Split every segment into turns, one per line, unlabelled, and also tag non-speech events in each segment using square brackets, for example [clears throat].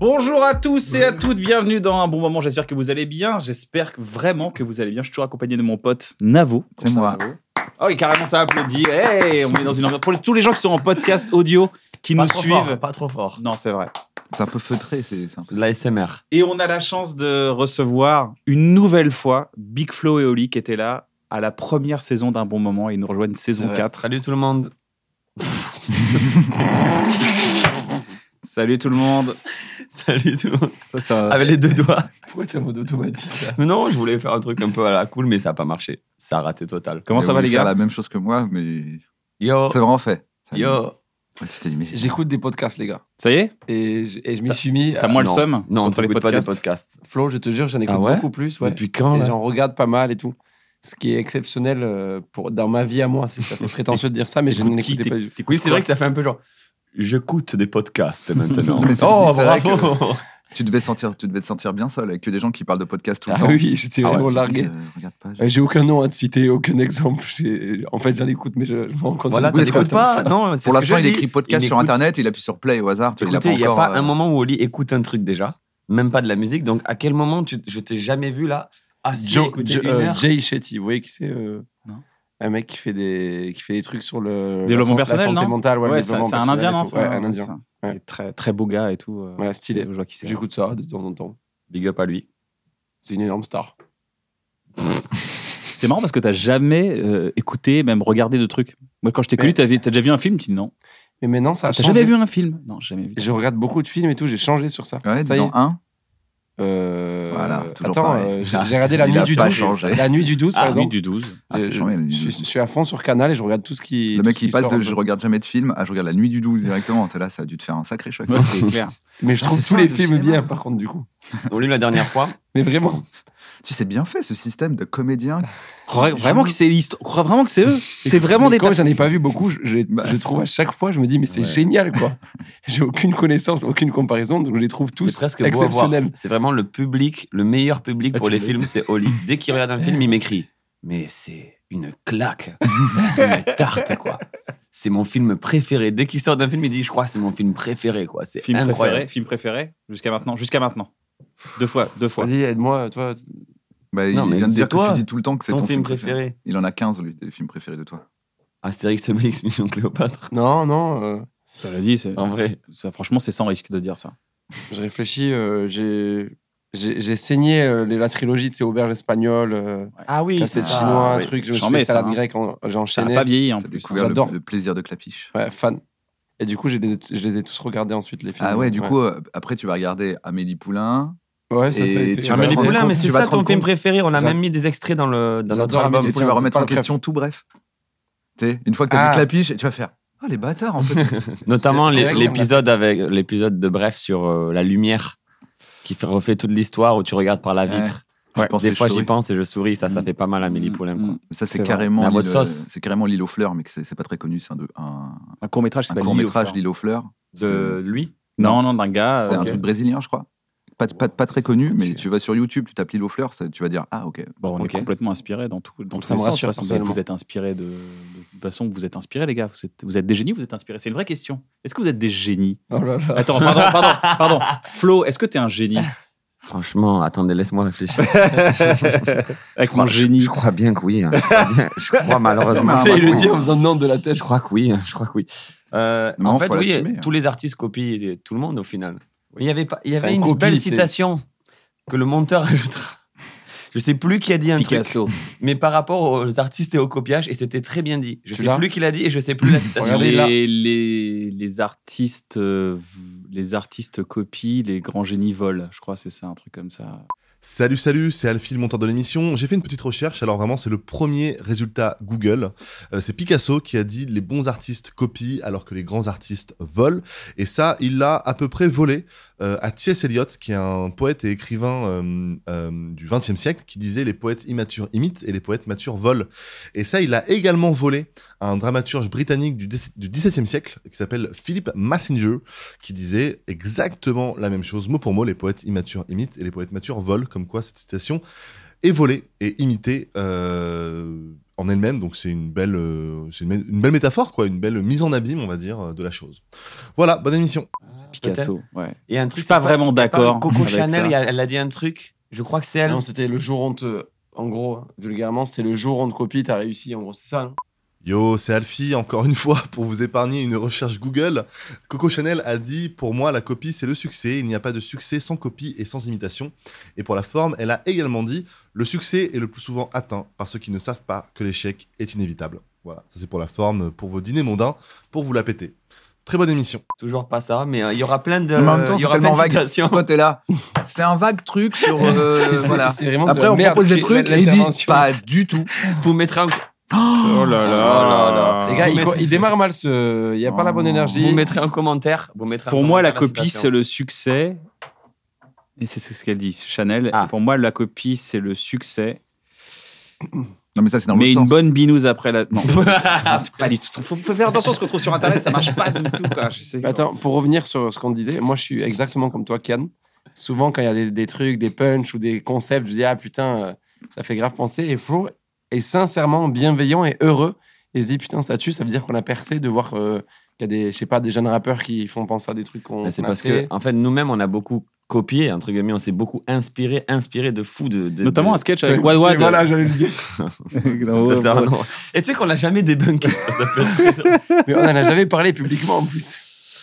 Bonjour à tous et à toutes, bienvenue dans un bon moment. J'espère que vous allez bien. J'espère que- vraiment que vous allez bien. Je suis toujours accompagné de mon pote Navo.
C'est
Comment
moi.
ça, Navo Oh, et carrément, ça applaudit. Hey, on est dans une ambiance. Pour tous les gens qui sont en podcast audio, qui
pas
nous
trop
suivent.
fort, hein, pas trop fort.
Non, c'est vrai.
C'est un peu feutré, c'est c'est un peu.
de l'ASMR.
Et on a la chance de recevoir une nouvelle fois Big Flo et Oli qui étaient là à la première saison d'un bon moment. Ils nous rejoignent saison 4.
Salut tout le monde.
Salut tout le monde.
[laughs] Salut tout le monde.
Ça, ça-
Avec les deux doigts. [laughs] Pourquoi t'es en mode automatique Mais non, je voulais faire un truc un peu à la cool, mais ça n'a pas marché. Ça a raté total.
Comment
Il a
ça va
voulu
les
faire
gars
la même chose que moi, mais
Yo,
c'est vraiment fait. Ça y est.
Oh. yo.
Ouais, Tu t'es dit, mais
J'écoute des podcasts, les gars.
Ça y est
Et je, et je m'y suis mis.
T'as
Euh,
moins le
non.
seum
Non, on
contre les
t'écoute pas des
podcasts.
podcasts.
Flo, je te jure, j'en écoute
Ah ouais
beaucoup plus. ouais.
Depuis quand
Et
là
j'en regarde pas mal et tout. Ce qui est exceptionnel euh, pour, dans ma vie à moi. C'est [laughs] ça fait prétentieux de dire ça, mais je ne
T'écoutes qui
l'écoutais pas
T'éc-
du tout.
t'écoutes
Oui, c'est
quoi
vrai que ça fait un peu genre. J'écoute des podcasts [laughs] maintenant.
Non, mais c'est-
oh,
c'est vrai
bravo!
tu devais sentir, tu devais te sentir bien seul avec que des gens qui parlent de podcast tout le
Ah
temps.
oui, c'était
Ah ouais,
vraiment
tu te dis,
largué.
euh, regarde pas.
Euh, J'ai aucun nom à te citer, aucun exemple. J'ai- En fait, j'en écoute, mais je, je me rends compte.
Voilà,
Oui,
t'écoutes pas? Non, c'est
Pour
ce que
l'instant,
je
il
dis.
écrit podcast
Il
sur
écoute-
internet, il appuie sur play au hasard. tu vois,
Écoutez, il n'y a
encore,
pas
euh,
un moment où Oli écoute un truc déjà, même pas de la musique. Donc, à quel moment tu, je t'ai jamais vu là
Ah,
assis
Joe,
écouter
Jo-
une
euh,
heure
Jay Shetty, vous voyez qui c'est euh,
Non.
Un mec qui fait des, qui fait des trucs sur le.
Développement
la san-
personnel,
La santé
non
mentale, ouais, le
Ouais, c'est
développement
c'est un
personnel
indien,
et
non
tout.
ça
Ouais, un indien.
Il est Très, très beau gars et tout. euh,
Ouais, stylé.
Je vois qui c'est.
J'écoute ça de temps en temps.
Big up à lui.
C'est une énorme star.
C'est marrant parce que t'as jamais euh, écouté, même regardé de trucs. Moi, quand je t'ai
Mais-
connu, t'as vu- t'as déjà vu un film Tu dis non.
Mais maintenant, ça a
T'as
changé.
jamais vu un film Non, jamais vu.
Je regarde beaucoup de films et tout, j'ai changé sur ça.
Ouais,
ça y
ah, dans
est.
un.
Euh,
Voilà, toujours
attends,
pareil.
euh, j'ai
[laughs]
j'ai regardé La
Il
Nuit
a
du
pas
12.
changé.
La Nuit du 12, par
Ah, oui,
exemple.
du 12.
Ah, c'est
Euh,
changé, La Nuit du
je,
12.
je suis à fond sur Canal et je regarde tout ce qui.
Le
tout
mec,
ce
il
qui
passe
sort
de
un
je
peu.
regarde jamais de film à je regarde la nuit du 12 directement. T'es là, ça a dû te faire un sacré choc.
Ouais,
[laughs]
c'est clair.
Mais je
Ah,
trouve
c'est
tous
ça,
les
le
films
cinéma.
bien, par contre, du coup.
On l'a eu la dernière fois.
Mais vraiment.
Tu sais bien fait ce système de comédiens.
Crois vraiment que c'est l'histoire. Crois vraiment que [laughs] c'est eux. C'est vraiment
Mais
des.
Comme
personnes.
j'en ai pas vu beaucoup, je, je-
Bah.
je trouve à chaque fois, je me dis, mais c'est
Ouais.
génial,
[laughs]
quoi. J'ai aucune connaissance, aucune comparaison, donc je les trouve tous
C'est presque beau à voir.
exceptionnels.
C'est vraiment le public, le meilleur public
Ah,
pour
tu
les
l'as
films, c'est Oli. Dès qu'il regarde un film, il m'écrit. Mais c'est une claque, une tarte quoi. C'est mon film préféré. Dès qu'il sort d'un film, il dit je crois que c'est mon film préféré quoi. C'est
Film préféré,
incroyable.
film préféré, jusqu'à maintenant, jusqu'à maintenant. Deux fois, deux fois.
Vas-y, aide-moi, toi.
Bah, il
Non, mais
vient de dire que
dis-toi,
tu dis tout le temps que c'est
Ton, film préféré.
Il en a 15, lui, des films préférés de toi.
Astérix, Obélix, Mission Cléopâtre.
Non, non. euh,
Ça l'a dit, c'est-
En vrai.
ça, franchement, c'est sans risque de dire ça.
Je réfléchis, euh, j'ai. J'ai j'ai saigné euh, les- la trilogie de ces auberges espagnoles, euh,
Ah oui,
cassette
ça,
chinois, un
oui.
truc, je me
J'en
suis fait
mets ça,
salade
hein.
grecque, en- j'ai
Ça n'a
enchaîné.
pas vieilli en
T'as
plus.
découvert
j'adore.
le, le plaisir de clapiche.
Ouais, fan. Et du coup, je les, je les ai tous regardés ensuite, les films.
Ah ouais, du coup, euh, après, tu vas regarder Amélie Poulain.
Ouais, ça, ça a
et
été.
tu vas
Amélie
te rendre
Poulain,
compte-
mais c'est
tu vas
ça
te
ton
rendre
film
compte-
préféré. On a
J'adore
même mis des extraits dans, le, dans notre
J'adore
album.
Et
Amélie
tu
Poulain,
vas
c'est
remettre
pas
en
le préf.
question tout bref. Tu sais, une fois que t'as
Ah.
vu clapiche, et tu vas faire Ah, les bâtards, en fait.
Notamment
C'est- c'est
l'é-
vrai que ça me
l'épisode avec l'épisode de Bref sur euh, la lumière qui fait, refait toute l'histoire où tu regardes par la
Ouais.
vitre.
Je pensais
Des
que
fois
je
j'y
souris.
pense et je souris, ça ça
Mm.
fait pas mal Amélie Poulain. quoi.
Mm, mm.
Ça, c'est
C'est
carrément,
vrai. Mais à
l'île-
votre sauce.
c'est carrément l'île aux fleurs, mais que c'est c'est pas très connu. C'est un, de- un,
Un court métrage, c'est
un
pas
court
lié au
métrage,
film.
l'île aux fleurs.
De lui
Non, non, d'un gars.
C'est
euh,
un
ok.
truc brésilien, je crois. Pas, pas, pas très connu, mais tu vas sur YouTube, tu tapes l'île aux fleurs, ça- tu vas dire Ah, ok.
Bon, Bah, on
Ok.
est complètement inspiré dans tout. Dans
Donc,
tous
ça
les
me
sens,
rassure,
de toute façon.
personnellement.
Vous êtes inspiré de, de toute façon. Vous êtes inspiré, les gars. Vous êtes, vous êtes des génies. Vous êtes inspiré. C'est une vraie question. Est-ce que vous êtes des génies
[laughs] Oh là là.
Attends,
[laughs]
pardon, pardon, pardon. Flo, est-ce que t'es un génie
Franchement, attendez, laisse-moi réfléchir.
Avec mon
crois-
génie.
Je crois bien que oui. hein. Je crois bien- Je
[laughs]
crois malheureusement.
Tu sais,
que
il le
oui.
dit en faisant non de la tête.
Je crois que oui, hein, je crois que oui. Euh,
Non,
en
faut
fait, oui,
l'assumer, hein.
tous les artistes copient tout le monde au final. Il y avait, pas, il y
Enfin,
avait une
copie,
belle
c'est-
citation que le monteur [laughs] ajoutera. Je sais plus qui a dit un truc,
Picasso.
mais par rapport aux artistes et au copiage, et c'était très bien dit. Je
Tu
sais
l'as
plus qui l'a dit et je sais plus la citation.
Regardez, là.
les, les, les artistes, euh, v- les artistes copient, les grands génies volent. Je crois, c'est ça, un truc comme ça.
Salut, salut, c'est Alphil, monteur de l'émission. J'ai fait une petite recherche, alors vraiment, c'est le premier résultat Google. Euh, c'est Picasso qui a dit les bons artistes copient alors que les grands artistes volent. Et ça, il l'a à peu près volé euh, à T.S. Eliot, qui est un poète et écrivain euh, euh, du XXe siècle, qui disait les poètes immatures imitent et les poètes matures volent. Et ça, il l'a également volé à un dramaturge britannique du dix- du XVIIe siècle, qui s'appelle Philip Massinger, qui disait exactement la même chose, mot pour mot, les poètes immatures imitent et les poètes matures volent, comme quoi cette citation est volée et imitée euh, en elle-même. Donc c'est une belle, euh, c'est une, une belle métaphore, quoi, une belle mise en abîme, on va dire, euh, de la chose. Voilà, bonne émission.
Picasso. Ouais.
Et un truc,
suis pas
c'est
vraiment
elle parle-
d'accord
Coco
avec ça.
Chanel, elle a- elle a dit un truc. Je crois que c'est elle.
Non, c'était le jour on te. En gros, hein, vulgairement, c'était le jour on te copie, t'as réussi. En gros, c'est ça. hein. non
Yo, c'est Alfie, encore une fois, pour vous épargner une recherche Google. Coco Chanel a dit Pour moi, la copie, c'est le succès. Il n'y a pas de succès sans copie et sans imitation. Et pour la forme, elle a également dit Le succès est le plus souvent atteint par ceux qui ne savent pas que l'échec est inévitable. Voilà, ça c'est pour la forme, pour vos dîners mondains, pour vous la péter. Très bonne émission.
Toujours pas ça, mais euh, il y aura plein de.
Mais en même temps,
il y
c'est
aura plein
tellement
de
vague.
citations. [laughs]
Toi, t'es là. C'est un vague truc sur. euh,
[laughs] C'est-
voilà.
C'est vraiment de
Après,
la
on
merde,
propose des
c'est-
trucs Bah, et il dit
l'intervention.
pas du tout.
Vous mettrez un,
Oh là là.
Les gars,
Vous
il,
mettez-
il démarre mal ce. Il n'y a pas la bonne
Oh.
énergie.
vous mettrez un commentaire. Vous mettrez un
Pour moi, la
commentaire
copie,
citation.
c'est le succès. Et c'est c'est ce qu'elle dit, Chanel.
Ah.
Pour moi, la copie, c'est le succès.
Non, mais ça, c'est dans
mais
l'autre
une
sens.
bonne binouse après la.
[laughs]
Non, c'est pas du tout. Faut, faut faire attention à ce qu'on trouve sur Internet, ça marche pas du tout. Quoi. Je sais,
Attends, pour revenir sur ce qu'on disait, moi je suis exactement comme toi, Kian. Souvent, quand il y a des, des trucs, des punchs ou des concepts, je dis ah putain, euh, ça fait grave penser. Et Flo est sincèrement bienveillant et heureux. Et se dit putain, ça tue, ça veut dire qu'on a percé de voir euh, qu'il y a des, je sais pas, des jeunes rappeurs qui font penser à des trucs qu'on.
Mais C'est
qu'on a
parce que,
fait.
en fait, nous-mêmes, on a beaucoup copié, entre guillemets, on s'est beaucoup inspiré, inspiré de fou de. de-
Notamment
de-
un sketch avec Wad Wad.
Voilà, [laughs] j'allais le dire.
Dans-
[laughs] Ça, ça, non. Et tu sais qu'on l'a jamais débunké. [laughs] ça s'appelle.
Mais on n'en a jamais parlé publiquement en plus.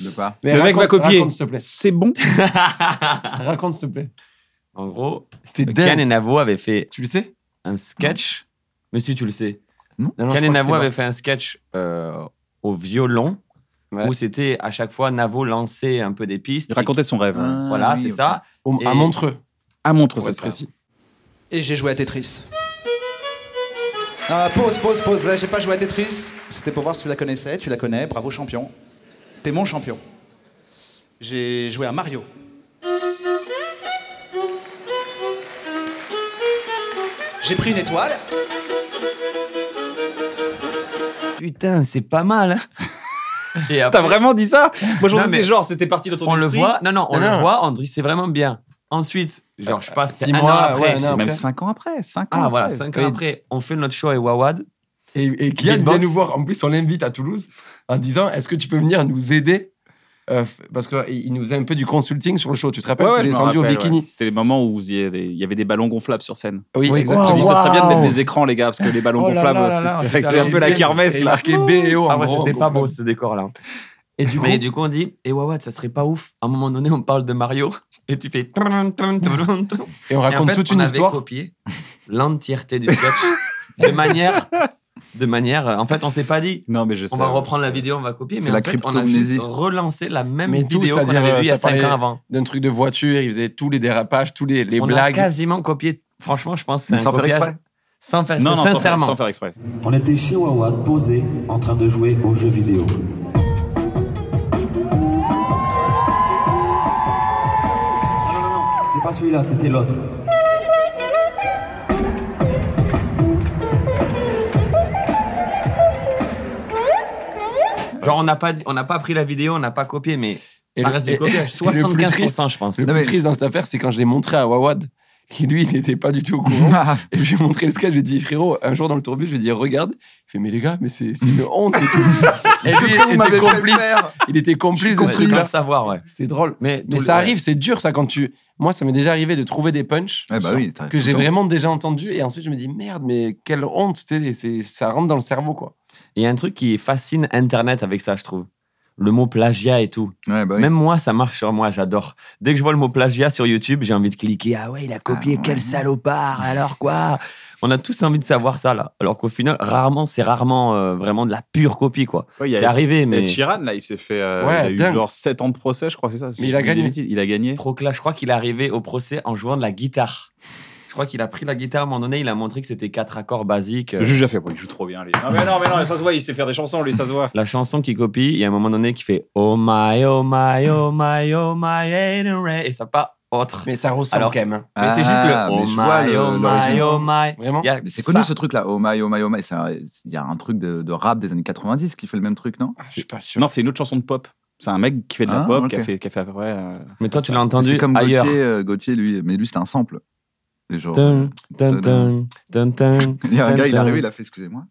De [laughs] quoi
Mais
Le mec m'a
raconte-
copié.
Raconte s'il te plaît.
C'est bon.
Raconte s'il te plaît.
en gros,
C'était
Ken
dingue.
et Navo avaient fait
Tu le sais
un sketch. Mais si tu le sais,
Non, non, je
Ken et
crois que
Navo
c'est
avaient fait un sketch euh, au violon
Ouais.
où c'était à chaque fois Navo lançait un peu des pistes.
Il racontait son rêve.
Ah,
Voilà,
oui,
c'est
ok.
ça.
bon.
et-
À Montreux,
À Montreux,
pour
c'est
être
ça.
précis.
Et j'ai joué à Tetris. Ah, pause, pause, pause. Là, j'ai pas joué à Tetris. C'était pour voir si tu la connaissais. Tu la connais. Bravo, champion. T'es mon champion. J'ai joué à Mario. J'ai pris une étoile.
Putain, c'est pas mal. hein. [laughs] et après,
T'as vraiment dit ça Moi, je pensais que
Non, mais-
c'était genre, c'était parti dans ton
on le
esprit.
voit. Non, non, on
Non,
le
non.
voit. On dit c'est vraiment bien. Ensuite, genre, je passe
six
un
mois,
an après.
ouais,
c'est-
un an.
Même
Après.
5 ans après. 5 ans
Ah voilà,
après.
cinq
Oui.
ans après, on fait notre show avec Wawad.
Et, et Kian vient
Beatbox.
nous voir. En plus, on l'invite à Toulouse en disant Est-ce que tu peux venir nous aider Euh, f- Parce qu'il nous faisait un peu du consulting sur le show. Tu te rappelles
Ouais, ouais,
C'est
je m'en
descendu au
rappelle,
bikini.
ouais. C'était les moments où il y avait- il y avait des ballons gonflables sur scène.
Oui,
Je
exactement.
dis, ça serait bien de mettre des écrans, les gars, parce que les ballons
Oh là là
gonflables,
là
c'est-
là,
c'est
on
vrai
fait
que c'est un peu la
arriver,
kermesse,
et
là.
marqué BO.
Ah ouais, c'était pas beau ce décor là.
Et du coup,
Mais du coup, on dit, et Wawad, ça serait pas ouf. À un moment donné, on parle de Mario [laughs] et tu fais.
et on
Et en
raconte
fait,
toute
on
une
avait
histoire.
copié l'entièreté du sketch de manière, de manière. En fait, on s'est pas dit.
Non, mais je sais.
On va reprendre la vidéo, on va copier, mais
C'est la
en fait, on a juste
cryptomnésie.
relancé la même
Mais tout,
vidéo qu'on
c'est-à-dire,
avait
euh,
vue il y
ça
a 5
parlait-
ans avant.
D'un truc de voiture, il faisait tous les dérapages, tous les, les
on a
blagues.
quasiment copié. Franchement, je pense que
Mais
c'est
sans
un
faire
copiage.
exprès.
Sans faire
Non, non,
exprès,
sans faire,
sincèrement.
sans faire exprès.
On était chez Wawa, posé, en train de jouer aux jeux vidéo. Ah non, non, non, c'était pas celui-là, c'était l'autre.
Genre, on n'a pas, on n'a pas pris la vidéo, on n'a pas copié, mais
Et
ça
le-
reste
et-
du copiage.
et le plus
75%,
triste,
je pense.
Le
Non,
plus
mais-
triste dans cette affaire, c'est quand je l'ai montré à Wawad, qui lui, il n'était pas du tout
[laughs]
au courant. Et j'ai montré le sketch, j'ai dit, frérot, un jour dans le tourbus, je lui ai dit, regarde. Il fait, mais les gars, mais c'est c'est une honte
[laughs]
et tout. et lui,
Qu'est-ce que vous
il
m'avez
était
fait
complice.
faire
Il était complice de ce
Construit sans
truc-là.
savoir, ouais.
C'était drôle.
Mais,
Mais
tout
ça
le-
arrive, c'est dur ça quand tu. Moi, ça m'est déjà arrivé de trouver des punchs
Eh bah oui, t'as-
que j'ai
tout le temps.
vraiment déjà entendus et ensuite je me dis merde, mais quelle honte, tu sais, et c'est- ça rentre dans le cerveau quoi.
Il y a un truc qui fascine Internet avec ça, je trouve. Le mot plagiat et tout.
Ouais, bah oui.
Même moi, ça marche sur moi, j'adore. Dès que je vois le mot plagiat sur YouTube, j'ai envie de cliquer. Ah ouais, il a copié, quel salopard, alors quoi On a tous envie de savoir ça, là. Alors qu'au final, rarement, c'est rarement euh, vraiment de la pure copie, quoi.
Ouais, il y a-
C'est arrivé, mais.
Mais Chiran, là, il s'est fait. euh,
Ouais,
il a eu
dingue.
genre 7 ans de procès, je crois, c'est ça.
Mais il a
Je dis des
gagné.
bêtises. Il a gagné.
Trop clair, je crois qu'il est arrivé au procès en jouant de la guitare. Je crois qu'il a pris la guitare à un moment donné, il a montré que c'était quatre accords basiques. euh,
Le juge a fait. bon, il joue trop bien, lui. euh, Non, mais non, mais non, ça se voit, il sait faire des chansons, lui, ça se voit.
La chanson qu'il copie, il y a un moment donné qui fait Oh my, oh my, oh my, oh my, Gatorade et ça part autre.
Mais ça ressemble
Alors-
quand même. hein.
Mais c'est juste le
Ah, mais
Oh
je vois
my,
le-
oh my,
l'origine.
oh my.
Vraiment.
Il y a
Mais C'est connu
ça.
ce truc-là. Oh my, oh my, oh my. C'est un- Il y a un truc de, de rap des années 90 qui fait le même truc, non
Ah, je suis pas sûr.
Non, c'est une autre chanson de pop. C'est un mec qui fait de la
Ah,
pop,
ok.
qui a fait, qui a fait après. euh,
Mais toi, tu l'as
C'est
entendu
comme
ailleurs.
Gauthier, euh, Gauthier, lui. Mais lui, c'était un sample. Et genre, euh,
Dun, dun, dun, dun, dun.
il y a un
dun,
gars, il est
dun.
arrivé, il a fait excusez-moi.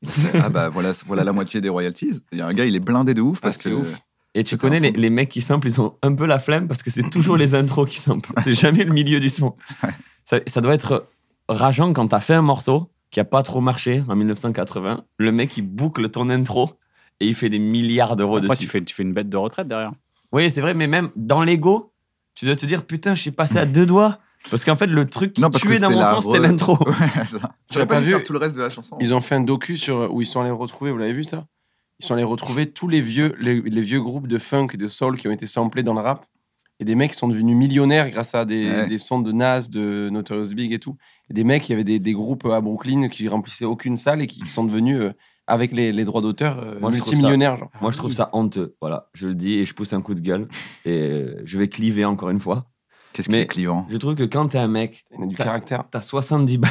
Il fait, ah bah voilà, voilà la moitié des royalties. Il y a un gars, il est blindé de ouf parce
Ah,
que
c'est ouf.
Et tu connais les, les mecs qui samplent, ils ont un peu la flemme parce que c'est toujours les intros qui samplent. C'est jamais le milieu du son. Ça, ça doit être rageant quand t'as fait un morceau qui a pas trop marché en 1980. Le mec, il boucle ton intro et il fait des milliards d'euros
Après,
dessus.
tu fais, tu fais une bête de retraite derrière.
Oui, c'est vrai, mais même dans l'ego, tu dois te dire putain, je suis passé à deux doigts. Parce qu'en fait, le truc qui
Non, parce que
tuait dans
c'est
mon
la
sens, c'était
re-
l'intro.
Ouais, c'est [laughs] ça.
J'aurais
J'aurais pas
pas
dû
vu.
faire tout le reste de la chanson.
Ils ont fait un docu sur, où ils sont allés retrouver, vous l'avez vu ça Ils sont allés retrouver tous les vieux, les, les vieux groupes de funk et de soul qui ont été samplés dans le rap. Et des mecs qui sont devenus millionnaires grâce à des,
Ouais.
des sons de Nas, de Notorious Big et tout. Et des mecs, il y avait des, des groupes euh, à Brooklyn qui remplissaient aucune salle et qui sont devenus, euh, avec les, les droits d'auteur, euh,
Moi, je trouve ça-
multimillionnaires. genre.
Moi, je trouve ça honteux. Voilà, je le dis et je pousse un coup de gueule. Et euh, je vais cliver encore une fois.
Qu'est-ce qu'il
Mais-
est clivant
Je trouve que quand t'es un mec,
Il y a du
T'as-
caractère.
t'as 70 balles.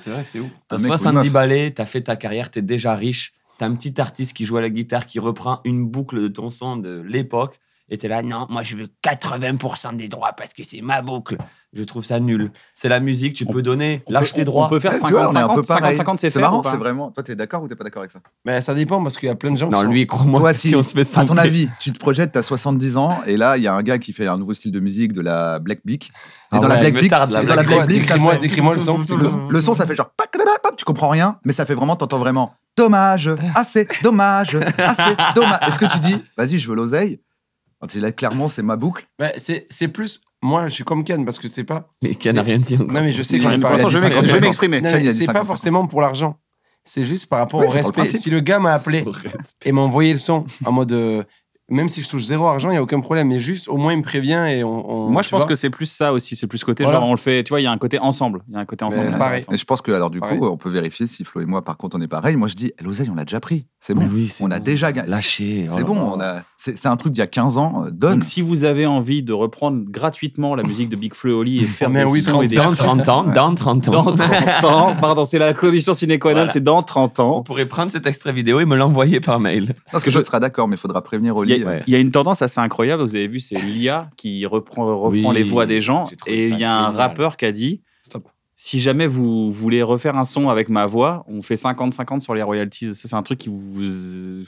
C'est vrai, c'est ouf.
T'as
Un mec ou une
70
meuf.
balais, t'as fait ta carrière, t'es déjà riche. T'as un petit artiste qui joue à la guitare, qui reprend une boucle de ton son de l'époque. Et t'es là, non, moi je veux 80% des droits parce que c'est ma boucle. Je trouve ça nul. C'est la musique, tu
On-
peux donner,
On
lâche
peut-
tes
on-
droits.
On peut faire
Eh, tu vois, on est un
50-50,
peu pareil.
50-50, c'est
C'est
faire
marrant,
ou pas
c'est vraiment. Toi, t'es d'accord ou t'es pas d'accord avec ça
Mais ça dépend parce qu'il y a plein de gens qui
Non,
sont-
lui, crois-moi,
Toi,
si,
si-
on se fait ça.
À ton avis, tu te projettes, t'as 70 ans, et là, il y a un gars qui fait un nouveau style de musique, de la Black Beak. Et
Ah
dans
ouais,
la Black
elle me
Beak,
tarde, la
et dans la
Black
Black
Beak.
Beak, ça
Décris-moi-
fait-
décris-moi le son.
Le, le son, ça fait genre. pac, pac, pac, pac, Tu comprends rien, mais ça fait vraiment, t'entends vraiment. Dommage, assez, dommage, assez, dommage. Est-ce que tu dis, vas-y, je veux l'oseille Quand il est là, clairement, c'est ma boucle.
Bah, c'est c'est plus. Moi, je suis comme Ken parce que c'est pas.
Mais qui n'a rien dit. encore.
Non, mais je sais que
Pour
j'en ai parlé.
l'instant, je vais
Il a
m'exprimer,
dit
je vais m'exprimer.
Non,
Tiens, il
mais
a dit
c'est pas
50.
forcément pour l'argent. C'est juste par rapport
Oui,
au
c'est pour le
respect.
principe.
Si le gars m'a
[laughs]
appelé et m'a envoyé le son en mode. euh, même si je touche zéro argent, il n'y a aucun problème. Mais juste, au moins, il me prévient et on. on-
Moi, je
tu
pense
vois.
que c'est plus ça aussi. C'est plus ce côté,
Voilà.
genre, on le fait, tu vois, il y a un côté ensemble. Il y a un côté ensemble.
Mais pareil.
Et je pense que, alors, du
Pareil.
coup, on peut vérifier si Flo et moi, par contre, on est pareil. Moi, je dis, l'oseille, on l'a déjà pris. C'est
Mais
bon.
oui, c'est
On a
bon.
déjà gagné.
lâché. oh
C'est
là
bon,
là.
on a. C'est c'est un truc d'il y a 15 ans. euh, Donne.
Donc, si vous avez envie de reprendre gratuitement la musique de Big Flo et Oli et faire
Mais
des
oui,
sons et des
Dans 30 ans, dans 30 ans. [laughs]
dans 30 ans, pardon, c'est la condition sine qua non,
Voilà.
c'est dans 30
On
ans.
pourrait prendre cet extrait vidéo et me l'envoyer par mail.
Parce que je serai d'accord, mais il faudra prévenir
Il y,
Oli.
a,
euh,
il y a une tendance assez incroyable, vous avez vu, c'est l'IA qui reprend, reprend
Oui,
les voix des gens.
j'ai trouvé
Et
ça
il y a un
génial.
rappeur qui a dit
Stop.
si jamais vous voulez refaire un son avec ma voix, on fait 50-50 sur les royalties. Ça, c'est un truc qui vous.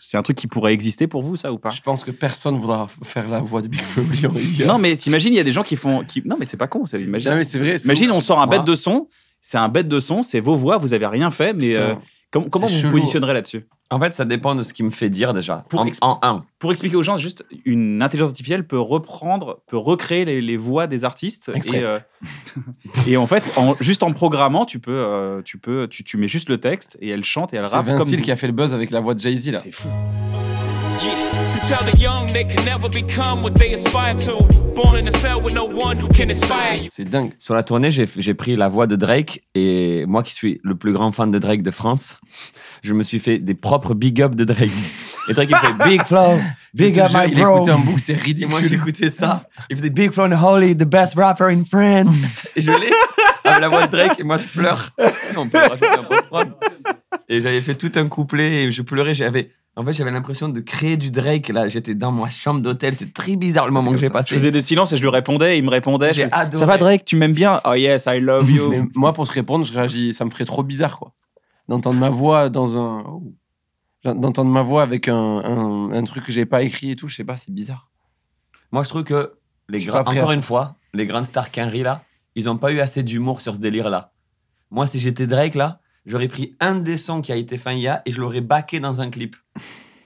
C'est un truc qui pourrait exister pour vous, ça ou pas
Je pense que personne voudra faire la voix de Big Flo Oli en Ligue.
Non, mais t'imagines, il y a des gens qui font. Qui... Non, mais c'est pas con, ça. Imagine,
Non, mais c'est vrai. c'est
imagine
ouf.
on sort un bête
Moi,
de son, c'est un bête de son, c'est vos voix, vous avez rien fait, mais
putain,
euh, com- comment
c'est
vous
chelou.
vous positionnerez là-dessus
En fait, ça dépend de ce qui me fait dire déjà.
Pour
en,
exp-
en un.
Pour expliquer aux gens, juste une intelligence artificielle peut reprendre, peut recréer les, les voix des artistes.
Extrait.
Et, euh, [laughs] et en fait, en- juste en programmant, tu peux, euh, tu peux, tu, tu mets juste le texte et elle chante et elle
C'est
rappe comme.
Vincile qui a fait le buzz avec la voix de Jay-Z là.
C'est fou.
Yeah. Tell the young they can never become what they aspire to. Born in a cell with no one who can inspire you.
C'est dingue.
Sur la tournée, j'ai- j'ai pris la voix de Drake et moi qui suis le plus grand fan de Drake de France, je me suis fait des propres big up de
[laughs]
Drake. Et Drake, il me fait Big Flow, Big
Je
Up
te jure,
My
il
Bro.
écoutait un book, c'est
Et moi,
ridicule.
j'écoutais ça. Il faisait Big Flow and Holy, the best rapper in France. Et je l'ai avec la voix de Drake et moi, je pleure. On peut rajouter un post-prod. Et j'avais fait tout un couplet et je pleurais. J'avais. En fait, j'avais l'impression de créer du Drake. Là, j'étais dans ma chambre d'hôtel. C'est très bizarre le moment que j'ai
Je
passé.
faisais des silences et je lui répondais, et il me répondait.
J'ai
je faisais,
adoré.
Ça va Drake, tu m'aimes bien Oh yes, I love
[laughs]
you.
Mais moi, pour te répondre, je réagis. Ça me ferait trop bizarre, quoi. D'entendre ma voix dans un. oh. D'entendre ma voix avec un, un, un truc que j'ai pas écrit et tout, je sais pas, c'est bizarre.
Moi, je trouve que les
Je suis
grands,
pas prêt à
encore
ça.
une fois, les grandes stars qu'Henry là, ils n'ont pas eu assez d'humour sur ce délire là. Moi, si j'étais Drake là, j'aurais pris un des sons qui a été fin IA et je l'aurais baqué dans un [laughs] clip.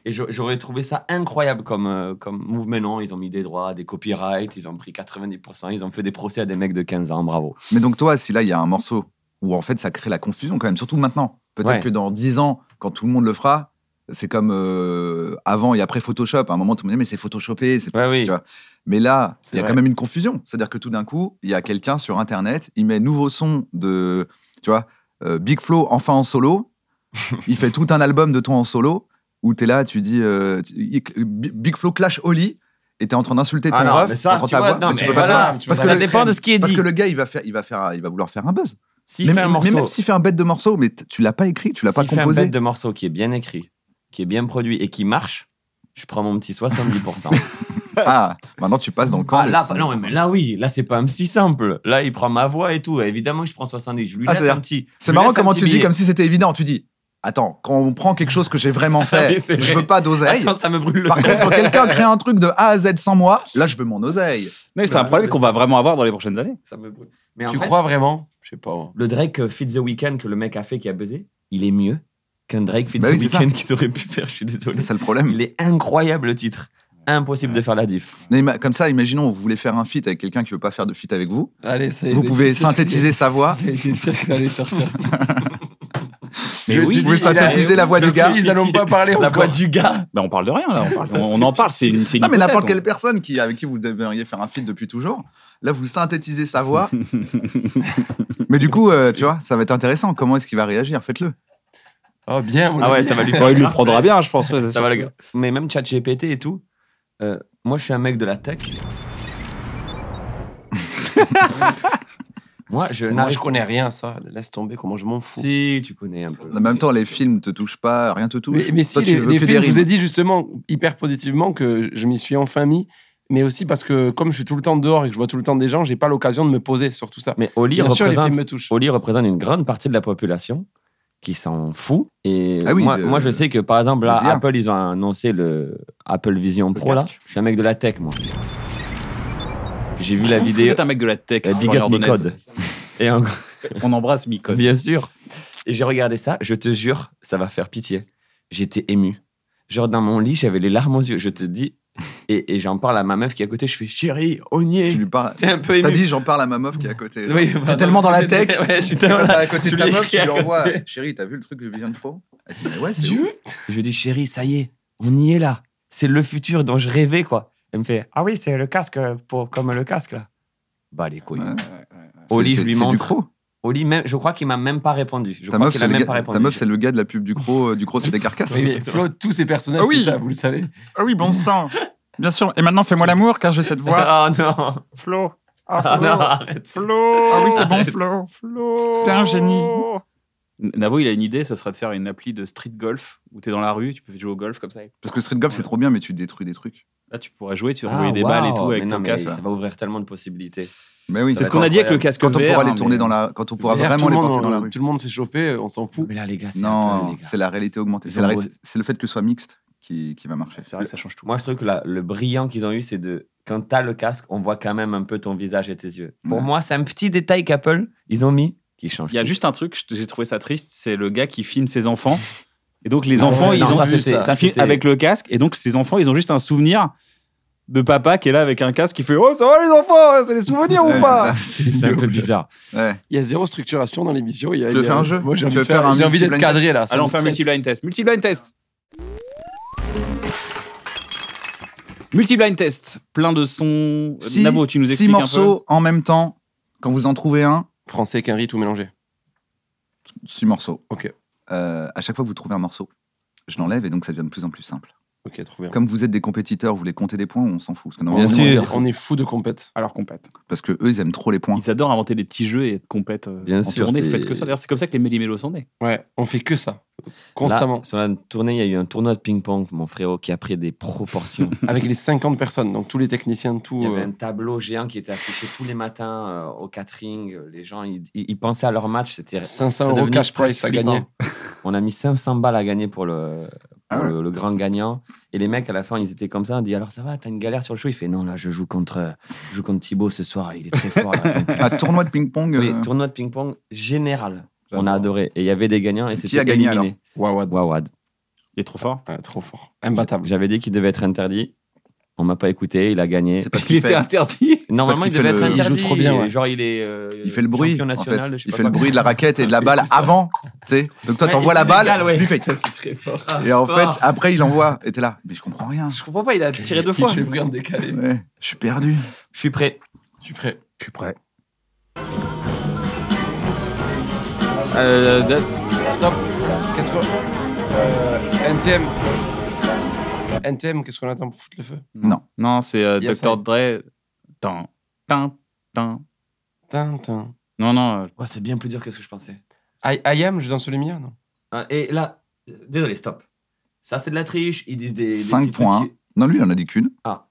Et j'a- j'aurais trouvé ça incroyable comme, euh, comme mouvement. Non, ils ont mis des droits, des copyrights, ils ont pris 90%, ils ont fait des procès à des mecs de 15 ans, bravo.
Mais donc, toi, si là, il y a un morceau où en fait, ça crée la confusion quand même, surtout maintenant. Peut-être
Ouais.
que dans 10 ans, quand tout le monde le fera, c'est comme euh, avant et après Photoshop. À un moment, tout le monde dit, mais c'est Photoshopé. c'est-
Ouais, oui.
Tu vois, Mais là,
C'est
il y a
vrai.
quand même une confusion. C'est-à-dire que tout d'un coup, il y a quelqu'un sur Internet, il met nouveau son de, tu vois, euh, Big Flo, enfin en solo.
[laughs]
il fait tout un album de toi en solo, où t'es là, tu dis euh, tu- il- Big Flo clash Oli, et t'es en train d'insulter ton
Ah non,
ref,
mais ça,
t'entends
tu
ta
vois,
voix,
non,
mais tu
mais
peux pas te
voilà,
faire.
tu
Parce
vois,
que,
ça
le-
dépend de ce qui est
parce
dit.
que le gars, il va, faire, il, va faire, il va vouloir faire un buzz.
S'il
mais,
fait un
mais
morceau,
même s'il fait un bête de morceau, mais t- tu l'as pas écrit, tu l'as pas
s'il fait un
composé.
bête de morceau qui est bien écrit, qui est bien produit et qui marche, je prends mon petit 70%.
Ah, maintenant tu passes dans le camp.
Ah,
des-
là, non, mais là, oui, là, c'est pas un petit simple. Là, il prend ma voix et tout. Évidemment, que je prends 70. Je lui
Ah,
laisse
c'est-à-dire-
un petit. je
C'est
lui
marrant
laisse un
comment
petit
tu le dis
billet.
comme si c'était évident. Tu dis Attends, quand on prend quelque chose que j'ai vraiment
Ah
fait,
oui, c'est
je
vrai.
veux pas d'oseille.
Attends, ça me brûle le
Par
cerveau.
contre, quand quelqu'un crée un truc de A à Z sans moi, là, je veux mon oseille.
mais c'est un problème qu'on va vraiment avoir dans les prochaines années.
Ça me brûle. Mais en
Tu
fait,
crois vraiment Je sais pas.
le Drake euh, Fit the Weeknd que le mec a fait qui a buzzé, il est mieux qu'un Drake Fit
Bah
the
oui, c'est ça.
Weeknd [laughs] qu'ils auraient pu faire. Je suis désolé.
C'est ça le problème.
Il est incroyable le titre. Impossible de faire la diff.
Mais ima- Comme ça, imaginons, vous voulez faire un feat avec quelqu'un qui veut pas faire de feat avec vous.
Allez, ça y est,
Vous
j'ai
pouvez
été sûr que-
synthétiser sa [laughs] voix.
J'étais sûr que t'allais sortir ça. [laughs]
Je me suis dit, Vous pouvez il a- synthétiser la voix
je
du
me
gars.
suis dit,
Ils allons pas parler
La voix
encore.
du gars.
Ben, on parle de rien, là. On, parle- on- on en parle, c'est une, c'est une
Non, mais n'importe quelle
hypothèse, hein.
personne qui, avec qui vous devriez faire un feat depuis toujours. Là, vous synthétisez
[laughs]
sa voix. mais du coup, euh, tu vois, ça va être intéressant. Comment est-ce qu'il va réagir Faites-le.
Oh, bien, mon
Ah ouais,
ami.
ça va lui
on-
faire.
Ouais, il lui
grave.
prendra bien, je pense. ouais, c'est
Ça va,
sûr.
le gars. Mais même ChatGPT et tout. euh, moi, je suis un mec de la [laughs] tech. moi, je
Moi, je
n'arrive
connais rien, ça. Laisse tomber, comment je m'en fous.
Si, tu connais un peu.
En même temps, les films te touchent pas, rien te touche.
Mais, mais si,
Toi, tu
les,
veux
les
que des
films, je vous ai
rimes.
dit justement hyper positivement que je m'y suis enfin mis, mais aussi parce que comme je suis tout le temps dehors et que je vois tout le temps des gens, j'ai pas l'occasion de me poser sur tout ça.
Mais Oli
Bien sûr, les
représente,
films me touchent.
Oli représente une grande partie de la population qui s'en fout. Et
Ah oui,
moi,
de-
moi, je sais que par exemple, là,
des IA.
Apple, ils ont annoncé le Apple Vision Pro. Là.
casque.
Je suis un mec de la tech, moi. J'ai vu la
Ah, Est-ce que
vidéo.
Vous êtes un mec de la tech.
euh, Big
Florian
up
Donnaise.
Micode. Et en-
On embrasse Micode.
Bien sûr. Et j'ai regardé ça, je te jure, ça va faire pitié. J'étais ému. Genre dans mon lit, j'avais les larmes aux yeux, je te dis. Et, et j'en parle à ma meuf qui est à côté, je fais chérie, on y
Tu
est.
lui parles.
T'es un peu ému.
T'as dit, j'en parle à ma meuf qui est à
[laughs]
côté.
Oui, pardon,
tellement dans la
j'étais-
tech.
Ouais, je suis
Quand
tellement
t'es
là.
à côté de
Tu
ta
l'as
meuf, tu
écrit
lui
à
envoies
côté.
Chérie, t'as vu le truc de Vision Pro Elle dit, mais ouais, c'est ouf.
Je dis chérie, ça y est, on y est là. C'est le futur dont je rêvais, quoi. Elle me fait ah oui, c'est le casque pour comme le casque là. Bah les couilles.
Ouais.
Oli,
C'est-
je lui
c'est du
montre.
croc.
Oli, même, je crois qu'il m'a même pas répondu. Je
Ta
crois
meuf,
qu'il
c'est
a
le,
même pas
gars-
répondu.
ta meuf, c'est le gars de la pub du croc, euh, du croc,
[laughs]
c'est des carcasses.
Oui, mais Flo, tous ces personnages,
Ah oui.
c'est ça, vous le savez.
Ah oui, bon sang. Bien sûr. Et maintenant, fais-moi l'amour car j'ai cette voix.
[laughs]
Ah non.
Flo. Ah,
Ah
Flo.
non, arrête.
Flo. Ah oui, c'est bon, Flo. Flo. T'es un génie.
Navo, il a une idée, ce serait de faire une appli de street golf où t'es dans la rue, tu peux jouer au golf comme ça. et
Parce que street golf, c'est trop bien, mais tu détruis des trucs.
Là, tu pourrais jouer, tu
Ah,
envoyer des
waouh.
balles et tout avec
Mais non,
ton
mais
casque.
Ça va ouvrir tellement de possibilités.
Mais oui.
C'est ce
va
qu'on a
être
dit avec le
incroyable.
casque
Quand on
vert.
pourra les
hein,
tourner
mais-
dans la, quand on pourra
D'ailleurs,
vraiment
tout,
les
le monde,
porter dans la
on-
rue.
tout le monde s'est chauffé, on s'en fout.
Mais là, les gars, c'est un peu,
Non,
les gars.
c'est la réalité augmentée.
Ils
C'est la
ont
réalité-
beau-
c'est le fait que ce soit mixte qui, qui va marcher.
C'est vrai que ça change tout.
Moi, je trouve que la- le brillant qu'ils ont eu, c'est de quand t'as le casque, on voit quand même un peu ton visage et tes yeux. Pour
Ouais.
moi, c'est un petit détail qu'Apple ils ont mis qui change.
Il y a
tout.
juste un truc, je- j'ai trouvé ça triste, c'est le gars qui filme ses enfants. Et donc les
Non,
enfants,
ça,
ils
non,
ont
ça,
vu-
c'était-
c'est un film
c'était-
avec le casque. Et donc ces enfants, ils ont juste un souvenir de papa qui est là avec un casque qui fait Oh, ça va les enfants, c'est les souvenirs ou
Ouais,
pas [laughs]
c'est un peu bizarre.
Ouais.
Il y a zéro structuration dans l'émission. il y a-
Tu veux
il y a-
faire un jeu
Moi, j'ai
Tu
envie,
veux
de faire-
faire un
j'ai envie d'être
multi-blind
cadré
Ah,
là. ça
Allons
me
faire
stresse.
multi-blind test. Multi-blind test Multi-blind test. Plein de sons.
Si-
Nabo, tu nous
Six
expliques un peu.
morceaux en même temps. Quand vous en trouvez un,
Français, qu'un riz, tout mélangé.
six morceaux.
Ok.
Euh, à chaque fois que vous trouvez un morceau, je l'enlève et donc ça devient de plus en plus simple.
Ok, trop bien.
Comme vous êtes des compétiteurs, vous voulez compter des points, on s'en fout. Parce que, normalement,
Bien
on-
sûr. On est fou de compète.
Alors compète.
parce que eux, ils aiment trop les points.
Ils adorent inventer des petits jeux et être compète euh,
Bien
en
sûr,
tournée.
c'est-
Faites que ça. D'ailleurs, c'est comme ça que les Mélimélos sont nés.
Ouais, on fait que ça. Constamment.
Là, sur la tournée, il y a eu un tournoi de ping-pong, mon frérot, qui a pris
[laughs]
des proportions.
Avec les 50 personnes, donc tous les techniciens,
Il y
tout.
avait
euh,
un tableau géant qui était affiché tous les matins euh, au catering. Les gens, ils, ils- ils pensaient à leur match. C'était
500
ça
euros
devenait
cash price
presque
à gagner.
flippant. On a mis 500 balles à gagner pour le,
Ah
pour le, le grand gagnant. Et les mecs, à la fin, ils étaient comme ça. On dit Alors, ça va, t'as une galère sur le show Il fait Non, là, je joue contre, je joue contre Thibaut ce soir. Il est très fort.
[laughs]
là. Donc,
Un tournoi de ping-pong.
oui,
euh,
tournoi de ping-pong général. On a adoré. Et il y avait des gagnants. Et
Qui
c'était
a gagné,
éliminé.
Waouh,
Wawad.
Il est trop fort.
ouais, trop fort. Imbattable.
J'avais dit qu'il devait être interdit. On m'a pas écouté. Il a gagné.
c'est
[laughs]
parce
Il
qu'il
était
fait,
interdit.
Normalement,
parce
il
qu'il fait
devait être
le-
il joue
interdit.
trop bien, ouais.
Genre, il est. euh,
il fait le bruit.
champion
en fait.
national de je sais
Il
pas
fait le
quoi.
bruit de la raquette et de la
Ouais,
balle
c'est ça.
avant. tu sais. Donc toi,
Ouais,
t'envoies
il
la
se
balle.
régale, ouais.
lui, il fait-
Ça, c'est très fort.
Et en fait,
fort.
après, il envoie. Et t'es là. Mais je comprends rien.
Je comprends pas, il a tiré
[laughs]
deux fois.
Je suis pris en décalé.
Ouais, je suis perdu.
Je suis prêt.
Je suis prêt. Je suis prêt.
Euh,
Stop. Qu'est-ce qu'on. Euh, NTM. NTM, qu'est-ce qu'on attend pour foutre le feu
Non.
Non, c'est euh,
Yes,
Dr. Dre. Tin, tin, tin.
Tintin.
Non, non. euh,
Ouais, c'est bien plus dur que ce que je pensais.
I, I am, je danse le lumière, non
Ah, Et là, euh, désolé, stop. Ça, c'est de la triche. Ils disent des. des
5
petits trucs
points.
qui-
Non, lui, il en a dit qu'une.
Ah.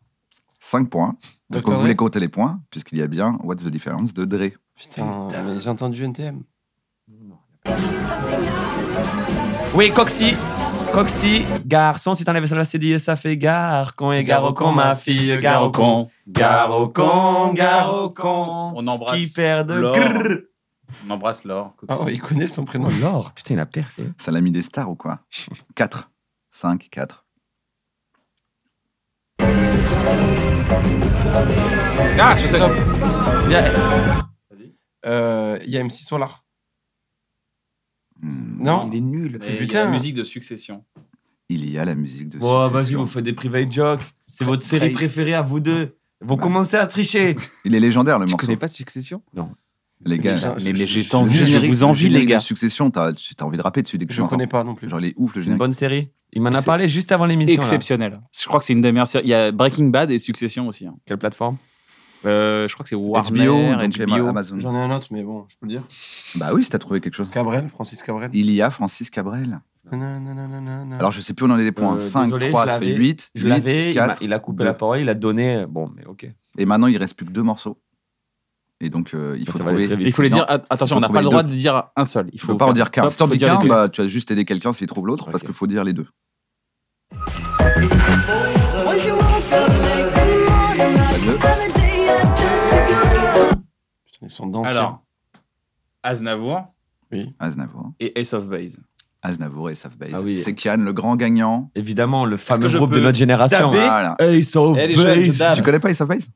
5 points. Parce
Dr.
qu'on
Dre
voulait compter les points, puisqu'il y a bien What's the difference de Dre.
Putain, mais j'ai entendu NTM.
Non, il y a Oui, Coxy. Coxy, garçon, si t'enlèves ça, là, c'est dit, ça fait gare. Con et gare au con, ma fille, gare au con. Gare au con, gare au con.
On embrasse.
Qui perd de
Laure.
grrr.
On embrasse Laure.
Oh, il connaît son prénom.
Ah,
Laure, putain, il a percé.
Ça l'a mis des stars ou quoi 4. 5, 4.
Ah, je sais.
Il y a,
Vas-y.
euh, il y a MC Solar.
Hmm.
Non
Il est nul.
Mais il y a
Putain.
la musique de Succession.
Il y a la musique de
Bon, vas-y,
Succession.
vous faites des private jokes. C'est votre série
Private.
préférée à vous deux. Vous
Bah.
commencez à tricher.
Il est légendaire le
Tu
morceau.
connais pas Succession
Les gars,
Déjà,
Mais, mais j'ai
le
envie, je
générique-
vous
le
envie, les
générique de
gars.
Succession, t'as t'as envie de rapper dessus dès que
Je
tu l'entends.
connais pas non plus.
Genre, il est ouf le
C'est une
générique.
bonne série. Il m'en a
C'est-
parlé juste avant l'émission. là.
Exceptionnel. Je crois que c'est une des meilleures séries. Il y a Breaking Bad et Succession aussi. hein.
Quelle plateforme
Euh, je crois que c'est Warner,
HBO, donc eh ben,
HBO.
Amazon.
J'en ai un autre, mais bon, je peux le dire.
Bah oui, si t'as trouvé quelque chose.
Cabrel, Francis Cabrel.
Il y a Francis Cabrel.
Nanananana.
Alors, je sais plus où on en est des points.
Euh,
5,
désolé,
3,
je
ça fait
l'avais.
8.
Je l'avais, il m'a-
4.
il a coupé
deux.
la parole, il a donné. Bon, mais ok.
Et maintenant, il reste plus que deux morceaux. Et donc, euh, il
Ça,
faut
ça va aller
trouver.
très vite.
Il faut les
Non.
dire, at- attention,
Faut
on n'a
trouver
pas le
les
droit de dire un seul. Il
Il
faut
faut pas en
faire
dire qu'un. Si t'en
faut
dis
dire les
qu'un,
deux.
bah, tu as juste aider quelqu'un s'il trouve l'autre, parce
Ok.
qu'il faut dire les deux. Pas deux.
Putain, ils sont dansés.
Alors, Aznavour
Aznavour.
et Ace of Base.
Aznavour et Safbase.
Ah oui.
C'est Kian, le grand gagnant.
Évidemment, le fameux
que je
groupe de
peux
notre génération.
taper
Voilà.
Ace of
Eh, les jeunes,
Base.
je tape.
Tu connais pas Ace of Base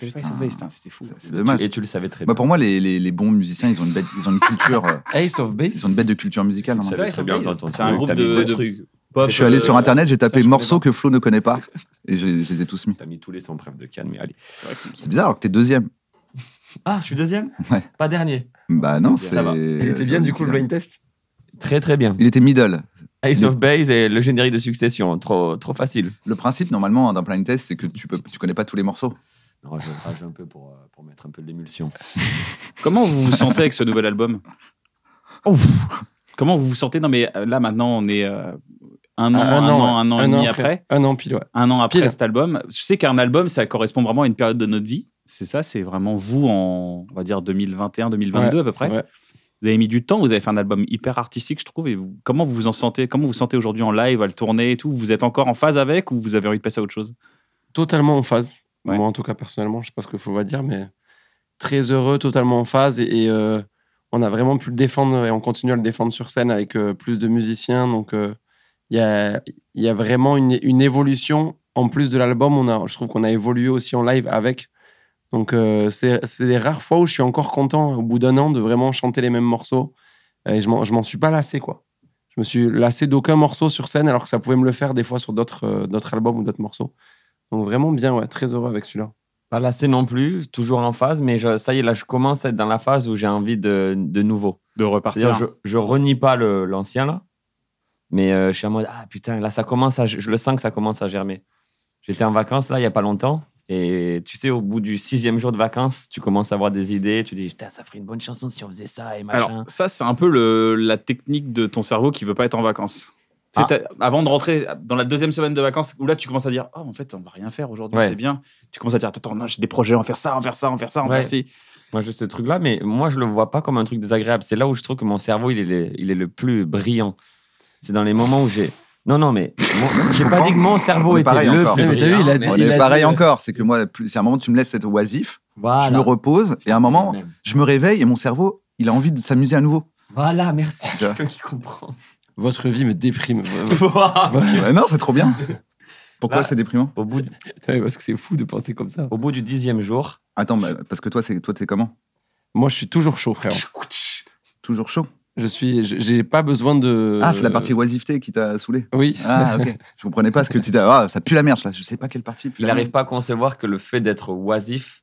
Ace of Base, putain, c'était fou.
C'est c'est
Et tu-
dommage.
Et tu le savais très bien.
Moi, pour moi, les, les, les bons musiciens, ils ont une bête, ils ont une culture, euh,
Ace of Base
ils ont une bête de culture musicale.
Tu
hein.
savais
vrai,
très
Ace
bien
of
quand
Base,
on
c'est un
savait
groupe
que t'avais
de-
deux
de-
trucs.
Pop,
Je suis allé
euh,
sur internet, j'ai tapé
je connais
morceaux que Flo ne connaît pas et je, je les ai tous mis.
T'as mis tous les 100 preuves de Cannes, mais allez.
c'est vrai que c'est-
C'est bizarre alors que t'es deuxième.
Ah, je suis deuxième
Ouais.
Pas dernier.
Bah non,
Ça
c'est.
va.
Il était bien du coup le blind test
Très très bien.
Il était middle.
Ace of Base et le générique de succession. Trop, trop facile.
Le principe normalement d'un blind test, c'est que tu peux, tu connais pas tous les morceaux.
Non, je rage un peu pour, euh, pour mettre un peu de l'émulsion.
Comment vous vous sentez avec ce nouvel album
Ouf.
Comment vous vous sentez Non, mais euh, là, maintenant, on est euh, un an,
Ah,
un, an, un an et demi
après.
après.
Un an pile, ouais.
un an après
Pile.
cet album. Je sais qu'un album, ça correspond vraiment à une période de notre vie. C'est ça, c'est vraiment vous en, on va dire, 2021, 2022 à peu
Ouais,
près.
c'est vrai.
Vous avez mis du temps, vous avez fait un album hyper artistique, je trouve. Et vous- comment vous vous en sentez Comment vous vous sentez aujourd'hui en live, à le tourner et tout Vous êtes encore en phase avec ou vous avez envie de passer à autre chose
Totalement en phase.
Ouais.
Moi, en tout cas, personnellement, je sais pas ce que faut va dire, mais très heureux, totalement en phase. Et, et, euh, on a vraiment pu le défendre et on continue à le défendre sur scène avec euh, plus de musiciens. Donc, euh, il y, a, il y a vraiment une, une évolution. En plus de l'album, on a, je trouve qu'on a évolué aussi en live avec. Donc, euh, c'est c'est des rares fois où je suis encore content, au bout d'un an, de vraiment chanter les mêmes morceaux. Et je m'en je m'en suis pas lassé, quoi. Je me suis lassé d'aucun morceau sur scène, alors que ça pouvait me le faire des fois sur d'autres euh, d'autres albums ou d'autres morceaux. Donc, vraiment bien, ouais, très heureux avec celui-là.
Pas lassé non plus, toujours en phase, mais je- ça y est, là, je commence à être dans la phase où j'ai envie de, de nouveau.
De
C'est-à-dire,
repartir
je, je renie pas le- l'ancien, là, mais euh, je suis en mode, ah putain, là, ça commence à, je le sens que ça commence à germer. J'étais en vacances, là, il y a pas longtemps, et tu sais, au bout du sixième jour de vacances, tu commences à avoir des idées, tu dis, putain, ça ferait une bonne chanson si on faisait ça et machin.
Alors, ça, c'est un peu le- la technique de ton cerveau qui veut pas être en vacances.
Ah.
C'est à- Avant de rentrer dans la deuxième semaine de vacances, où là tu commences à dire Oh, en fait, on va rien faire aujourd'hui,
Ouais.
c'est bien. Tu commences à dire Attends, non, j'ai des projets, on va faire ça, on va faire ça, on va faire ça, on va
Ouais.
faire ci.
Moi, j'ai ce truc-là, mais moi, je le vois pas comme un truc désagréable. C'est là où je trouve que mon cerveau, il est le, il est le plus brillant. C'est dans les moments où j'ai. Non, non, mais mon- j'ai pas dit que mon cerveau
On est
était
pareil
le
encore.
plus
Ouais, mais t'as vu,
brillant.
il a
mais-
On
Il
est
a
pareil
dit- euh,
encore, c'est que moi, plus- c'est un moment tu me laisses être oisif,
Voilà.
je me repose et à un moment, je me réveille et mon cerveau, il a envie de s'amuser à nouveau.
Voilà, merci.
Tu vois.
Quelqu'un qui comprend.
Votre vie me déprime.
Ouais, non, c'est trop bien. Pourquoi
[laughs] Là-
c'est déprimant
au, bout,
parce que c'est fou de penser comme ça.
au bout du dixième jour,
Attends, bah, parce que toi, c'est toi, t'es comment
Moi, je suis toujours chaud, frère.
Toujours chaud.
Je suis, je- j'ai pas besoin de. Euh,
Ah, c'est la partie oisiveté qui t'a saoulé.
Oui.
Ah, ok. Je comprenais pas ce que tu dis. Ah, ça pue la merde, là. Je sais pas quelle partie. pue
il
la
n'arrive pas à concevoir que le fait d'être oisif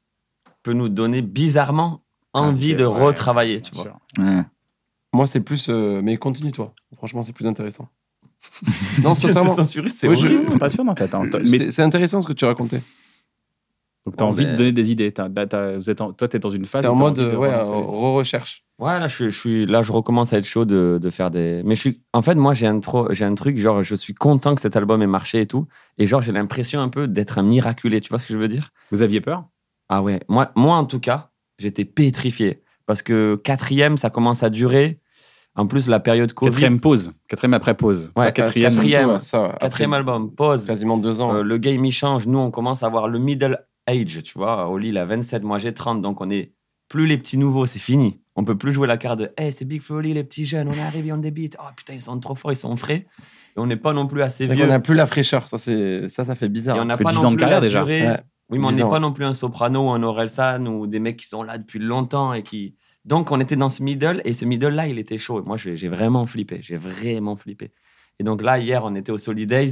peut nous donner bizarrement
Ah,
envie de
ouais,
retravailler. Tu
Bien
vois.
sûr.
merde. Ouais.
Moi, c'est plus. euh, mais continue, toi. Franchement, c'est plus intéressant. non,
Je vais te
sincèrement.
censurer, c'est
Oui,
horrible.
je-
Je suis pas sûr, non, t'as- t'as- t'as- mais
C'est c'est intéressant ce que tu racontais.
donc t'as
Ouais,
envie
mais-
de donner des idées. T'as- là, t'as- vous êtes en- toi, t'es dans une phase.
T'es en
où t'as
mode
envie de
euh, ouais,
relancer les-
re-recherche.
Ouais, là je, suis- je suis, là, je recommence à être chaud de, de faire des. Mais je suis, en fait, moi, j'ai un, trop- j'ai un truc, genre, je suis content que cet album ait marché et tout. Et genre, j'ai l'impression un peu d'être un miraculé, tu vois ce que je veux dire
Vous aviez peur
Ah ouais, moi, moi, en tout cas, j'étais pétrifié. Parce que quatrième, ça commence à durer. En plus, la période Covid.
Quatrième pause. Quatrième après pause.
Ouais,
Pas quatrième.
surtout,
quatrième.
ouais, ça, après
Quatrième album, pause.
Quasiment deux ans. hein.
Euh, le game il change. Nous, on commence à avoir le middle age, tu vois. Oli, il a 27, moi j'ai 30, donc on est plus les petits nouveaux, c'est fini. On peut plus jouer la carte de Hey, c'est Big Flo Oli, les petits jeunes, on arrive, ils ont des beats. Oh putain, ils sont trop forts, ils sont frais. Et on n'est pas non plus assez
c'est vrai
vieux.
qu'on n'a plus la fraîcheur. Ça, c'est- ça, ça fait bizarre.
Et on n'a
fait
pas
10
non
ans de
plus la
carrière, déjà.
durée.
Ouais,
Oui, mais on
10
n'est
ans.
pas non plus un soprano ou un Orelsan ou des mecs qui sont là depuis longtemps et qui. Donc, on était dans ce middle et ce middle-là, il était chaud. Et moi, j'ai j'ai vraiment flippé. J'ai vraiment flippé. Et donc, là, hier, on était au Solidays.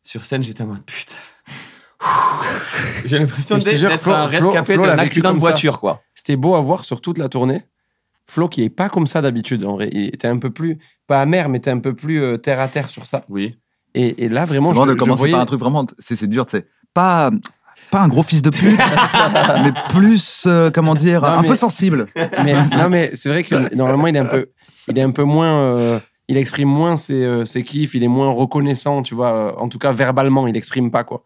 Sur scène, j'étais en mode putain. j'ai l'impression
Mais je te jure,
d'être
Flo-
un
Flo-
rescapé
Flo l'a
d'un
vécu
accident
comme
de
ça.
voiture, quoi.
C'était beau à voir sur toute la tournée. Flo, qui est pas comme ça d'habitude, en vrai. Il était un peu plus, pas amer, mais était un peu plus euh, terre à terre sur ça.
Oui.
Et, et là,
C'est
vraiment, je,
vraiment de
je
commencer
voyais-
par un truc vraiment, c'est c'est dur, tu sais. Pas, pas un gros fils de
[laughs]
pute, mais plus, euh, comment dire,
Non,
un
mais-
peu sensible.
mais, non, mais c'est
[laughs]
vrai que normalement, il est un peu, il est un peu moins. euh, il exprime moins ses, euh, ses kiffs, il est moins reconnaissant, tu vois. euh, en tout cas, verbalement, il n'exprime pas, quoi.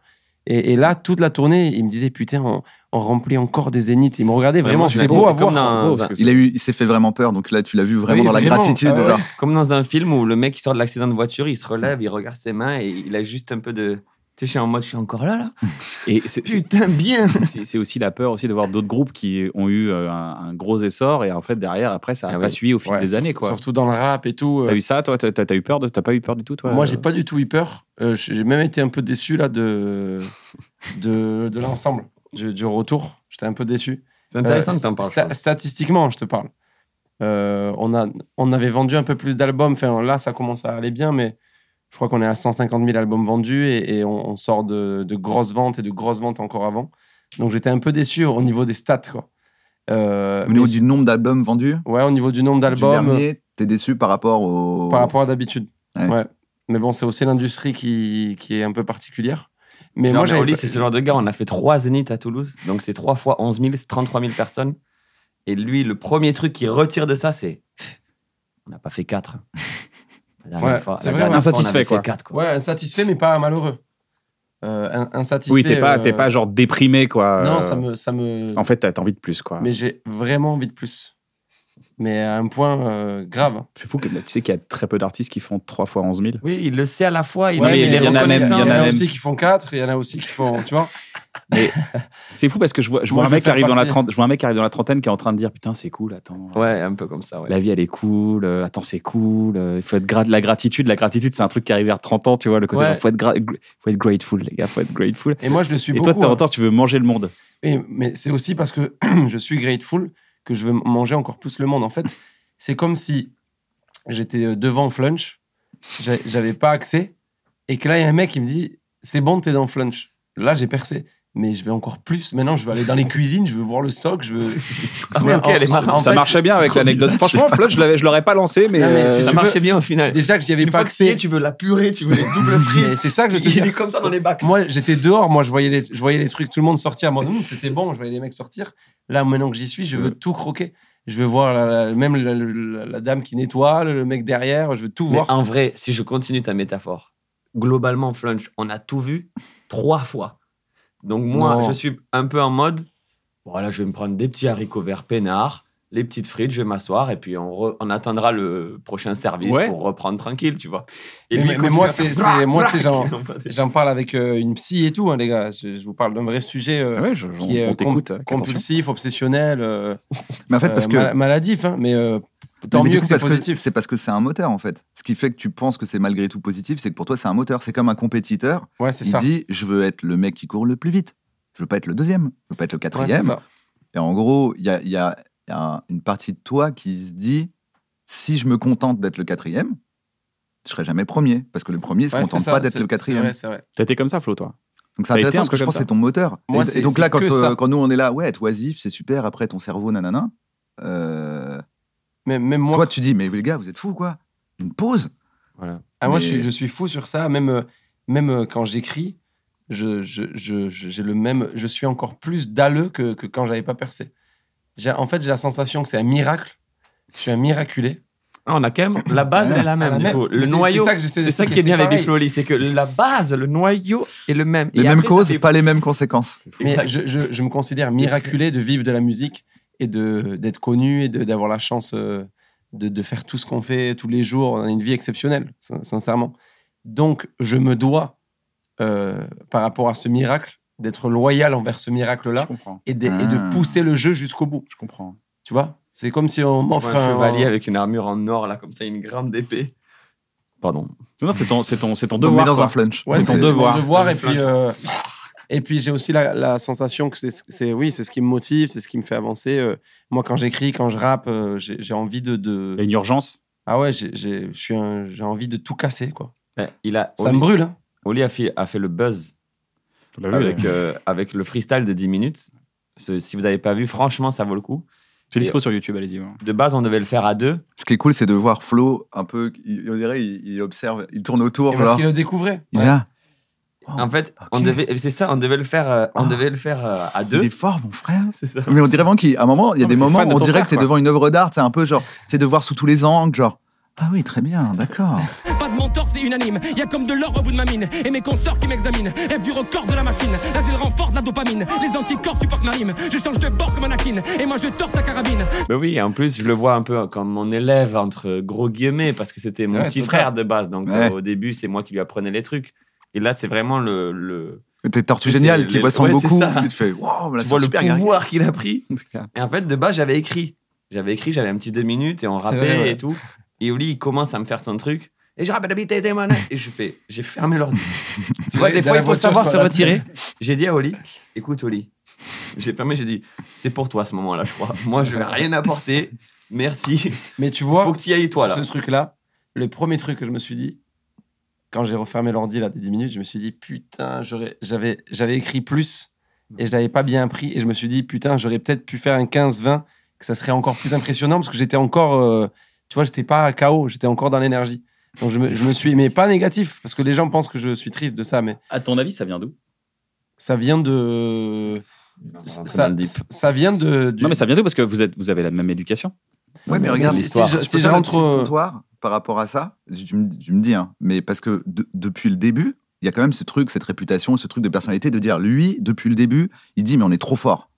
Et, et là, toute la tournée, il me disait, putain, on, on remplit encore des zéniths. Il me regardait vraiment,
Vraiment,
c'était
c'est
beau à
comme dans un-
voir.
parce que
Il a eu, il s'est fait vraiment peur, donc là, tu l'as vu vraiment
Oui,
dans la
vraiment,
gratitude.
ah ouais.
genre,
Comme dans un film où le mec qui sort de l'accident de voiture, il se relève, il regarde ses mains et il a juste un peu de. Tu sais, je suis en mode, je suis encore là, là.
Et c'est- c'est-
[laughs]
Putain, bien.
c'est c'est aussi la peur aussi de voir d'autres groupes qui ont eu euh, un, un gros essor et en fait derrière après ça a
Ah
pas
oui.
suivi au fil
Ouais,
des
surtout-
années quoi.
Surtout dans le rap et tout. euh,
T'as eu ça toi T'as t'as- t'as eu peur de T'as pas eu peur du tout toi
Moi,
euh,
j'ai pas du tout eu peur. Euh, j'ai même été un peu déçu là de de, de l'ensemble du, du retour. J'étais un peu déçu.
C'est intéressant
Euh,
que t'en parles.
sta- Statistiquement, je te parle. Euh, on a on avait vendu un peu plus d'albums. Enfin, là, ça commence à aller bien, mais je crois qu'on est à 150 000 albums vendus et, et on, on sort de, de grosses ventes et de grosses ventes encore avant. Donc, j'étais un peu déçu au niveau des stats, quoi. Euh,
au niveau
mais-
du nombre d'albums vendus,
ouais, au niveau du nombre
du
d'albums.
dernier, t'es déçu par rapport au.
par rapport à d'habitude.
Ouais.
Ouais. Mais bon, c'est aussi l'industrie qui, qui est un peu particulière.
Mais
Mais moi,
moi,
j'avais
Oli,
pas-
c'est ce genre de gars. On a fait trois zéniths à Toulouse. Donc, c'est trois fois 11 000, c'est 33 000 personnes. Et lui, le premier truc qu'il retire de ça, c'est on n'a pas fait quatre. [laughs] La dernière
Ouais,
fois,
c'est
la
vrai,
dernière
ouais.
fois, on avait
Insatisfait,
fait
quoi.
quatre, quoi.
Ouais, insatisfait, mais pas malheureux. Euh, un- insatisfait.
Oui, t'es pas,
euh,
t'es pas genre déprimé quoi.
Non,
Euh,
ça me. Ça me...
En fait, t'as t'as envie de plus quoi.
Mais j'ai vraiment envie de plus. Mais à un point euh, grave.
C'est fou que tu sais qu'il y a très peu d'artistes qui font 3 fois 11 000.
Oui, il le sait à la fois. Il,
Ouais, mais
il est
il y en a même,
reconnaissant.
il y en a même.
aussi qui font 4, il y en a aussi qui font. Tu vois
C'est fou parce que je vois, je vois
Moi,
un
je
mec
vais
qui
faire
arrive dans la
partie.
trente- je vois un mec qui arrive dans la trentaine qui est en train de dire putain c'est cool attends.
Ouais, un peu comme ça. ouais.
La vie, elle est cool. euh, attends, c'est cool. euh, il faut être grat la gratitude. La gratitude, c'est un truc qui arrive vers 30 ans, tu vois. Le côté,
Ouais.
genre, faut, être gra- gr- faut être grateful, les gars, faut être grateful.
Et moi, je le suis
Et
beaucoup.
toi, de temps en
hein.
temps, tu veux manger le monde.
Et- mais c'est aussi parce que [clears throat] je suis grateful que je veux manger encore plus le monde. En fait, c'est comme si j'étais euh, devant Flunch, j'a- j'avais pas accès, et que là, il y a un mec qui me dit C'est bon, t'es dans Flunch. Là, j'ai percé. Mais je vais encore plus. Maintenant, je veux aller dans les cuisines, je veux voir le stock, je veux.
Ah,
Mais
mais ok,
en-
elle est marrante.
en
ça
fait,
marchait bien avec l'anecdote. Franchement, Flood, je l'avais- je l'aurais pas lancé, mais.
Non, mais
euh,
c'est-
Ça
tu
marchait
veux-
bien au final.
Déjà que j'y avais
Une
pas
fois que tu y es,
accès.
tu veux la purée, tu veux les [laughs] doubles
mais
frites.
C'est ça que je te
Il
dis.
est comme ça dans les bacs.
Moi, j'étais dehors, moi, je voyais, les, je voyais les trucs, tout le monde sortir. Moi, Hum, c'était bon, je voyais les mecs sortir. Là, maintenant que j'y suis, je veux tout croquer. Je veux voir la- la- même la, la- la dame qui nettoie, le, le mec derrière, je veux tout
Mais
voir.
en vrai, si je continue ta métaphore, globalement, Flunch, on a tout vu trois fois. Donc moi,
Non.
je suis un peu en mode, voilà, je vais me prendre des petits haricots verts peinards, les petites frites, je vais m'asseoir et puis on, re- on attendra le prochain service
Ouais.
pour reprendre tranquille, tu vois.
Mais-
lui,
mais-
il
mais
continue
moi,
à
c'est-
faire
c'est-
brac,
moi, tu sais,
brac.
genre-
Ils ont pas des-
J'en parle avec euh, une psy et tout, hein, les gars. Je, je vous parle d'un vrai sujet euh,
Ah ouais, je- je-
qui est
on
euh,
t'écoute.
com-
avec attention.
compulsif, obsessionnel, euh,
Mais en fait, parce
euh,
que.
mal- maladif, hein, mais euh, tant
Mais du
mieux
coup,
que c'est
parce
positif.
C'est parce que c'est un moteur, en fait. Ce qui fait que tu penses que c'est malgré tout positif, c'est que pour toi, c'est un moteur. C'est comme un compétiteur.
ouais, c'est
Il
ça.
dit Je veux être le mec qui court le plus vite. Je veux pas être le deuxième. Je veux pas être le
Ouais, c'est
quatrième.
ça.
Et en gros, il y a, il y a un- une partie de toi qui se dit si je me contente d'être le quatrième, je serai jamais premier, parce que le premier ne se
Ouais, c'est
contente
ça,
pas d'être
c'est-
le
c'est
quatrième.
vrai, c'est vrai.
T'as été comme ça, Flo, toi
Donc c'est
Ça a été
intéressant
un
parce que
peu
je
comme
pense que
ça.
c'est ton moteur.
Moi,
et,
c'est-
et donc là,
c'est
quand,
que ça.
euh, quand nous on est là, ouais, être oisif, c'est super. Après, ton cerveau, nanana. Euh,
Mais même moi,
toi, tu dis mais les gars, vous êtes fous quoi Une pause
Ah, moi,
Mais-
je, suis, je suis fou sur ça. Même, euh, même euh, quand j'écris, je, je, je- je- j'ai le même, je suis encore plus dalleux que, que quand j'avais pas percé. J'ai, en fait, j'ai la sensation que c'est un miracle. Je suis un miraculé.
Ah, on a quand même la base elle est la même.
la
du
même.
coup. le
Mais c'est-
noyau,
c'est ça que j'essaie
c'est ça qui
d'expliquer,
est bien
c'est
avec Big
pareil.
Flo Oli, c'est que la base, le noyau est le même.
Les
Et
mêmes
après, ça
causes,
fait-
pas les mêmes conséquences.
Mais
Exact.
je, je, je me considère miraculé de vivre de la musique et de, d'être connu et de, d'avoir la chance euh, de, de faire tout ce qu'on fait tous les jours. On a une vie exceptionnelle, sin- sincèrement. Donc, je me dois, euh, par rapport à ce miracle, d'être loyal envers ce
Je
miracle-là
comprends.
et, de- et de
Ah.
pousser le jeu jusqu'au bout.
Je comprends.
Tu vois C'est comme si on
Enfin,
m'offre
un
un
chevalier avec une armure en or, là, comme ça, une gramme d'épée. Pardon.
Non, c'est ton, c'est ton, c'est ton
On met
devoir.
dans
quoi.
un flunch.
Ouais,
C'est
c'est
ton devoir. Ah.
Mon devoir et
Flingue.
[laughs]
puis euh, et puis j'ai aussi la, la sensation que c'est- c'est oui c'est ce qui me motive, c'est ce qui me fait avancer. euh, moi quand j'écris, quand je rappe, euh, j'ai j'ai envie de, de-
Il y a une urgence.
ah ouais j'ai- j'ai je suis un- j'ai envie de tout casser quoi.
Ben, il a,
Ça
Oli-
me brûle. hein.
Oli a fait, a fait le buzz
Tu
Ah
l'as vu,
avec,
euh,
euh, avec le freestyle de 10 minutes. Ce- si vous n'avez pas vu, franchement, ça vaut le coup.
C'est dispo sur YouTube, allez-y. ouais.
De base, on devait le faire à deux.
Ce qui est cool, c'est de voir Flo un peu. il- on dirait, il, il observe, il tourne autour.
Et parce
genre.
qu'il le découvrait.
Il, est
Ouais.
là.
en fait, on devait, c'est ça, on devait le faire, euh, on
Oh, Ah.
devait le faire euh, à
Il
deux.
est fort, mon frère.
C'est ça.
Mais on dirait vraiment qu'à un moment, il y a
Non,
des
mais t'es
moments
fan
où
de
on
ton
dirait
frère,
que t'es
quoi.
devant une œuvre d'art. C'est un peu genre, c'est de voir sous tous les angles, genre. Ah oui, très bien, d'accord.
Pas de mentor, c'est unanime. Y a comme de l'or au bout de ma mine. Et mes consorts qui m'examinent. Rêve du record de la machine. Là, j'ai le renfort de la dopamine. Les anticorps supportent ma rime. Je change de bord comme Anakin. Et moi, je tords ta carabine.
Ben oui, et en plus, je le vois un peu comme mon élève, entre gros guillemets, parce que c'était mon
vrai,
petit
total.
frère de base. Donc,
Ouais.
euh, au début, c'est moi qui lui apprenais les trucs. Et là, c'est vraiment le. le [laughs]
T'es tortue
Mais c'est
géniale qui
les-
voit son
ouais, c'est
beaucoup.
ça.
Et tu fais, wow, mais Oh, là,
tu vois
c'est
le
super guerrier.
pouvoir qu'il a pris.
[laughs] C'est clair.
Et en fait, de base, j'avais écrit. J'avais écrit, j'avais un petit deux minutes et on
C'est
rappelait
vrai, ouais.
et tout. Et Oli, il commence à me faire son truc. Et je rappelle habiter des manettes. Et je fais, j'ai fermé
[laughs]
l'ordi. tu vois,
Oui,
des
dans
fois,
la
il faut
voiture,
savoir
je
se
me
retirer. J'ai dit à Oli, écoute, Oli, j'ai fermé, j'ai dit, c'est pour toi à ce moment-là, je crois. Moi, je vais rien apporter. Merci.
Mais tu vois
Faut que t'y ailles, toi, là.
ce truc là, le premier truc que je me suis dit quand j'ai refermé l'ordi là des 10 minutes, je me suis dit putain j'aurais j'avais j'avais écrit plus
Mm.
et je l'avais pas bien pris et je me suis dit putain j'aurais peut-être pu faire un 15-20 que ça serait encore plus impressionnant parce que j'étais encore euh, tu vois j'étais pas KO j'étais encore dans l'énergie donc je me, je me suis mais pas négatif parce que les gens pensent que je suis triste de ça mais
À ton avis, ça vient d'où
ça vient de
Ah,
ça,
Ça,
ça vient de du-
Non, mais ça vient d'où Parce que vous, êtes, vous avez la même éducation.
Ouais, mais
Mais
regarde,
si-
si,
si
je,
je-
je
si
peux
je
faire un
rentre,
petit
euh,
comptoir par rapport à ça, tu me, tu me dis, hein, mais parce que de- depuis le début, il y a quand même ce truc, cette réputation, ce truc de personnalité de dire, lui, depuis le début, il dit, mais on est trop fort.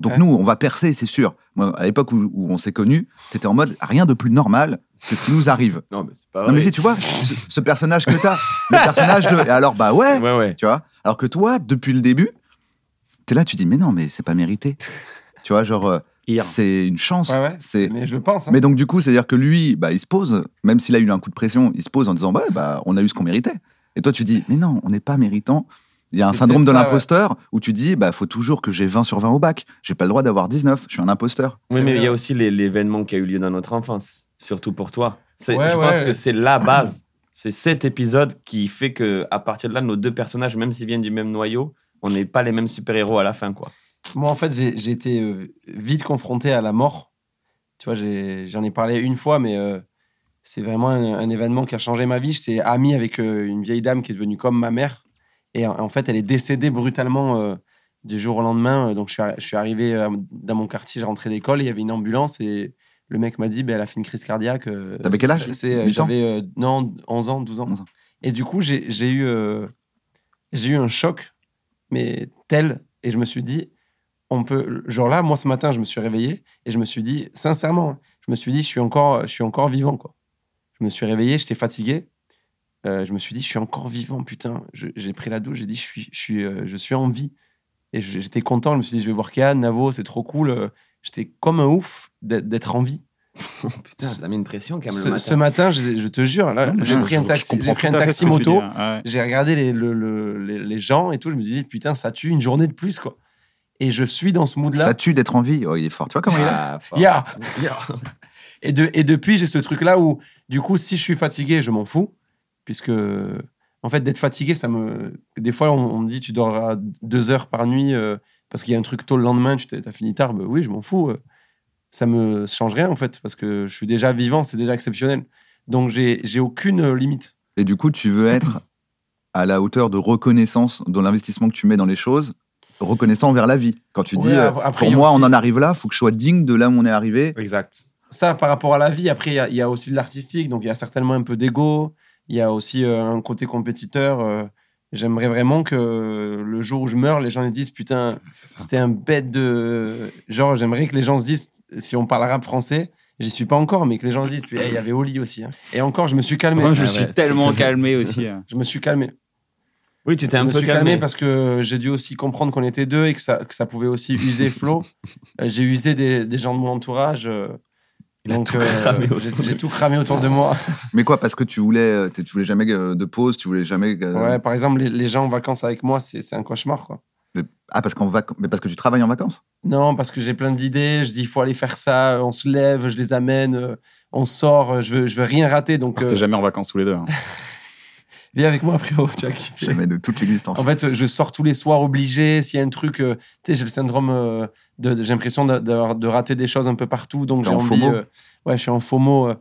Donc
Ouais.
nous, on va percer, c'est sûr. Moi, à l'époque où, où on s'est connus, t'étais en mode, rien de plus normal que ce qui nous arrive.
Non, mais c'est pas vrai.
Non, mais si tu vois, ce, ce personnage que t'as, le personnage de. Et alors, bah ouais,
Ouais, ouais.
tu vois. Alors que toi, depuis le début, t'es là, tu dis, mais non, mais c'est pas mérité. Tu vois, genre, euh,
Hier.
c'est une chance.
ouais, ouais,
c'est
mais je le pense hein.
mais donc, du coup, c'est-à-dire que lui, bah, il se pose, même s'il a eu un coup de pression, il se pose en disant bah, bah, on a eu ce qu'on méritait. Et toi, tu dis mais non, on n'est pas méritant. Il y a un
C'est
syndrome de
peut-être ça,
l'imposteur où tu dis bah, faut toujours que j'ai 20 sur 20 au bac. J'ai pas le droit d'avoir 19. Je suis un imposteur.
Oui,
C'est
mais
vrai,
il y a
ouais.
aussi les- l'événement qui a eu lieu dans notre enfance, surtout pour toi. C'est-
Ouais,
je
ouais,
pense
ouais.
que c'est la base. C'est cet épisode qui fait que à partir de là, nos deux personnages, même s'ils viennent du même noyau, on n'est pas les mêmes super-héros à la fin, quoi.
Moi, en fait, j'ai j'ai été euh, vite confronté à la mort. Tu vois, j'ai- j'en ai, parlé une fois, mais euh, c'est vraiment un, un événement qui a changé ma vie. J'étais ami avec euh, une vieille dame qui est devenue comme ma mère. Et en, en fait, elle est décédée brutalement euh, du jour au lendemain. Euh, Donc, je suis, arri- je suis arrivé euh, dans mon quartier, j'ai rentré d'école, et il y avait une ambulance et le mec m'a dit ben, elle a fait une crise cardiaque. euh,
T'avais quel âge
c'est- euh,
8 ans
J'avais euh, non, 11 ans, 12 ans.
11 ans.
Et du coup, j'ai j'ai eu, euh, j'ai eu un choc, mais tel. Et je me suis dit on peut. Genre là, moi, ce matin, je me suis réveillé et je me suis dit, sincèrement, hein, je me suis dit, je suis encore, je suis encore vivant, quoi. Je me suis réveillé, j'étais fatigué. Euh, je me suis dit, je suis encore vivant, putain. Je- J'ai pris la douche, j'ai dit, je suis, je suis, euh, je suis en vie. Et je- j'étais content. Je me suis dit, je vais voir Kéan, Navo, c'est trop cool. Euh, J'étais comme un ouf d'être- d'être en vie.
Putain, ça met une pression quand même
Ce,
le matin.
ce matin, je, je te jure, là,
Non, mais
j'ai
je-
pris un
je
taxi,
comprends
j'ai pris un
tout à fait
taxi
ce que tu
moto.
dis, hein. Ouais.
J'ai regardé les, le- le- les, les gens et tout. Je me disais, putain, ça tue une journée de plus, quoi. Et je suis dans ce mood-là.
Ça tue d'être en vie. Oh, il est fort. Tu vois comment il est
Ah, fort.
Yeah. Et, de, et depuis, j'ai ce truc-là où, du coup, si je suis fatigué, je m'en fous. Puisque, en fait, d'être fatigué, ça me. Des fois, on, on me dit, tu dors deux heures par nuit euh, parce qu'il y a un truc tôt le lendemain, tu t'es- t'as fini tard. Ben oui, je m'en fous. euh. Ça me change rien, en fait, parce que je suis déjà vivant, c'est déjà exceptionnel. Donc, j'ai j'ai aucune euh, limite.
Et du coup, tu
[laughs]
veux être à la hauteur de reconnaissance dans l'investissement que tu mets dans les choses, reconnaissant envers la vie. Quand tu dis
Ouais,
euh,
ap- après,
pour
il y a
moi,
aussi-
on en arrive là, faut que je sois digne de là où on est arrivé.
Exact.
ça par rapport à la vie. Après, il y a- il y, a aussi de l'artistique, donc il y a certainement un peu d'ego. Il y a aussi euh, un côté compétiteur. euh, J'aimerais vraiment que euh, le jour où je meurs, les gens ils disent putain, c'était un bête de. Genre, j'aimerais que les gens se disent, si on parle arabe français, J'y suis pas encore, mais que les gens le disent. Puis eh, il y avait Oli aussi. hein. Et encore, je me suis calmé.
Moi, je
Ah
me
ouais.
suis tellement
[laughs]
calmé aussi. hein,
Je me suis calmé.
Oui, tu t'es
Je
un
me
peu
suis calmé
calmé.
parce que j'ai dû aussi comprendre qu'on était deux et que ça, que ça pouvait aussi
[laughs]
user Flo. Euh, j'ai usé des, des gens de mon entourage. euh,
Il a
donc,
tout
euh,
cramé
j'ai-
autour de
j'ai tout cramé autour
[laughs]
de moi.
Mais quoi, parce que tu voulais, euh, t'es- tu voulais jamais euh, de pause, tu voulais jamais. euh,
Ouais, par exemple, les, les gens en vacances avec moi, c'est c'est un cauchemar. Quoi.
Ah, parce qu'en vacances, mais parce que tu travailles en vacances.
Non, parce que j'ai plein d'idées. Je dis, il faut aller faire ça. euh, On se lève, je les amène, euh, on sort. euh, Je veux, je veux rien rater. Donc, euh,
T'es jamais en vacances tous les deux. hein.
viens avec moi, frérot. Tu vas kiffer.
Jamais de toute l'existence.
En fait, euh, je sors tous les soirs obligé. S'il y a un truc, euh, tu sais, j'ai le syndrome euh, de, de- j'ai l'impression d'a- d'avoir- de, rater des choses un peu partout. Donc,
T'es
j'ai
en
envie.
FOMO.
euh, ouais, je suis en FOMO. euh,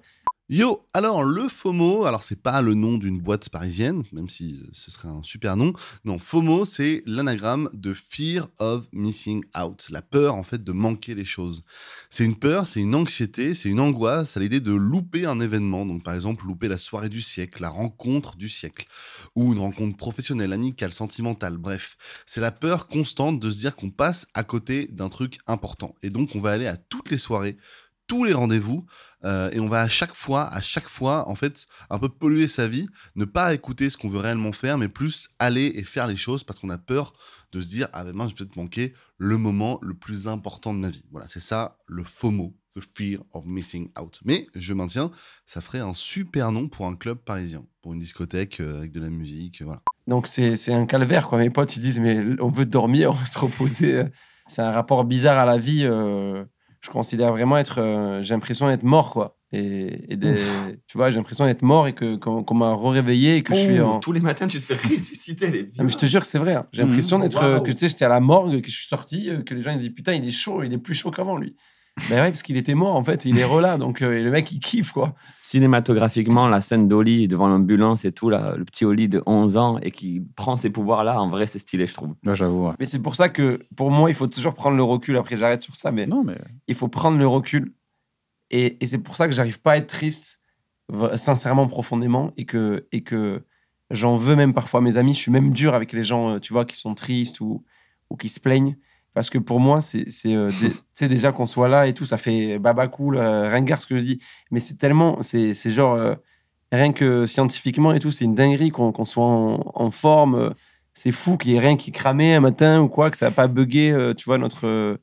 Yo, alors le FOMO, alors c'est pas le nom d'une boîte parisienne, même si euh, ce serait un super nom. Non, FOMO, c'est l'anagramme de Fear of Missing Out, la peur en fait de manquer les choses. C'est une peur, c'est une anxiété, c'est une angoisse à l'idée de louper un événement, donc par exemple louper la soirée du siècle, la rencontre du siècle, ou une rencontre professionnelle, amicale, sentimentale, bref. C'est la peur constante de se dire qu'on passe à côté d'un truc important. Et donc on va aller à toutes les soirées, tous les rendez-vous, euh, et on va à chaque fois, à chaque fois, en fait, un peu polluer sa vie, ne pas écouter ce qu'on veut réellement faire, mais plus aller et faire les choses parce qu'on a peur de se dire, ah ben mince, j'ai peut-être manqué le moment le plus important de ma vie. Voilà, c'est ça le FOMO, the fear of missing out. Mais je maintiens, ça ferait un super nom pour un club parisien, pour une discothèque euh, avec de la musique, euh, voilà.
Donc c'est c'est un calvaire quoi. Mes potes ils disent mais on veut dormir, on veut se reposer. euh. C'est un rapport bizarre à la vie. euh, je considère vraiment être, euh, j'ai l'impression d'être mort quoi. Et, et des- tu vois, j'ai l'impression d'être mort et que qu'on qu'on m'a réveillé et que je suis
Oh.
en.
Oh, Tous les matins, tu te fais ressusciter les vieux.
Non, mais je te jure que c'est vrai. hein. J'ai
Mhm.
l'impression d'être euh,
Waouh.
que tu sais, j'étais à la morgue, que je suis sorti, euh, que les gens ils disent putain il est chaud, il est plus chaud qu'avant lui. Ben ouais parce qu'il était mort en fait, il est relâ donc euh, et le mec il kiffe quoi.
Cinématographiquement, la scène d'Oli devant l'ambulance et tout, là, le petit Oli de 11 ans et qui prend ces pouvoirs-là, en vrai, c'est stylé, je trouve.
Ouais, J'avoue. ouais.
Mais c'est pour ça que pour moi il faut toujours prendre le recul. Après j'arrête sur ça mais.
Non, mais
il faut prendre le recul. Et, et c'est pour ça que j'arrive pas à être triste, v- sincèrement, profondément, et que, et que j'en veux même parfois à mes amis. Je suis même dur avec les gens, euh, tu vois, qui sont tristes ou, ou qui se plaignent. Parce que pour moi, c'est c'est, euh, dé- tu sais, déjà qu'on soit là et tout, ça fait baba cool, euh, ringard ce que je dis. Mais c'est tellement, c'est c'est genre, euh, rien que scientifiquement et tout, c'est une dinguerie qu'on qu'on soit en, en forme. euh, c'est fou qu'il y ait rien qui cramait un matin ou quoi, que ça n'a pas bugué, euh, tu vois, notre. euh,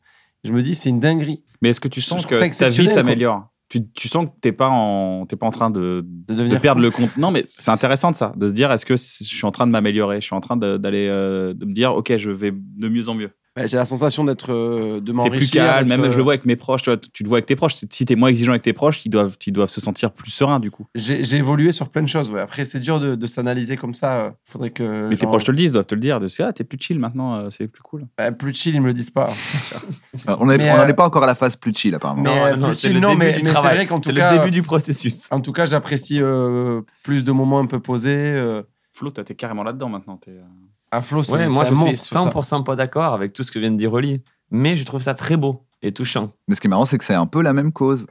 je me dis, c'est une dinguerie.
Mais est-ce que tu
Je
sens
trouve ça
que ta
exceptionnel,
vie
quoi.
s'améliore tu, tu sens que t'es pas en t'es pas en train de,
de
de
devenir
perdre
fou.
le compte. Non, mais c'est intéressant de ça, de se dire est-ce que c- je suis en train de m'améliorer, je suis en train de- d'aller euh, de me dire ok je vais de mieux en mieux.
Ouais, j'ai la sensation d'être euh, de
C'est
m'enrichir
plus calme.
d'être,
Même je le
euh,
vois avec mes proches. Tu, vois, tu le vois avec tes proches. Si t'es moins exigeant avec tes proches, ils doivent ils doivent se sentir plus sereins du coup.
j'ai, j'ai évolué sur plein de choses ouais. après c'est dur de, de s'analyser comme ça euh, faudrait que
Mais tes
genre,
proches te le disent, doivent te le dire. De se dire, ah, t'es plus chill maintenant, euh, c'est plus cool.
bah, plus chill ils me le disent pas
Alors, on n'en
mais, euh,
est pas encore à la phase plus chill apparemment.
mais
Non,
euh,
non,
plus
c'est
chill
le
non
début
mais,
du
mais c'est
travail.
vrai qu'en tout
C'est
cas
le début du processus.
en tout cas j'apprécie euh, plus de moments un peu posés euh.
Flo, toi, t'es carrément là-dedans maintenant. t'es, euh,
un flow c'est,
Ouais, moi,
c'est
je
un
suis
monstre sur ça.
100% pas d'accord avec tout ce que vient de dire Oli, mais je trouve ça très beau et touchant.
Mais ce qui est marrant, c'est que c'est un peu la même cause.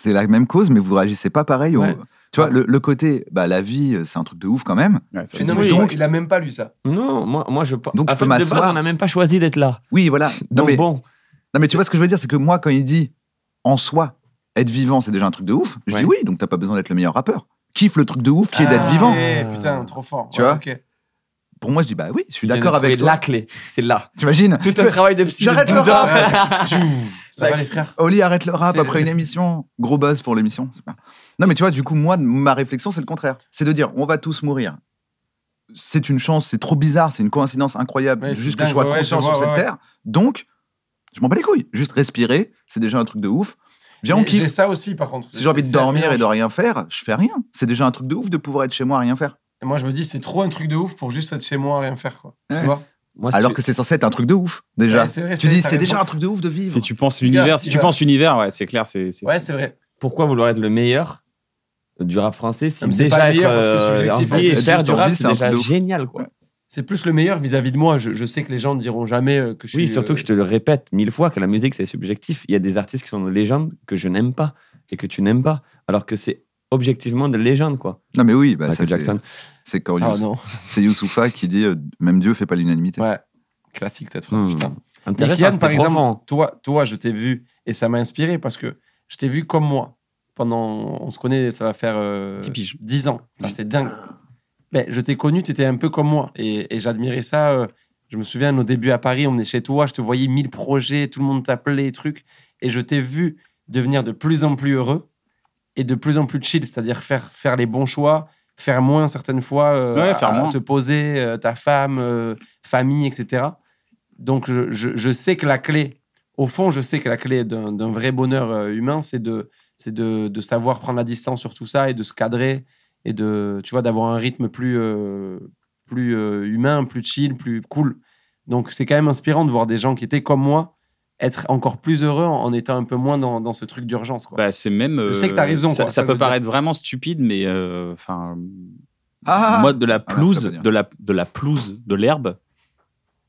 C'est la même cause, mais vous réagissez pas pareil. au-
Ouais.
Tu vois, le, le côté, bah, la vie, c'est un truc de ouf quand même.
ouais, ça-
Finalement,
Oui,
il-
donc-
il a même pas lu ça
Non, moi, moi je pense.
Donc, je
en
peux
fait, de
m'asseoir.
base, on n'a même pas choisi d'être là.
Oui, voilà. Non,
Donc,
mais,
bon,
non, mais tu vois ce que je veux dire, c'est que moi, quand il dit en soi, être vivant, c'est déjà un truc de ouf, je
Ouais.
dis oui, donc t'as pas besoin d'être le meilleur rappeur. Kiffe le truc de ouf qui est d'être
Ah,
vivant.
ouais, putain trop fort
Tu
Ouais,
vois
ok.
Pour moi, je dis bah oui, je suis
il vient de
d'accord avec
trouver
toi.
La clé,
[laughs]
c'est là.
T'imagines
Tout un travail de psy. de
J'arrête le
12 ans. [laughs]
rap. ça va les frères
Oli arrête le rap
C'est-
après une émission. Gros buzz pour l'émission. C'est bien. Non, mais tu vois, du coup, moi, ma réflexion, c'est le contraire. C'est de dire, on va tous mourir. C'est une chance, c'est trop bizarre, c'est une coïncidence incroyable,
Ouais, c'est
juste que
dingue,
je sois
ouais, ouais,
conscient
je vois,
sur cette
ouais, ouais.
terre. Donc, je m'en bats les couilles. Juste respirer, c'est déjà un truc de ouf. Viens, on
Mais j'ai
kiffe.
ça aussi par contre
Si j'ai envie de
C'est- c'est un
dormir et
mélange.
de rien faire, je fais rien. C'est déjà un truc de ouf de pouvoir être chez moi à rien faire.
Et moi je me dis c'est trop un truc de ouf pour juste être chez moi à rien faire quoi
Ouais.
tu vois
Moi, si
Alors
tu-
que c'est censé être un truc de ouf, déjà.
Ouais, c'est vrai,
tu
vrai,
dis,
t'as
c'est
raison.
déjà un truc de ouf de vivre.
Si tu penses
Il y a-
l'univers, si
il
tu
y a-
penses univers, ouais, c'est clair, c'est c'est-
ouais c'est vrai
pourquoi vouloir être le meilleur du rap français si
Ah,
Mais c'est
déjà
pas le
être
meilleur, c'est
euh, en
subjectif, en
vie et
fait.
faire
Juste
du
en
rap,
vie, c'est
c'est
un
déjà
truc de ouf.
génial. Quoi.
C'est plus le meilleur vis-à-vis de moi. Je, je sais que les gens ne diront jamais euh, que je suis.
Oui, surtout que je te le répète mille fois que la musique c'est subjectif. Il y a des artistes qui sont des légendes que je n'aime pas et que tu n'aimes pas, alors que c'est objectivement des légendes quoi.
Non, mais oui, bah, ça,
Michael
c'est-
Jackson.
c'est quand
Ah
Youssou-
non.
c'est Youssoufa qui dit, euh, même Dieu fait pas l'unanimité.
[laughs] Ouais. Classique cette phrase,
Hmm.
putain. Mais
Intéressant,
Kylian,
c'était
par exemple,
profond.
toi, toi, je t'ai vu et ça m'a inspiré parce que je t'ai vu comme moi. Pendant, on se connaît, ça va faire euh, 10 ans. Enfin, c'est dingue. Mais je t'ai connu, tu étais un peu comme moi. Et, et j'admirais ça. euh, je me souviens, nos débuts à Paris, on est chez toi, je te voyais mille projets, tout le monde t'appelait, trucs. Et je t'ai vu devenir de plus en plus heureux et de plus en plus chill, c'est-à-dire faire, faire les bons choix, faire moins certaines fois, euh,
Ouais, faire
à- à
moins.
te poser, euh, ta femme, euh, famille, etc. Donc, je, je- je sais que la clé, au fond, je sais que la clé d'un d'un vrai bonheur euh, humain, c'est de, c'est de, de savoir prendre la distance sur tout ça et de se cadrer et de, tu vois, d'avoir un rythme plus, euh, plus euh, humain, plus chill, plus cool. Donc, c'est quand même inspirant de voir des gens qui étaient comme moi être encore plus heureux en, en étant un peu moins dans, dans ce truc d'urgence. quoi.
Bah, c'est même.
Je sais que t'as
euh,
raison,
Ça,
quoi,
ça
ça
peut
veut dire.
paraître vraiment stupide, mais euh, enfin,
Ah
moi de la
Ah non,
pelouse,
ça veut dire.
de la de la pelouse, de l'herbe.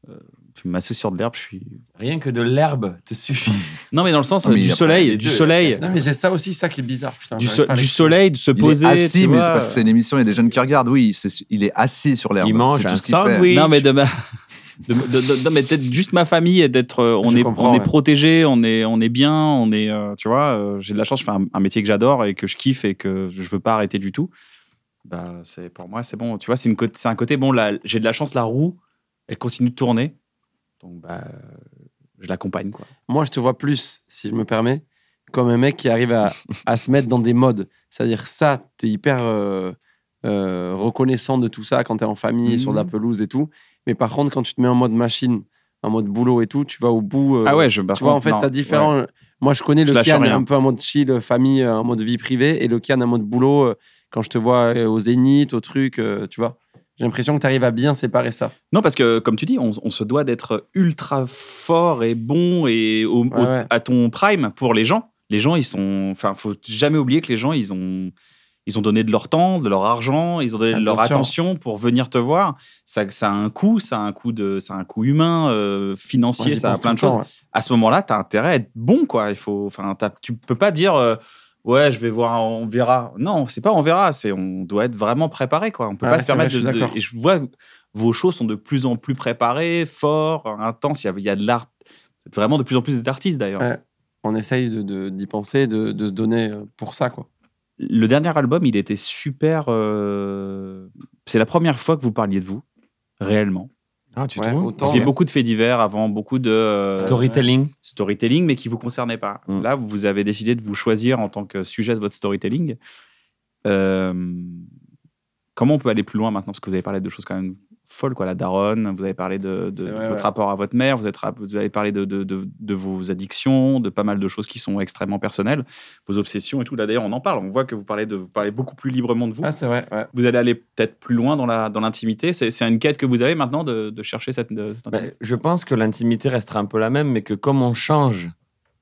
euh, Tu m'associes sur de l'herbe, je suis.
Rien que de l'herbe te suffit.
Non, mais dans le sens
Non,
euh,
mais il
du
y a
soleil,
les
du
deux,
soleil,
Non, mais j'ai ça aussi, ça qui est bizarre. putain,
du,
j'arrive
so-
pas à
du
l'expliquer.
soleil, de se
Il est
poser.
assis,
tu
mais
vois.
c'est parce que c'est une émission, il y a des jeunes qui regardent. Oui, c'est su- il est assis sur l'herbe.
Il mange
C'est tout
un
ce qu'il fait.
sandwich.
Non, mais de ma- [laughs] de- de- de- non, mais peut-être juste ma famille et d'être. euh, on
Je
est,
comprends,
on est
ouais.
protégé, on est, on est bien, on est. euh, tu vois, euh, j'ai de la chance, je fais un, un métier que j'adore et que je kiffe et que je veux pas arrêter du tout. Bah, c'est pour moi, c'est bon. Tu vois, c'est une côté- c'est un côté bon. la- J'ai de la chance, la roue, elle continue de tourner. Donc, bah, euh, je l'accompagne, quoi.
Moi, je te vois plus, si je me permets, comme un mec qui arrive
[laughs]
à, à se mettre dans des modes. C'est-à-dire, ça, t'es hyper euh, euh, reconnaissant de tout ça quand t'es en famille, sur
Mm.
la pelouse et tout. Mais par contre, quand tu te mets en mode machine, en mode boulot et tout, tu vas au bout. euh,
ah ouais, je. par
Tu vois, en
contre,
fait,
non,
t'as différents. euh, Moi, je connais
Je
le
lâche
Kian
rien.
un peu en mode chill, famille, euh, en mode vie privée, et le Kian en mode boulot, euh, quand je te vois euh, au zénith, au truc, euh, tu vois. J'ai l'impression que t'arrives à bien séparer ça.
Non, parce que comme tu dis, on, on se doit d'être ultra fort et bon et au- au-
Ouais, ouais.
à ton prime pour les gens. Les gens, ils sont. Enfin, faut jamais oublier que les gens, ils ont, ils ont donné de leur temps, de leur argent, ils ont donné
Ah,
de leur
bien sûr.
attention pour venir te voir. Ça, ça a un coût, ça a un coût de, ça a un coût humain, euh,
Moi,
financier,
j'y
ça a
pense
plein de
tout le
choses.
temps, ouais.
À ce moment-là, t'as intérêt à être bon, quoi. Il faut. Enfin, t'as- tu peux pas dire. euh, Ouais, je vais voir, on verra. Non, c'est pas on verra, c'est on doit être vraiment préparé quoi. On peut
Ah
pas
ouais,
se
c'est vrai,
permettre
je suis
de- de,
d'accord.
et je vois vos shows sont de plus en plus préparés, forts, intenses. Il y a, il y a de l'art. Vous êtes vraiment de plus en plus d'artistes d'ailleurs.
Ouais. on essaye de- de- d'y penser, de, de se donner euh, pour ça. Quoi.
Le dernier album, il était super. euh, C'est la première fois que vous parliez de vous, réellement.
[laughs] Ah, tu
Ouais,
trouves
Vous
autant,
faisiez
Oh, ouais.
beaucoup de faits divers avant, beaucoup de euh,
Storytelling.
storytelling, mais qui vous concernait pas.
Mm.
Là, vous avez décidé de vous choisir en tant que sujet de votre storytelling. Euh, Comment on peut aller plus loin maintenant Parce que vous avez parlé de choses quand même folles, quoi. La daronne, vous avez parlé de, de-
C'est
de
vrai,
votre
ouais.
rapport à votre mère, vous, êtes rap- vous avez parlé de, de- de- de vos addictions, de pas mal de choses qui sont extrêmement personnelles, vos obsessions et tout. Là, d'ailleurs, on en parle. On voit que vous parlez, de, vous parlez beaucoup plus librement de vous.
Ah, c'est vrai. ouais.
vous allez aller peut-être plus loin dans la- dans l'intimité. C'est c'est une quête que vous avez maintenant de, de chercher cette, de- cette
Ben,
intimité.
je pense que l'intimité restera un peu la même, mais que comme on change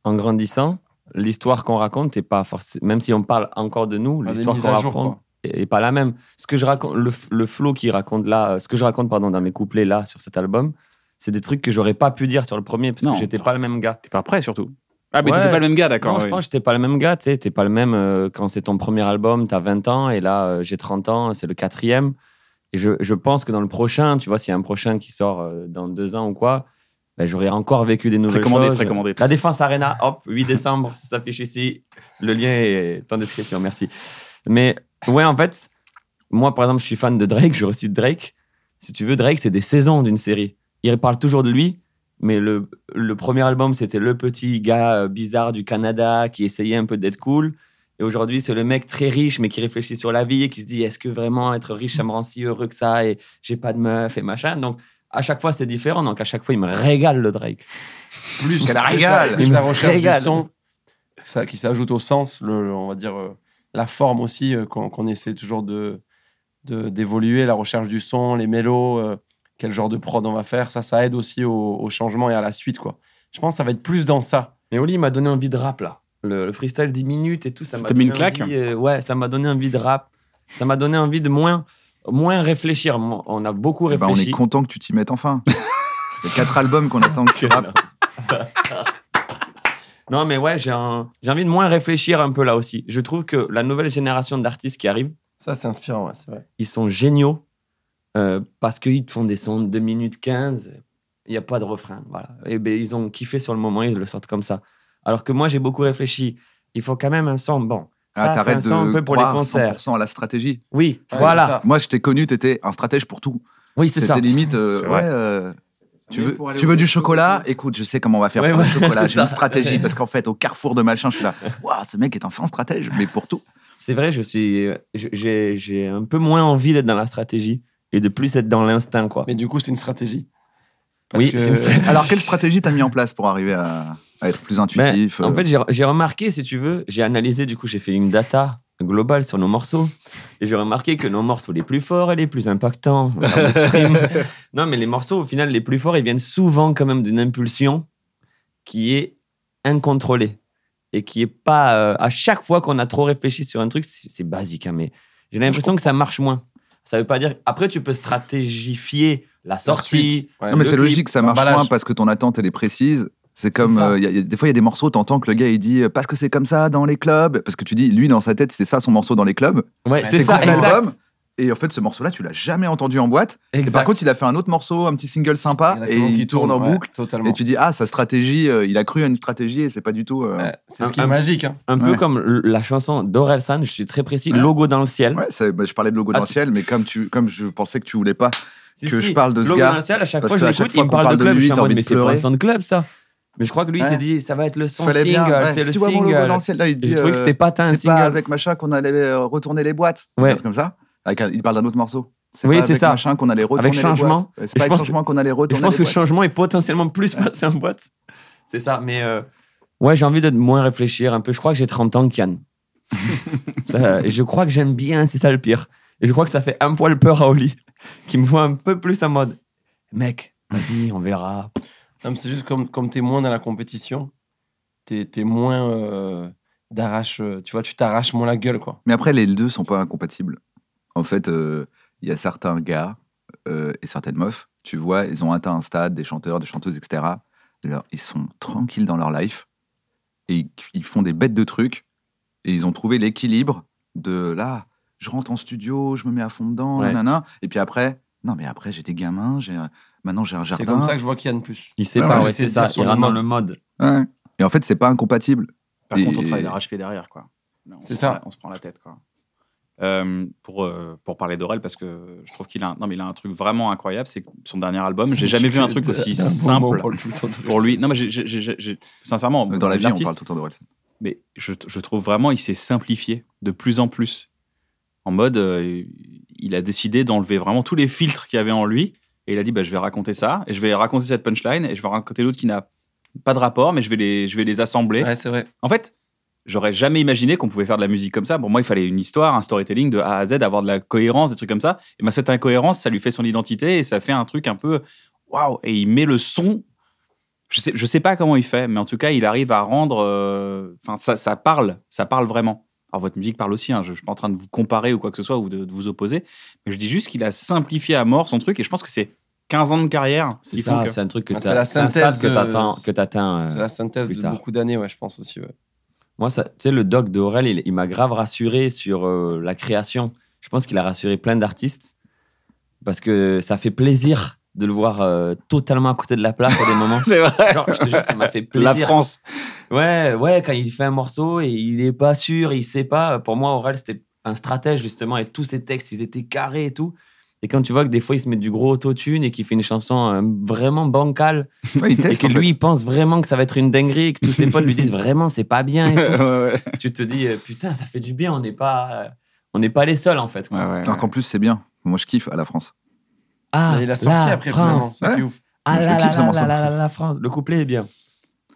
en grandissant, l'histoire qu'on raconte est pas forcément. Même si on parle encore de nous,
Ah, des
l'histoire
mises
qu'on
à jour,
raconte est est pas la même. Ce que je raconte, le, f- le flow qui raconte là, euh, ce que je raconte pardon dans mes couplets là sur cet album, c'est des trucs que j'aurais pas pu dire sur le premier parce
Non.
que j'étais pas le même gars.
T'es pas prêt surtout. Ah, mais
Ouais.
t'étais pas le même gars, d'accord.
Non, je
oui.
pense que j'étais pas le même gars, tu sais, t'es pas le même euh, quand c'est ton premier album, t'as 20 ans, et là, euh, j'ai 30 ans, c'est le quatrième. Et je, je pense que dans le prochain, tu vois, s'il y a un prochain qui sort euh, dans deux ans ou quoi, ben, j'aurais encore vécu des nouvelles
Précommandez,
choses.
précommandez.
La Défense Arena, hop, 8 décembre, ça s'affiche ici. Le lien est en description, merci. Mais ouais, en fait, moi, par exemple, je suis fan de Drake, je recite Drake. Si tu veux, Drake, c'est des saisons d'une série. Il parle toujours de lui, mais le, le premier album, c'était le petit gars euh, bizarre du Canada qui essayait un peu d'être cool. Et aujourd'hui, c'est le mec très riche, mais qui réfléchit sur la vie et qui se dit est-ce que vraiment être riche, ça me rend si heureux que ça Et j'ai pas de meuf et machin. Donc, à chaque fois, c'est différent. Donc, à chaque fois, il me régale le Drake.
Plus qu'elle
Plus
régale.
Il
la
me
recherche
régale.
du son ça, qui s'ajoute au sens, le, le- on va dire euh, la forme aussi, euh, qu'on qu'on essaie toujours d'évoluer, de, d'évoluer la recherche du son, les mélos, euh, quel genre de prod on va faire, ça, ça aide aussi au, au changement et à la suite. quoi. Je pense que ça va être plus dans ça.
Mais Oli il m'a donné envie de rap là. Le, le freestyle 10 minutes et tout, ça
Ça
m'a
t'a mis
donné
une claque
envie, euh, ouais, ça m'a donné envie de rap. Ça m'a donné envie de moins, moins réfléchir. Moi, On a beaucoup
Eh ben, on
réfléchi.
est content que tu t'y mettes
[laughs]
enfin. Ça fait quatre albums qu'on attend que tu rappes.
non, mais ouais, j'ai un- j'ai envie de moins réfléchir un peu là aussi. Je trouve que la nouvelle génération d'artistes qui arrivent,
Ça, c'est inspirant, ouais, c'est vrai.
ils sont géniaux euh, parce qu'ils te font des sons de 2 minutes 15, il n'y a Eh pas de refrain. Voilà. Et ben, ils ont kiffé sur le moment, ils le sortent comme ça. Alors que moi, j'ai beaucoup réfléchi il faut quand même un son bon.
Ah,
ça, c'est un
t'arrêtes
son un
de
peu pour les
croire
concerts.
100% à la stratégie.
Oui,
Ouais, c'est
voilà.
ça.
Moi, je t'ai connu, t'étais un stratège pour tout.
Oui, c'est ça.
C'était limite, euh,
C'est
ouais,
vrai.
euh, tu
Mais
veux,
pour aller
tu
au
veux du
resto,
chocolat Écoute, je sais comment on va faire
Ouais,
pour le
ouais,
chocolat.
[laughs] c'est
J'ai une
ça.
stratégie parce qu'en fait, au carrefour de machin, je suis
[laughs]
là. Waouh, ce mec est un fin stratège, mais pour tout.
C'est vrai, je suis, je- j'ai, j'ai un peu moins envie d'être dans la stratégie et de plus être dans l'instinct, quoi.
Mais du coup, c'est une stratégie.
Oui, c'est
[laughs]
une stratégie.
Alors, quelle stratégie t'as mis en place pour arriver à, à être plus
Ben,
intuitif
en
euh,
fait, j'ai, j'ai remarqué, si tu veux, j'ai analysé, du coup, j'ai fait une data globale sur nos morceaux. Et j'ai remarqué que nos morceaux les plus forts et les plus impactants. en termes de stream, non, mais les morceaux, au final, les plus forts, ils viennent souvent quand même d'une impulsion qui est incontrôlée. Et qui est pas. euh, à chaque fois qu'on a trop réfléchi sur un truc, c'est, c'est basique, hein, mais j'ai l'impression que ça marche moins. Ça veut pas dire. Après, tu peux stratégifier la sortie.
suite, ouais.
Non, mais
le
c'est
clip,
logique, ça marche
l'emballage.
moins parce que ton attente, elle est précise. C'est comme,
C'est ça.
euh, y a- y a- des fois, il y a des morceaux, t'entends que le gars, il dit euh, parce que c'est comme ça dans les clubs. Parce que tu dis, lui, dans sa tête, c'est ça son morceau dans les clubs.
Ouais, c'est ça,
T'écoutes
exact.
l'album. Et en fait, ce morceau-là, tu l'as jamais entendu en boîte. Et
Exact.
par contre, il a fait un autre morceau, un petit single sympa,
Il y en a
et
tellement
il
qui
tourne en
tournent, ouais,
boucle.
totalement.
Et tu dis, ah, sa stratégie, euh, il a cru à une stratégie et c'est pas du tout. euh,
Ouais, c'est
Un-
ce qui est
un-
magique. Hein.
Un peu
Ouais.
comme l- la chanson d'Orelsan, je suis très précis,
Ouais.
Logo dans le ciel.
Ouais, ça- bah, je parlais de logo
Ah,
dans le
tu-
ciel, mais comme, tu, comme je pensais que tu voulais pas.
Si,
que
si,
je parle de ce
Logo
gars,
dans le ciel, à chaque
parce
fois, je
qu'à chaque
l'écoute,
fois
il me
qu'on
parle de
parle de
club,
lui,
je suis en
t'as
mode,
envie
mais
de
c'est pas un
pleurer.
son de club, ça. Mais je crois que lui, il
Ouais.
s'est dit, ça va être le son
fallait
single,
bien, ouais.
c'est
Si
le
tu vois mon
single.
logo dans le ciel, là, il
Et
dit.
je trouvais que
euh,
c'était pas tant un
C'est pas
single.
avec machin qu'on allait euh, retourner les boîtes.
Ouais.
Quelque chose Comme ça. Avec un- il parle d'un autre morceau. C'est
Oui,
pas
c'est
avec
ça.
machin qu'on allait retourner
Avec
les
changement.
boîtes. Ouais,
Et
C'est pas
je
avec
pense-
changement qu'on allait
Et je
retourner
pense que
les
le
boîtes.
changement est potentiellement plus passé en boîte. C'est ça, mais euh, ouais, j'ai envie de moins réfléchir un peu. Je crois que j'ai 30 ans,
[laughs]
Kian. Ça, et je crois que j'aime bien, c'est ça le pire. Et je crois que ça fait un poil peur à Oli, qui me voit un peu plus en mode, mec, vas-y, on verra.
Non, mais c'est juste comme, comme tu es moins dans la compétition, tu es, moins euh, d'arrache. euh, Tu vois, tu t'arraches moins la gueule, quoi.
Mais après, les deux sont pas incompatibles. En fait, euh, il y a certains gars euh, et certaines meufs, tu vois, ils ont atteint un stade, des chanteurs, des chanteuses, etc. Alors, ils sont tranquilles dans leur life et ils, ils font des bêtes de trucs et ils ont trouvé l'équilibre de là, je rentre en studio, je me mets à fond dedans,
Ouais.
nanana. Et puis après, non, mais après, j'ai des gamins, j'ai un- maintenant j'ai un jardin.
C'est comme ça que je vois Kian plus.
Il sait
Ouais,
ça,
ouais,
ouais,
j'essaie
c'est
de
ça,
dire sur
il
le
rentre dans
mode.
le mode.
Ouais. Et en fait, c'est pas incompatible.
Par contre, on
Et-
travaille d'arrache-pied derrière, quoi. Là, on se
C'est ça.
prend la- on se prend la tête, quoi. Euh, pour, euh, pour parler d'Aurel, parce que je trouve qu'il a, un- non, mais il a un truc vraiment incroyable, c'est que son dernier album. J'ai jamais vu un truc aussi simple pour lui. Non, mais j'ai- j'ai- j'ai- j'ai- sincèrement,
Dans la vie, on
l'artiste,
parle tout le temps de Orelsan.
mais je, je trouve vraiment il s'est simplifié de plus en plus. En mode, euh, il a décidé d'enlever vraiment tous les filtres qu'il y avait en lui et il a dit bah, je vais raconter ça et je vais raconter cette punchline et je vais raconter l'autre qui n'a pas de rapport mais je vais les, je vais les assembler.
Ouais, c'est vrai.
En fait, j'aurais jamais imaginé qu'on pouvait faire de la musique comme ça. Pour moi, il fallait une histoire, un storytelling de A à Z, avoir de la cohérence, des trucs comme ça. Et ben cette incohérence, ça lui fait son identité et ça fait un truc un peu waouh. Et il met le son. Je sais, je sais pas comment il fait, mais en tout cas, il arrive à rendre. euh, Enfin, ça, ça parle, ça parle vraiment. Alors, votre musique parle aussi, hein, je ne suis pas en train de vous comparer ou quoi que ce soit ou de, de vous opposer, mais je dis juste qu'il a simplifié à mort son truc et je pense que c'est 15 ans de carrière.
C'est
qui
ça,
font que-
c'est [laughs] un truc que
Ah,
tu
c'est la synthèse
que
de-
t'atteins- que t'atteins, euh,
C'est la synthèse
plus
de
tard.
beaucoup d'années, ouais, je pense aussi. ouais.
Moi, ça- tu sais, le doc d'Aurel, il, il m'a grave rassuré sur euh, la création. Je pense qu'il a rassuré plein d'artistes parce que ça fait plaisir de le voir euh, totalement à côté de la plaque
[laughs]
à des moments.
C'est vrai.
Genre, je te jure, ça m'a fait
La
plaisir.
France.
Ouais, ouais, quand il fait un morceau et il est pas sûr, il sait pas. Pour moi, Aurel, c'était un stratège, justement, et tous ses textes, ils étaient carrés et tout. Et quand tu vois que des fois, il se met du gros autotune et qu'il fait une chanson euh, vraiment bancale,
Ouais, il
et
teste,
que
en fait.
lui, il pense vraiment que ça va être une dinguerie, et que tous ses potes lui disent vraiment, c'est pas bien et tout
[laughs]
[laughs]
Ouais, ouais.
tu te dis euh, putain ça fait du bien on n'est pas euh, on n'est pas les seuls en fait quoi.
Alors qu'en plus, c'est bien. Moi, je kiffe à la France.
ah
il a sorti
la
après, finalement.
France
C'est
Ouais.
ouf.
ah
Je
là
kiffe
là
ce
là
morceau.
là là là, la France le couplet est bien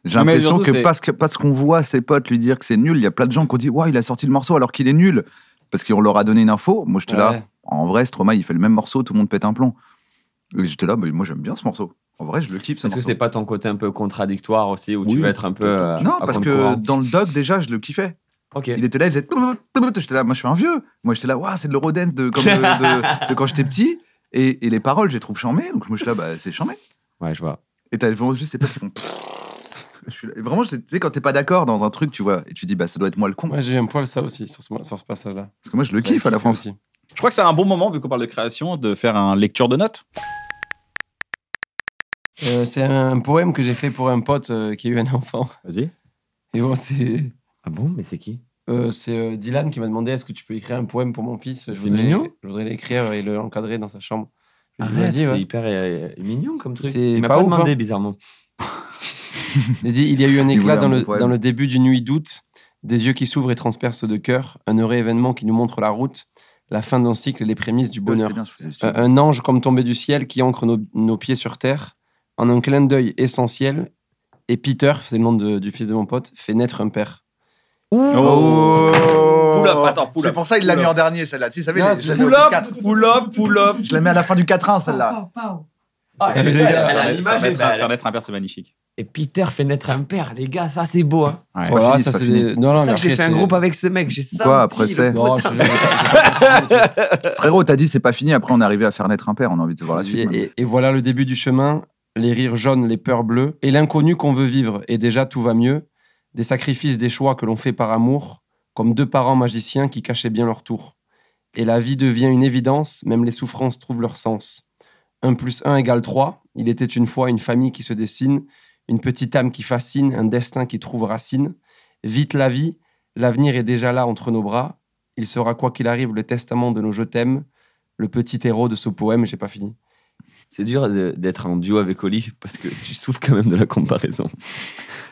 J'ai
Mais
l'impression
surtout,
que
c'est-
parce, que parce qu'on voit ses potes lui dire que c'est nul, il y a plein de gens qui ont dit Waouh, il a sorti le morceau alors qu'il est nul. Parce qu'on leur a donné une info. Moi, j'étais là.
Ouais.
En vrai, Stromae, il fait le même morceau, tout le monde pète un plomb. Et j'étais là, mais moi, j'aime bien ce morceau. En vrai, je le kiffe. Ce
est-ce que
morceau.
c'est pas ton côté un peu contradictoire aussi où
Oui,
tu vas être un peu euh,
Non,
à
parce que
contre-courant
dans le doc, déjà, je le kiffais.
ok
Il était là, il faisait. J'étais là, moi, je suis un vieux. Moi, j'étais là, Waouh, c'est de l'eurodance de, comme de- de- de quand j'étais petit. Et, et les paroles, je les trouve charmées. Donc, moi, je suis là, bah, c'est charmé.
ouais je vois
Et t'as vraiment juste ces potes qui font. Je suis là- et Vraiment, c'est- tu sais, quand t'es pas d'accord dans un truc, tu vois, et tu dis, bah, ça doit être moi le con.
Moi, j'ai eu un poil ça aussi sur ce, sur ce passage-là.
Parce que moi, je le kiffe à la
Kiffé
France.
aussi.
Je crois que c'est un bon moment, vu qu'on parle de création, de faire un lecture de notes.
Euh, c'est un poème que j'ai fait pour un pote euh, qui a eu un enfant.
Vas-y.
Et bon, c'est.
Ah bon, mais c'est qui
Euh, c'est euh, Dylan qui m'a demandé est-ce que tu peux écrire un poème pour mon fils je
C'est
voudrais,
mignon.
Je voudrais l'écrire et le encadrer dans sa chambre. Je lui ai dit,
Arrête,
Vas-y,
Ah, c'est
ouais.
hyper euh, mignon comme truc.
C'est
Il m'a
pas
pas,
ouf,
demandé,
hein.
bizarrement.
Il dit il y a eu un
Il voulait
éclat
un
dans,
bon
le,
poème.
dans le début d'une nuit d'août, des yeux qui s'ouvrent et transpercent de cœur, un heureux événement qui nous montre la route, la fin d'un cycle et les prémices du bonheur. Euh,
C'était bien, je faisais- je-
Un, un ange comme tombé du ciel qui ancre nos, nos pieds sur terre, en un clin d'œil essentiel. Et Peter, c'est le nom de- du fils de mon pote, fait naître un père.
Oh
Pull up, attends, pull up.
C'est pour ça qu'il l'a mis en dernier celle-là. Tu sais,
Non,
je
c'est
la mets au
Pull up,
4.
pull up, pull up.
Je la mets à la fin du 4-1 celle-là. [laughs]
Ah,
Faire
les gars, elle a
naître-
l'image,
faire naître
elle
un-
a-
faire naître un père, c'est magnifique.
Et Peter fait naître un père, les gars, ça c'est beau. Hein.
Ouais.
pas
Voilà,
fini,
ça
c'est pas
c'est.
fini.
des- Non, non,
Ah, C'est pour
mais
ça que j'ai
après,
fait un
c'est-
groupe avec ce mec, j'ai senti
Quoi, après,
le
c'est-
Non,
potin.
je-
Frérot, t'as dit c'est pas fini, après on est arrivé à faire naître un père, on a envie de voir la
et,
suite.
et- et voilà le début du chemin, les rires jaunes, les peurs bleues, et l'inconnu qu'on veut vivre. Et déjà, tout va mieux. Des sacrifices, des choix que l'on fait par amour, comme deux parents magiciens qui cachaient bien leur tour. Et la vie devient une évidence, même les souffrances trouvent leur sens. 1 plus 1 égale 3, il était une fois une famille qui se dessine, une petite âme qui fascine, un destin qui trouve racine. Vite la vie, l'avenir est déjà là entre nos bras, il sera quoi qu'il arrive le testament de nos je t'aime, le petit héros de ce poème, j'ai pas fini.
C'est dur de- d'être en duo avec Oli parce que tu souffres quand même de la comparaison. [laughs]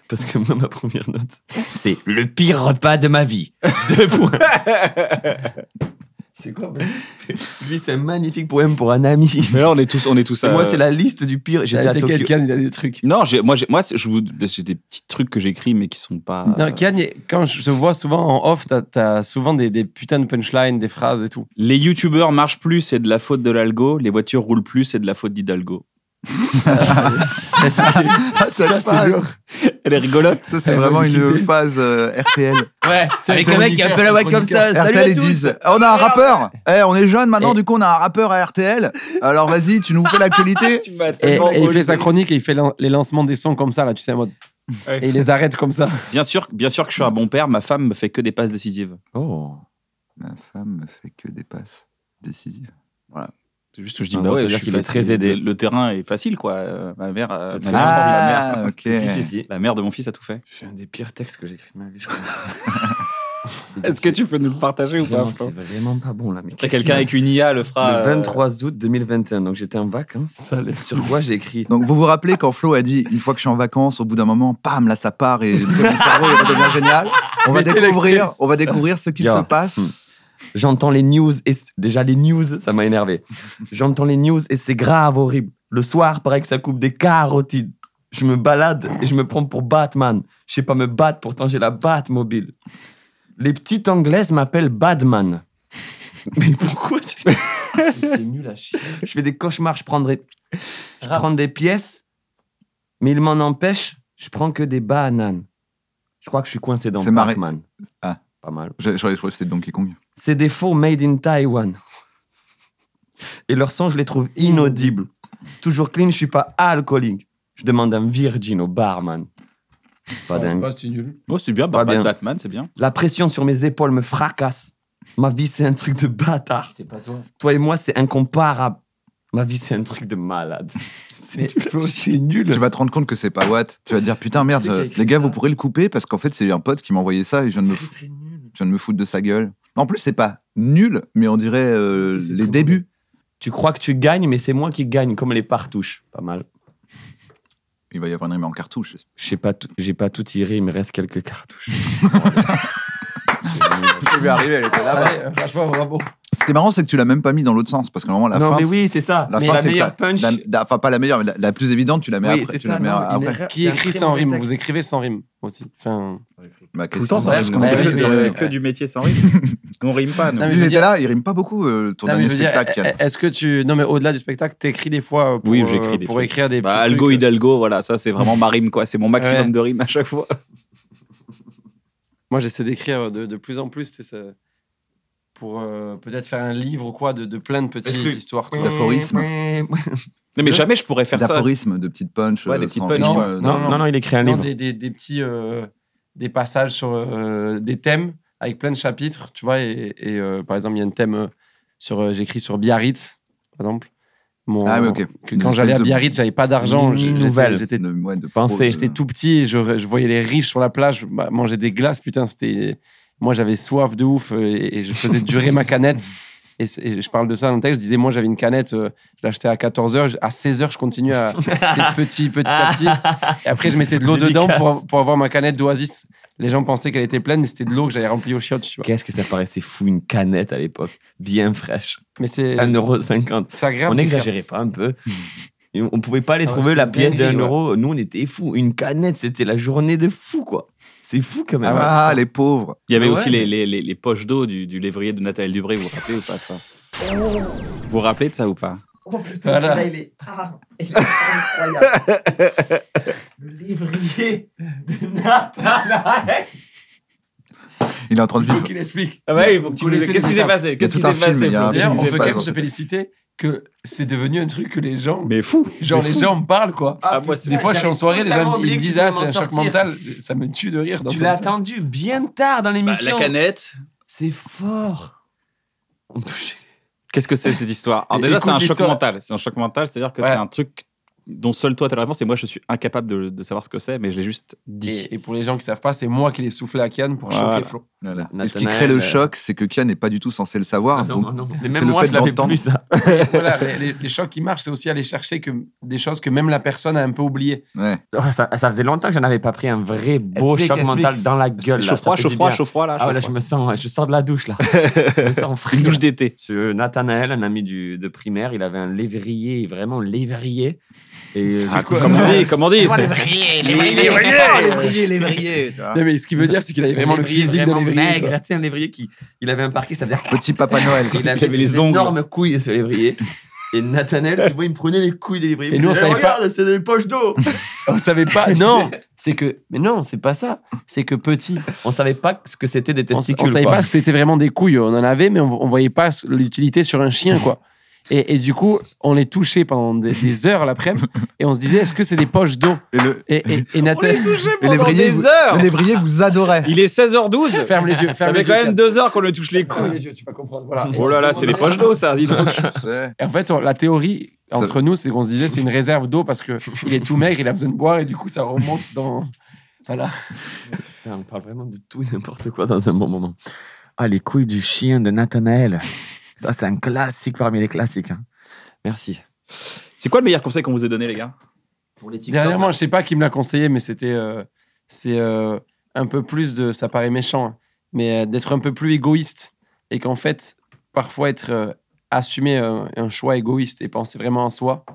Parce que moi, ma première note, c'est le pire repas de ma vie. [laughs] Deux points. c'est quoi vas-y. Euh, Lui, c'est un magnifique poème pour un ami.
Mais là, on est tous, on est tous. euh,
Et
à-
moi, c'est la liste du pire. J'étais à
T'as été
Tokyo.
quelqu'un, il a des trucs.
Non, j'ai- moi, j'ai- moi, c'est- je vous, c'est des petits trucs que j'écris, mais qui sont pas. euh.
Non, Kian, il- quand je te vois souvent en off, t'as as souvent des, des putains de punchlines, des phrases et tout.
Les youtubeurs marchent plus, c'est de la faute de l'algo. Les voitures roulent plus, c'est de la faute d'Hidalgo.
Ah, ça, c'est
Elle est rigolote.
Ça, c'est vraiment une phase euh, RTL.
[laughs] Ouais, avec un mec qui a un peu la voix comme ça. Salut
RTL,
à
ils
tous.
disent Ah, On a un rappeur Eh, On est jeune maintenant, du coup, on a un rappeur à RTL. Alors vas-y, [laughs] tu nous fais l'actualité
Et, et il fait sa chronique et il fait lan- les lancements des sons comme ça, là, tu sais, en mode. Et il les arrête comme ça.
Bien sûr, bien sûr que je suis un bon père. Ma femme me fait que des passes décisives.
Oh.
Ma femme me fait que des passes décisives.
C'est juste que je dis.
Ah
bah
ouais,
ouais,
ça veut
je
dire
suis
qu'il est
facile.
très aidé.
Le, le terrain est facile, quoi. Euh, Ma mère, euh, ma
C'est très
mère,
bien.
la
Ah,
mère,
ok.
Si, si, si, si. La mère de mon fils a tout fait.
C'est un des pires textes que j'ai écrit de ma vie, [laughs] je crois.
Est-ce que tu peux nous le partager ou pas
Vraiment, C'est vraiment pas bon, là. mais
Après,
qu'est-ce
quelqu'un
qu'il
avec une IA le
a-
fera.
Le
euh,
23 août 2021, donc j'étais en vacances. Sur quoi j'ai écrit
Donc vous vous rappelez quand Flo a dit Une fois que je suis en vacances, au bout d'un moment, pam, là ça part et mon cerveau il redevient génial. On va, découvrir, on va découvrir ce qu'il
Yeah.
se passe.
Hmm. J'entends les news et c- déjà les news, ça m'a [laughs] énervé. J'entends les news et c'est grave horrible. Le soir, pareil que ça coupe des carotides. Je me balade et je me prends pour Batman. Je sais pas me battre, pourtant j'ai la Batmobile. Les petites anglaises m'appellent Badman. [laughs] Mais pourquoi tu...
C'est nul à chier.
Je fais des cauchemars, je prendrai. Je prends des pièces, mais il m'en empêche. Je prends que des bananes. Je crois que je suis coincé dans
C'est marré.
Pac-Man.
Ah.
Pas mal.
Je, je, je crois que c'était Donkey Kong.
C'est des faux made in Taiwan. [laughs] Et leurs sons, je les trouve
Mmh.
inaudibles. Toujours clean, je suis pas alcoolique. Je demande un virgin au barman. Pas dingue.
c'est nul.
Oh, c'est bien.
Pas
Batman,
bien.
Batman, c'est bien.
La pression sur mes épaules me fracasse. Ma vie, c'est un truc de bâtard.
C'est pas toi.
Toi et moi, c'est incomparable. Ma vie, c'est un truc de malade. [laughs]
Mais Flo, c'est
Tu
nul.
vas te rendre compte que c'est pas Watt. Tu vas te dire putain merde,
C'est qui a
euh,
écrit
les gars,
ça
vous pourrez le couper parce qu'en fait c'est un pote qui m'a envoyé ça et je viens de me, fou- je viens de me foutre de sa gueule. En plus c'est pas nul, mais on dirait euh,
Si, c'est
les
très
débuts.
Tu crois que tu gagnes, mais c'est moi qui gagne, comme les partouches. Pas mal.
Il va y avoir un mais en cartouche.
Je sais pas tout- J'ai pas, tout tiré, il me reste quelques cartouches.
Je vais arriver, elle était là.
Allez, Ah bah, franchement, bravo.
Ce qui est marrant c'est que tu l'as même pas mis dans l'autre sens parce que normalement la
non,
fin,
mais oui, c'est ça.
la
Mais
feinte,
la
c'est que
meilleure punch.
la- la- enfin pas la meilleure, mais la, la plus évidente tu la mets
Oui,
après.
c'est
tu
ça,
la mets
non,
après.
il est-
Qui
c'est un
écrit
très
sans
mauvais
rime
texte.
Vous écrivez sans rime aussi. Enfin,
Ma
Tout le
question,
temps, ça
c'est
rime.
ce qu'on
On
a
Ouais,
fait
dit,
mais
que
c'est
des-
vrai.
que du métier sans [laughs] rime. On rime pas, nous.
Non, mais je
Il
veux
était
dire-
là, il rime pas beaucoup euh, ton
Non, mais
dernier
je veux dire, eh,
spectacle. Ken.
est-ce que tu. Non, mais au-delà du spectacle, t'écris des fois pour, euh,
Oui, j'écris des
pour
trucs.
écrire des
Bah,
petits
algo,
trucs.
Hidalgo, voilà, ça c'est vraiment ma rime, quoi. C'est mon maximum
Ouais.
de rime à chaque fois.
Moi, j'essaie d'écrire de, de plus en plus, c'est ça. Pour euh, peut-être faire un livre ou quoi de, de plein de petites
que-
histoires. quoi.
D'aphorisme.
Non, mais jamais je pourrais faire ça.
D'aphorisme, de petites punches.
Ouais, des
euh,
petites
sans
punches.
rime,
Non,
euh,
Non, non, non, il écrit un
Non,
livre.
des, des- des petits euh, des passages sur euh, des thèmes avec plein de chapitres, tu vois. Et, et, euh, par exemple, il y a un thème euh, sur euh, j'écris sur Biarritz, par exemple. Mon-
Ah, mais ok.
que
Une
quand j'allais à
espèce de-
Biarritz, j'avais pas d'argent.
Une
j-
nouvelle.
J'étais j'étais
de- ouais, de pro-
Pensez,
de-
J'étais tout petit, je, je voyais les riches sur la plage je ma- mangeais des glaces, putain, c'était. Moi, j'avais soif de ouf euh, et, et je faisais durer ma canette. Et, c'est- et je parle de ça dans le texte, je disais, moi, j'avais une canette, euh, je l'achetais à 14h, à 16h, je continue à. c'est petit, petit à petit. Et après, je mettais de l'eau dedans pour, pour avoir ma canette d'Oasis. Les gens pensaient qu'elle était pleine, mais c'était de l'eau que j'avais remplie aux chiottes, tu
[laughs]
vois.
Qu'est-ce que ça paraissait fou, une canette à l'époque, bien fraîche.
Mais c'est.
Ah,
1,50€.
C'est agréable.
On
de faire.
n'exagérait pas un peu. [laughs] Et on pouvait pas aller
Ah ouais,
trouver
c'était
la
une
pièce de
dinguerie,
1
ouais.
euro. Nous, on était fous. Une canette, c'était la journée de fou, quoi. C'est fou quand même.
Ah, les pauvres.
Il y avait
Ouais,
aussi
mais-
les, les, les, les poches d'eau du, du lévrier de Nathalie Dubré, vous vous rappelez ou pas de ça Vous vous rappelez de ça ou pas
Oh putain,
Voilà.
celui-là, il est, ah, il est incroyable. le
bah.
[laughs]
lévrier de Nathan.
Il est en train de
Il faut
vivre.
qu'il explique.
Ah ouais, il faut que tu nous- Qu'est-ce
Connaissez les
qui s'est
étapes.
passé Qu'est-ce qui
tout un
s'est
film,
passé
il y a un
Flo
D'ailleurs,
Qu'est-ce
film
on
qui s'est
qui
peut quand
passé
même se féliciter que c'est devenu un truc que les gens.
Mais fou
Genre, les gens me parlent, quoi.
Ah, moi, c'est-
Des fois, je suis en soirée, les gens ils
oublié
me
que tu
disent
devais
Ah, c'est
m'en
un choc
sortir.
mental. Ça me tue de rire.
Tu
d'entendre
l'as
ça.
attendu bien tard dans
Bah,
l'émission.
La canette.
C'est fort. On touchait.
Qu'est-ce que c'est cette histoire [laughs] Alors
Et-
déjà, c'est un
écoute
choc
l'histoire.
mental. C'est un choc mental, c'est-à-dire que
Ouais.
c'est un truc dont seul toi t'as la réponse et moi je suis incapable de, de savoir ce que c'est, mais je l'ai juste dit.
Et, et pour les gens qui savent pas, c'est moi qui l'ai soufflé à Kian pour
Voilà.
choquer Flo.
Voilà.
Nathanaël,
Et ce qui crée le
euh,
choc, c'est que Kian n'est pas du tout censé le savoir.
Attends,
donc-
Ah, non, non. Mais
c'est
même
le
moi,
fait
je l'avais
d'entendre.
plus, ça.
Et voilà, les, les- les chocs qui marchent, c'est aussi aller chercher que, des choses que même la personne a un peu oubliées.
Ouais.
Oh, ça. ça faisait longtemps que j'en avais pas pris un vrai beau
Explique,
choc
explique.
mental dans la gueule. là.
Chaud
Ça
froid,
fait
chaud
du
froid,
bien.
chaud froid là.
Ah ouais,
chaud
là, je
froid.
me sens, je sors de la douche, [laughs] là. je me sens frais.
Une douche d'été.
Ce Nathanaël, un ami du, de primaire, il avait un lévrier, vraiment lévrier. Et
Ah, Comme on dit, comme on dit. c'est-
lévrier,
Ah,
euh,
lévrier, lévrier. tu vois.
Ah.
Non, mais ce qui veut dire, c'est qu'il avait vraiment le
lévrier
physique
vraiment
de l'évrier.
maigre, tu sais, un lévrier qui, il avait un parquet, ça faisait.
Petit Papa Noël.
Il
avait les
des
ongles.
énormes couilles, ce lévrier. Et Nathanaël, tu vois, il me prenait les couilles des lévriers.
Et nous, on
Eh,
savait pas.
regarde, c'est des poches d'eau.
On savait pas.
[laughs]
Non, c'est que. Mais non, c'est pas ça. C'est que petit.
on savait pas ce que c'était des
On,
testicules.
on savait
quoi.
pas que c'était vraiment des couilles. On en avait, mais on, on voyait pas l'utilité sur un chien, quoi. Et, et du coup, on les touchait pendant des, des heures l'après-midi et on se disait, est-ce que c'est des poches d'eau
Et le-
Et, et, et Nathan-
et
pendant
lévrier,
des
vous-
heures.
le lévrier, vous adorez.
Il est 16h12.
[laughs] ferme les yeux.
Ça
Ferme
fait
les yeux,
quand même
Kat.
deux heures qu'on le touche les
Ferme
couilles.
les yeux, tu vas comprendre. Voilà.
Oh là là, c'est les poches d'eau ça, dis donc.
C'est-
Et en fait, on- la théorie
Ça-
entre nous, c'est qu'on se disait c'est une réserve d'eau parce que il est tout maigre, il a besoin de boire et du coup ça remonte dans. Voilà.
Putain, on parle vraiment de tout et n'importe quoi dans un bon moment. Ah, les couilles du chien de Nathanaël. Ça, c'est un classique parmi les classiques. hein. Merci.
C'est quoi le meilleur conseil qu'on vous ait donné, les gars
Pour les TikTok,
Dernièrement, je sais pas qui me l'a conseillé, mais c'était euh, c'est euh, un peu plus de ça paraît méchant, hein, mais euh, d'être un peu plus égoïste et qu'en fait parfois être euh, assumer euh, un choix égoïste et penser vraiment à soi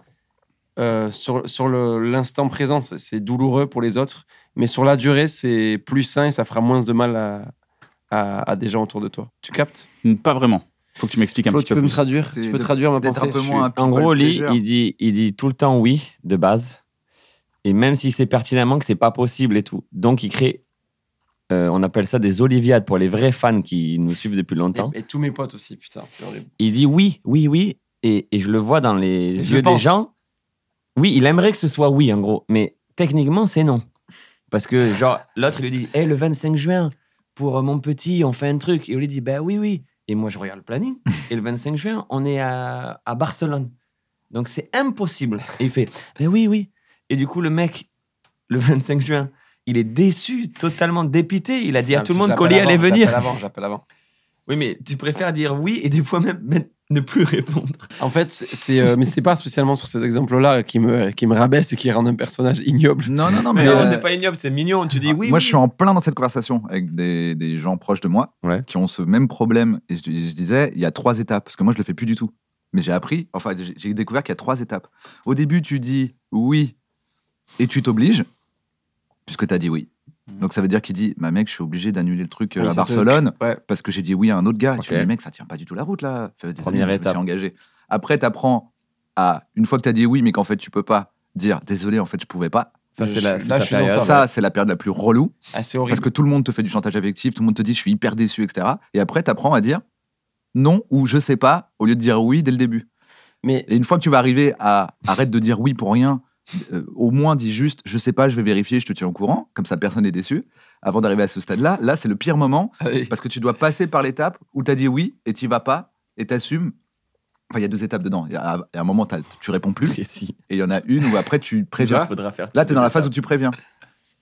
euh, sur sur le- l'instant présent, c'est- c'est douloureux pour les autres, mais sur la durée, c'est plus sain et ça fera moins de mal à, à, à des gens autour de toi. Tu captes
Hmm, Pas vraiment. Faut que tu m'expliques un
Flo,
petit
tu
peu
peux me
plus.
traduire
C'est
Tu peux
de-
traduire ma
d'être
pensée
un peu moins un
En gros,
people
lui,
pleaser.
il dit, il dit tout le temps oui, de base. Et même si c'est pertinemment que c'est pas possible et tout. Donc, il crée, euh, on appelle ça des oliviades pour les vrais fans qui nous suivent depuis longtemps.
Et, et tous mes potes aussi, putain, c'est horrible.
Il dit oui, oui, oui. Et, et je le vois dans les
je
yeux des
pense.
gens. Oui, il aimerait que ce soit oui, en gros. Mais techniquement, c'est non. Parce que, genre, l'autre il lui dit, hé, le 25 juin, pour euh, mon petit, on fait un truc. Et on lui dit, bah oui, oui. Et moi, je regarde le planning. Et le 25 juin, on est à, à Barcelone. Donc, c'est impossible. Et il fait, mais oui, oui. Et du coup, le mec, le 25 juin, il est déçu, totalement dépité. Il a dit à tout le monde qu'on y
Ah, J'appelle
allait
avant,
venir.
J'appelle avant, j'appelle avant.
Oui, mais tu préfères dire oui et des fois même, même ne plus
[laughs]
répondre.
En fait, c'est- c'est, euh, mais c'était pas spécialement sur ces exemples-là qui me, qui me rabaisse et qui rendent un personnage ignoble.
Non, non, non, mais.
Mais non,
euh,
c'est pas ignoble, c'est mignon. Tu dis oui.
moi,
oui.
je suis en plein dans cette conversation avec des, des gens proches de moi
Ouais.
qui ont ce même problème. Et je, je disais, il y a trois étapes, parce que moi, je le fais plus du tout. Mais j'ai appris, enfin, j'ai j'ai découvert qu'il y a trois étapes. Au début, tu dis oui et tu t'obliges, puisque tu as dit oui.
Mmh.
Donc, ça veut dire qu'il dit, bah mec, je suis obligé d'annuler le truc euh,
Oui,
à
ça te-
Barcelone
ouais.
parce que j'ai dit oui à un autre gars. Et
Ok.
tu fais, mais mec, ça tient pas du tout la route là. Fais, désolé,
Première
mais je me
étape.
suis engagé. Après, tu apprends à, une fois que tu as dit oui, mais qu'en fait, tu peux pas dire, désolé, en fait, je pouvais pas.
Ça,
Je
c'est la,
suis-
c'est
là,
sa
je suis dans
période.
Ah
ça, c'est la période la plus relou.
Ah, c'est
Parce
horrible.
que tout le monde te fait du chantage affectif, tout le monde te dit je suis hyper déçu, etc. Et après, tu apprends à dire non ou je sais pas au lieu de dire oui dès le début.
Mais
Et une fois que tu vas arriver à arrête de dire oui pour rien, euh, au moins dis juste je sais pas, je vais vérifier, je te tiens au courant, comme ça personne n'est déçu. Avant d'arriver à ce stade-là, là, c'est le pire moment
Ah oui.
parce que tu dois passer par l'étape où tu as dit oui et tu vas pas et t'assumes. Enfin, il y a deux étapes dedans. Il y a- à un moment, t'as- tu réponds plus.
Et si.
Et il y en a une où après, tu préviens.
Déjà, faudra faire
Là, tu es dans la phase où tu préviens.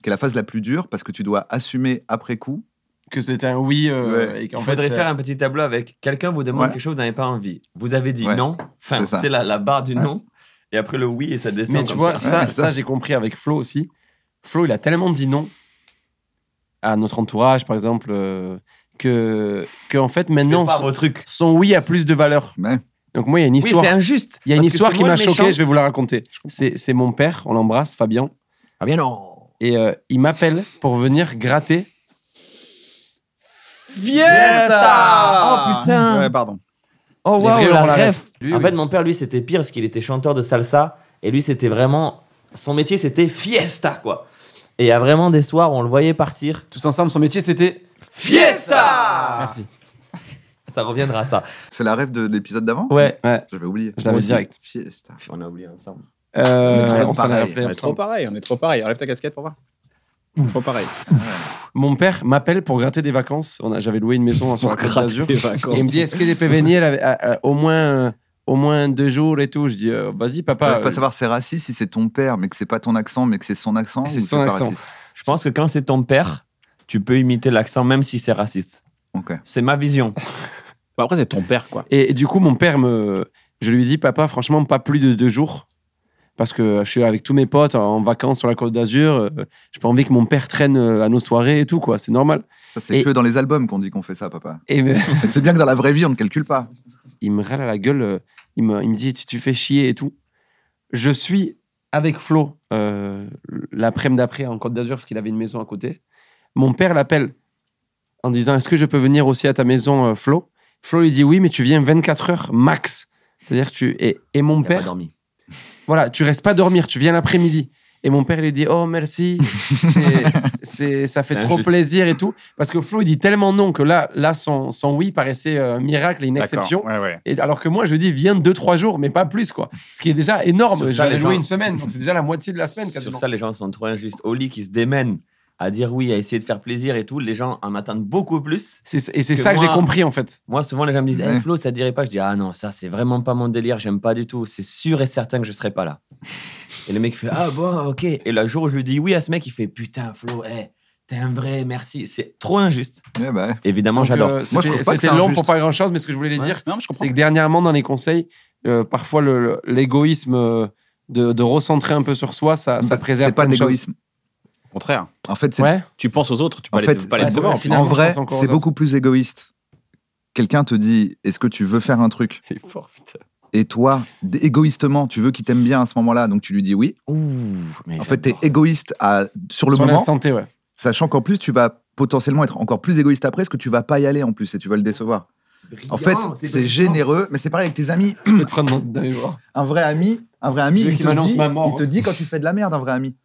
Qui est la phase la plus dure parce que tu dois assumer après coup.
Que c'était un oui. euh,
Ouais.
et qu'en
Il
fait,
faudrait
c'est-
faire un petit tableau avec quelqu'un vous demande
Ouais.
quelque chose, vous n'avez pas envie. Vous avez dit
Ouais.
non, enfin,
C'est ça.
c'est la, la barre du
Ouais.
non, et après le oui, et ça descend.
Mais tu
comme
vois,
Ouais,
ça, ça,
c'est ça.
j'ai compris avec Flo aussi. Flo, il a tellement dit non à notre entourage, par exemple, euh, que, que en fait,
Je fais
maintenant,
pas
son,
vos trucs.
son oui a plus de valeur.
Ouais.
Donc moi, il y a une
Oui,
histoire.
c'est injuste.
il y a une
Parce que
histoire
c'est
qui
moi
m'a
le
choqué,
méchant.
je vais vous la raconter. C'est c'est mon père, on l'embrasse, Fabien.
Ah bien non.
Et euh, il m'appelle pour venir gratter. Ah!
Fiesta Oh putain
Ouais, pardon.
Oh
Les
waouh,
vrais ont
la
la
ref
Lui,
en
oui.
fait, mon père, lui, c'était pire parce qu'il était chanteur de salsa et lui, c'était vraiment. Son métier, c'était fiesta, quoi. Et il y a vraiment des soirs où on le voyait partir.
Tous ensemble, son métier, c'était.
Fiesta
Ah.
Merci.
Ça reviendra, ça.
C'est la rêve de l'épisode d'avant
Ouais.
Je vais oublier.
Je l'avais
Moi aussi.
direct.
Fiesta.
On a oublié ensemble.
Euh,
Mais trop
on s'en est
pareil.
rappelé
On est trop
ensemble.
pareil, on est trop pareil. Enlève ta casquette pour voir. Trop pareil.
Mon père m'appelle pour gratter des vacances. On a- J'avais loué une maison sur la Côte d'Azur.
Des vacances.
Et il me dit, est-ce que j'ai peux venir avec- à- à- au, moins, euh, au moins deux jours et tout Je dis, euh, vas-y,
Je
papa.
pas savoir c'est raciste si c'est ton père, mais que c'est pas ton accent, mais que c'est son accent.
C'est
ou
son
pas
accent.
raciste
Je pense que quand c'est ton père, tu peux imiter l'accent même si c'est raciste.
Ok.
C'est ma vision.
Bah, après, c'est ton père, quoi.
Et, et du coup, mon père me. Je lui dis, papa, franchement, pas plus de deux jours. Parce que je suis avec tous mes potes en vacances sur la Côte d'Azur. Euh, J'ai pas envie que mon père traîne euh, à nos soirées et tout, quoi. C'est normal.
Ça, c'est
Et-
que dans les albums qu'on dit qu'on fait ça, papa.
Et euh, me-
c'est bien que dans la vraie vie, on ne calcule pas.
il me râle à la gueule. euh, Il me, il me dit, tu, tu fais chier et tout. Je suis avec Flo euh, l'après-midi d'après en Côte d'Azur parce qu'il avait une maison à côté. Mon père l'appelle en disant, est-ce que je peux venir aussi à ta maison, euh, Flo Flo lui dit, oui, mais tu viens 24 heures max. C'est-à-dire que tu. Et, et
Il
mon
a pas
père.
dormi.
voilà, tu restes pas dormir, tu viens l'après-midi. Et mon père, il dit, oh merci,
[laughs]
C'est- c'est- ça fait
C'est
trop
injuste.
plaisir et tout. Parce que Flo, il dit tellement non que là, là son, son oui paraissait euh, un miracle et une
D'accord.
exception.
Ouais, ouais.
Et alors que moi, je dis, viens deux, trois jours, mais pas plus, quoi. Ce qui est déjà énorme.
Sur ça,
J'allais
les
jouer
gens-
une semaine, donc c'est déjà la moitié de la semaine.
Sur
quasiment.
ça, les gens sont trop injustes. Oli qui se démène à dire oui, à essayer de faire plaisir et tout, les gens en attendent beaucoup plus.
C'est- et c'est
que
ça que
moi-
j'ai compris, en fait.
Moi, souvent, les gens me disent
Ouais.
Eh, Flo, ça te dirait pas Je dis Ah non, ça, c'est vraiment pas mon délire, j'aime pas du tout. C'est sûr et certain que je serai pas là. et le mec fait Ah bon, ok. Et le jour où je lui dis oui à ce mec, il fait Putain, Flo, eh, t'es un vrai, merci. C'est trop injuste.
Ouais, bah ouais.
Évidemment,
Donc,
j'adore.
euh,
Moi, je
c'était-
trouve pas que
C'était
c'est
long
injuste.
pour pas grand-chose, mais ce que je voulais les
Ouais.
dire,
Non, mais je comprends.
c'est que dernièrement, dans les conseils, euh, parfois, le- le- l'égoïsme euh, de, de recentrer un peu sur soi, ça, ça
Bah,
préserve
C'est pas de
plein choses.
l'égoïsme.
Au contraire.
En fait, c'est
Ouais.
Tu penses aux autres, tu peux
En
pas les,
fait,
pas les
c'est-
savoir.
c'est-
en
Finalement, je
vrai,
pense encore aux
c'est
autres.
beaucoup plus égoïste. Quelqu'un te dit Est-ce que tu veux faire un truc
C'est fort, putain.
Et toi, d- égoïstement, tu veux qu'il t'aime bien à ce moment-là, donc tu lui dis oui.
Ouh, mais
En fait, t'es
j'adore.
égoïste à, sur le
Sur
moment,
l'instant T, ouais.
sachant qu'en plus, tu vas potentiellement être encore plus égoïste après, parce que tu vas pas y aller en plus et tu vas le décevoir. En fait, c'est généreux, mais c'est pareil avec tes amis.
Je peux te prendre dans- dans les bras.
Un vrai ami, un vrai ami,
Je veux
il
qu'il
te,
m'annonce
dit,
ma mort. hein.
il te dit quand tu fais de la merde, un vrai ami.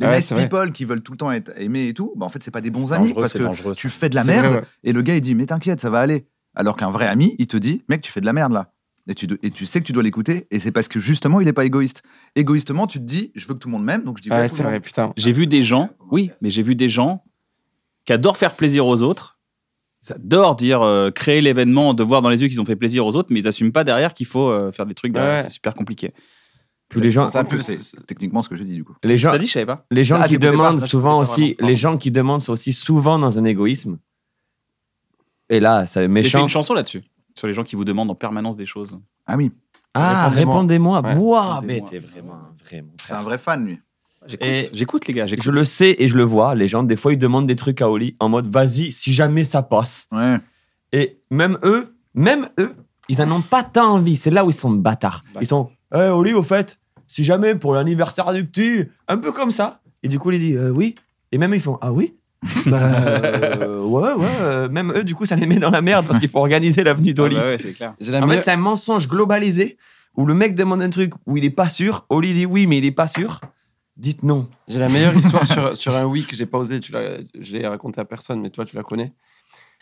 Les
Ah ouais,
nice
c'est vrai.
people qui veulent tout le temps être aimés et tout, bah en fait, c'est pas des bons
C'est
amis
dangereux,
parce
c'est
que
dangereux, ça.
tu fais de la
C'est vrai,
merde
ouais.
et le gars il dit mais t'inquiète, ça va aller. Alors qu'un vrai ami, il te dit mec, tu fais de la merde là. Et tu, do- et tu sais que tu dois l'écouter et c'est parce que justement, il est pas égoïste. Égoïstement, tu te dis je veux que tout le monde m'aime donc je dis oui à
Ouais,
tout
c'est
le
vrai,
monde.
putain.
J'ai vu des gens, oui, mais j'ai vu des gens qui adorent faire plaisir aux autres, ils adorent dire euh, créer l'événement, de voir dans les yeux qu'ils ont fait plaisir aux autres, mais ils assument pas derrière qu'il faut euh, faire des trucs derrière.
Ouais.
C'est super compliqué.
Puis les gens,
Ça peut,
c'est-
c'est c'est techniquement ce que j'ai dit du coup.
les gens,
T'as dit, je savais pas.
Les gens
Ah,
qui
t'écoutais pas,
demandent
ça, je
souvent
t'écoutais pas
aussi,
vraiment,
les
pardon.
gens qui demandent sont aussi souvent dans un égoïsme. Et là, c'est
J'ai fait
méchant.
une chanson là-dessus sur les gens qui vous demandent en permanence des choses.
Ah oui,
Ah,
Répondez-moi.
répondez-moi.
Ouais.
Ouah, mais
Répondez-moi.
t'es vraiment, vraiment.
c'est un vrai fan lui.
J'écoute,
Et-
j'écoute, les gars. J'écoute.
Je le sais et je le vois. Les gens, des fois, ils demandent des trucs à Oli en mode vas-y, si jamais ça passe.
Ouais.
Et même eux, même eux, ils en ont pas tant envie. C'est là où ils sont bâtards. Ils sont, hé Oli, au fait, si jamais pour l'anniversaire du petit, un peu comme ça. Et du coup, il dit Euh, oui. Et même eux, ils font ah [laughs] oui. bah euh, ouais ouais euh, même eux du coup ça les met dans la merde parce qu'il faut organiser l'avenue
Ah
d'Oli
bah ouais, c'est clair.
J'ai la
en fait
meilleure-
c'est un mensonge globalisé où le mec demande un truc où il est pas sûr Oli dit oui mais il est pas sûr dites non
J'ai la meilleure histoire sur, [laughs] sur un oui que j'ai pas osé. Tu l'as- je l'ai raconté à personne, mais toi, tu la connais.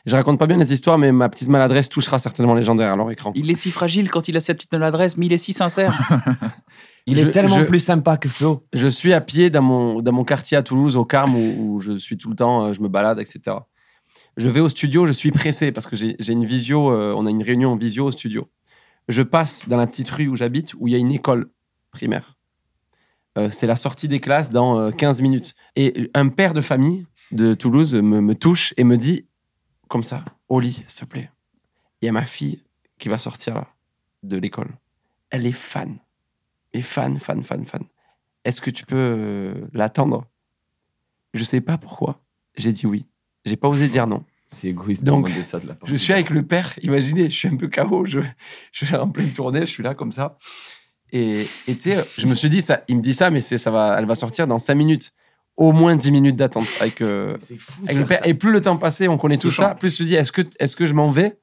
Je raconte pas bien les histoires, mais ma petite maladresse touchera certainement les gens derrière leur écran.
Il est si fragile quand il a cette petite maladresse, mais il est si sincère.
il
Je-
est tellement
je-
plus sympa que Flo
Je suis à pied dans mon, dans mon quartier à Toulouse, au Carme, où, où je suis tout le temps, euh, je me balade, etc. Je vais au studio, je suis pressé parce que j'ai j'ai une visio, euh, on a une réunion en visio au studio. je passe dans la petite rue où j'habite, où il y a une école primaire. Euh, c'est la sortie des classes dans euh, 15 minutes. Et un père de famille de Toulouse me, me touche et me dit, comme ça, au lit, s'il te plaît, il y a ma fille qui va sortir là, de l'école. Elle est fan. Mais fan, fan, fan, fan. Est-ce que tu peux euh, l'attendre Je sais pas pourquoi. J'ai dit oui. J'ai pas osé dire non.
C'est égoïste
Donc,
de demander ça de la part
[laughs] Je suis avec le père, imaginez, je suis un peu KO, je, je suis en pleine tournée, je suis là comme ça. Et et tu sais, je me suis dit, ça, il me dit ça, mais c'est- ça va, elle va sortir dans 5 minutes. Au moins 10 minutes d'attente avec, euh,
fou de
avec le
faire
père. Et plus le temps passait, on connaît tout
touchant.
ça, plus je me dis, est-ce que, est que je m'en vais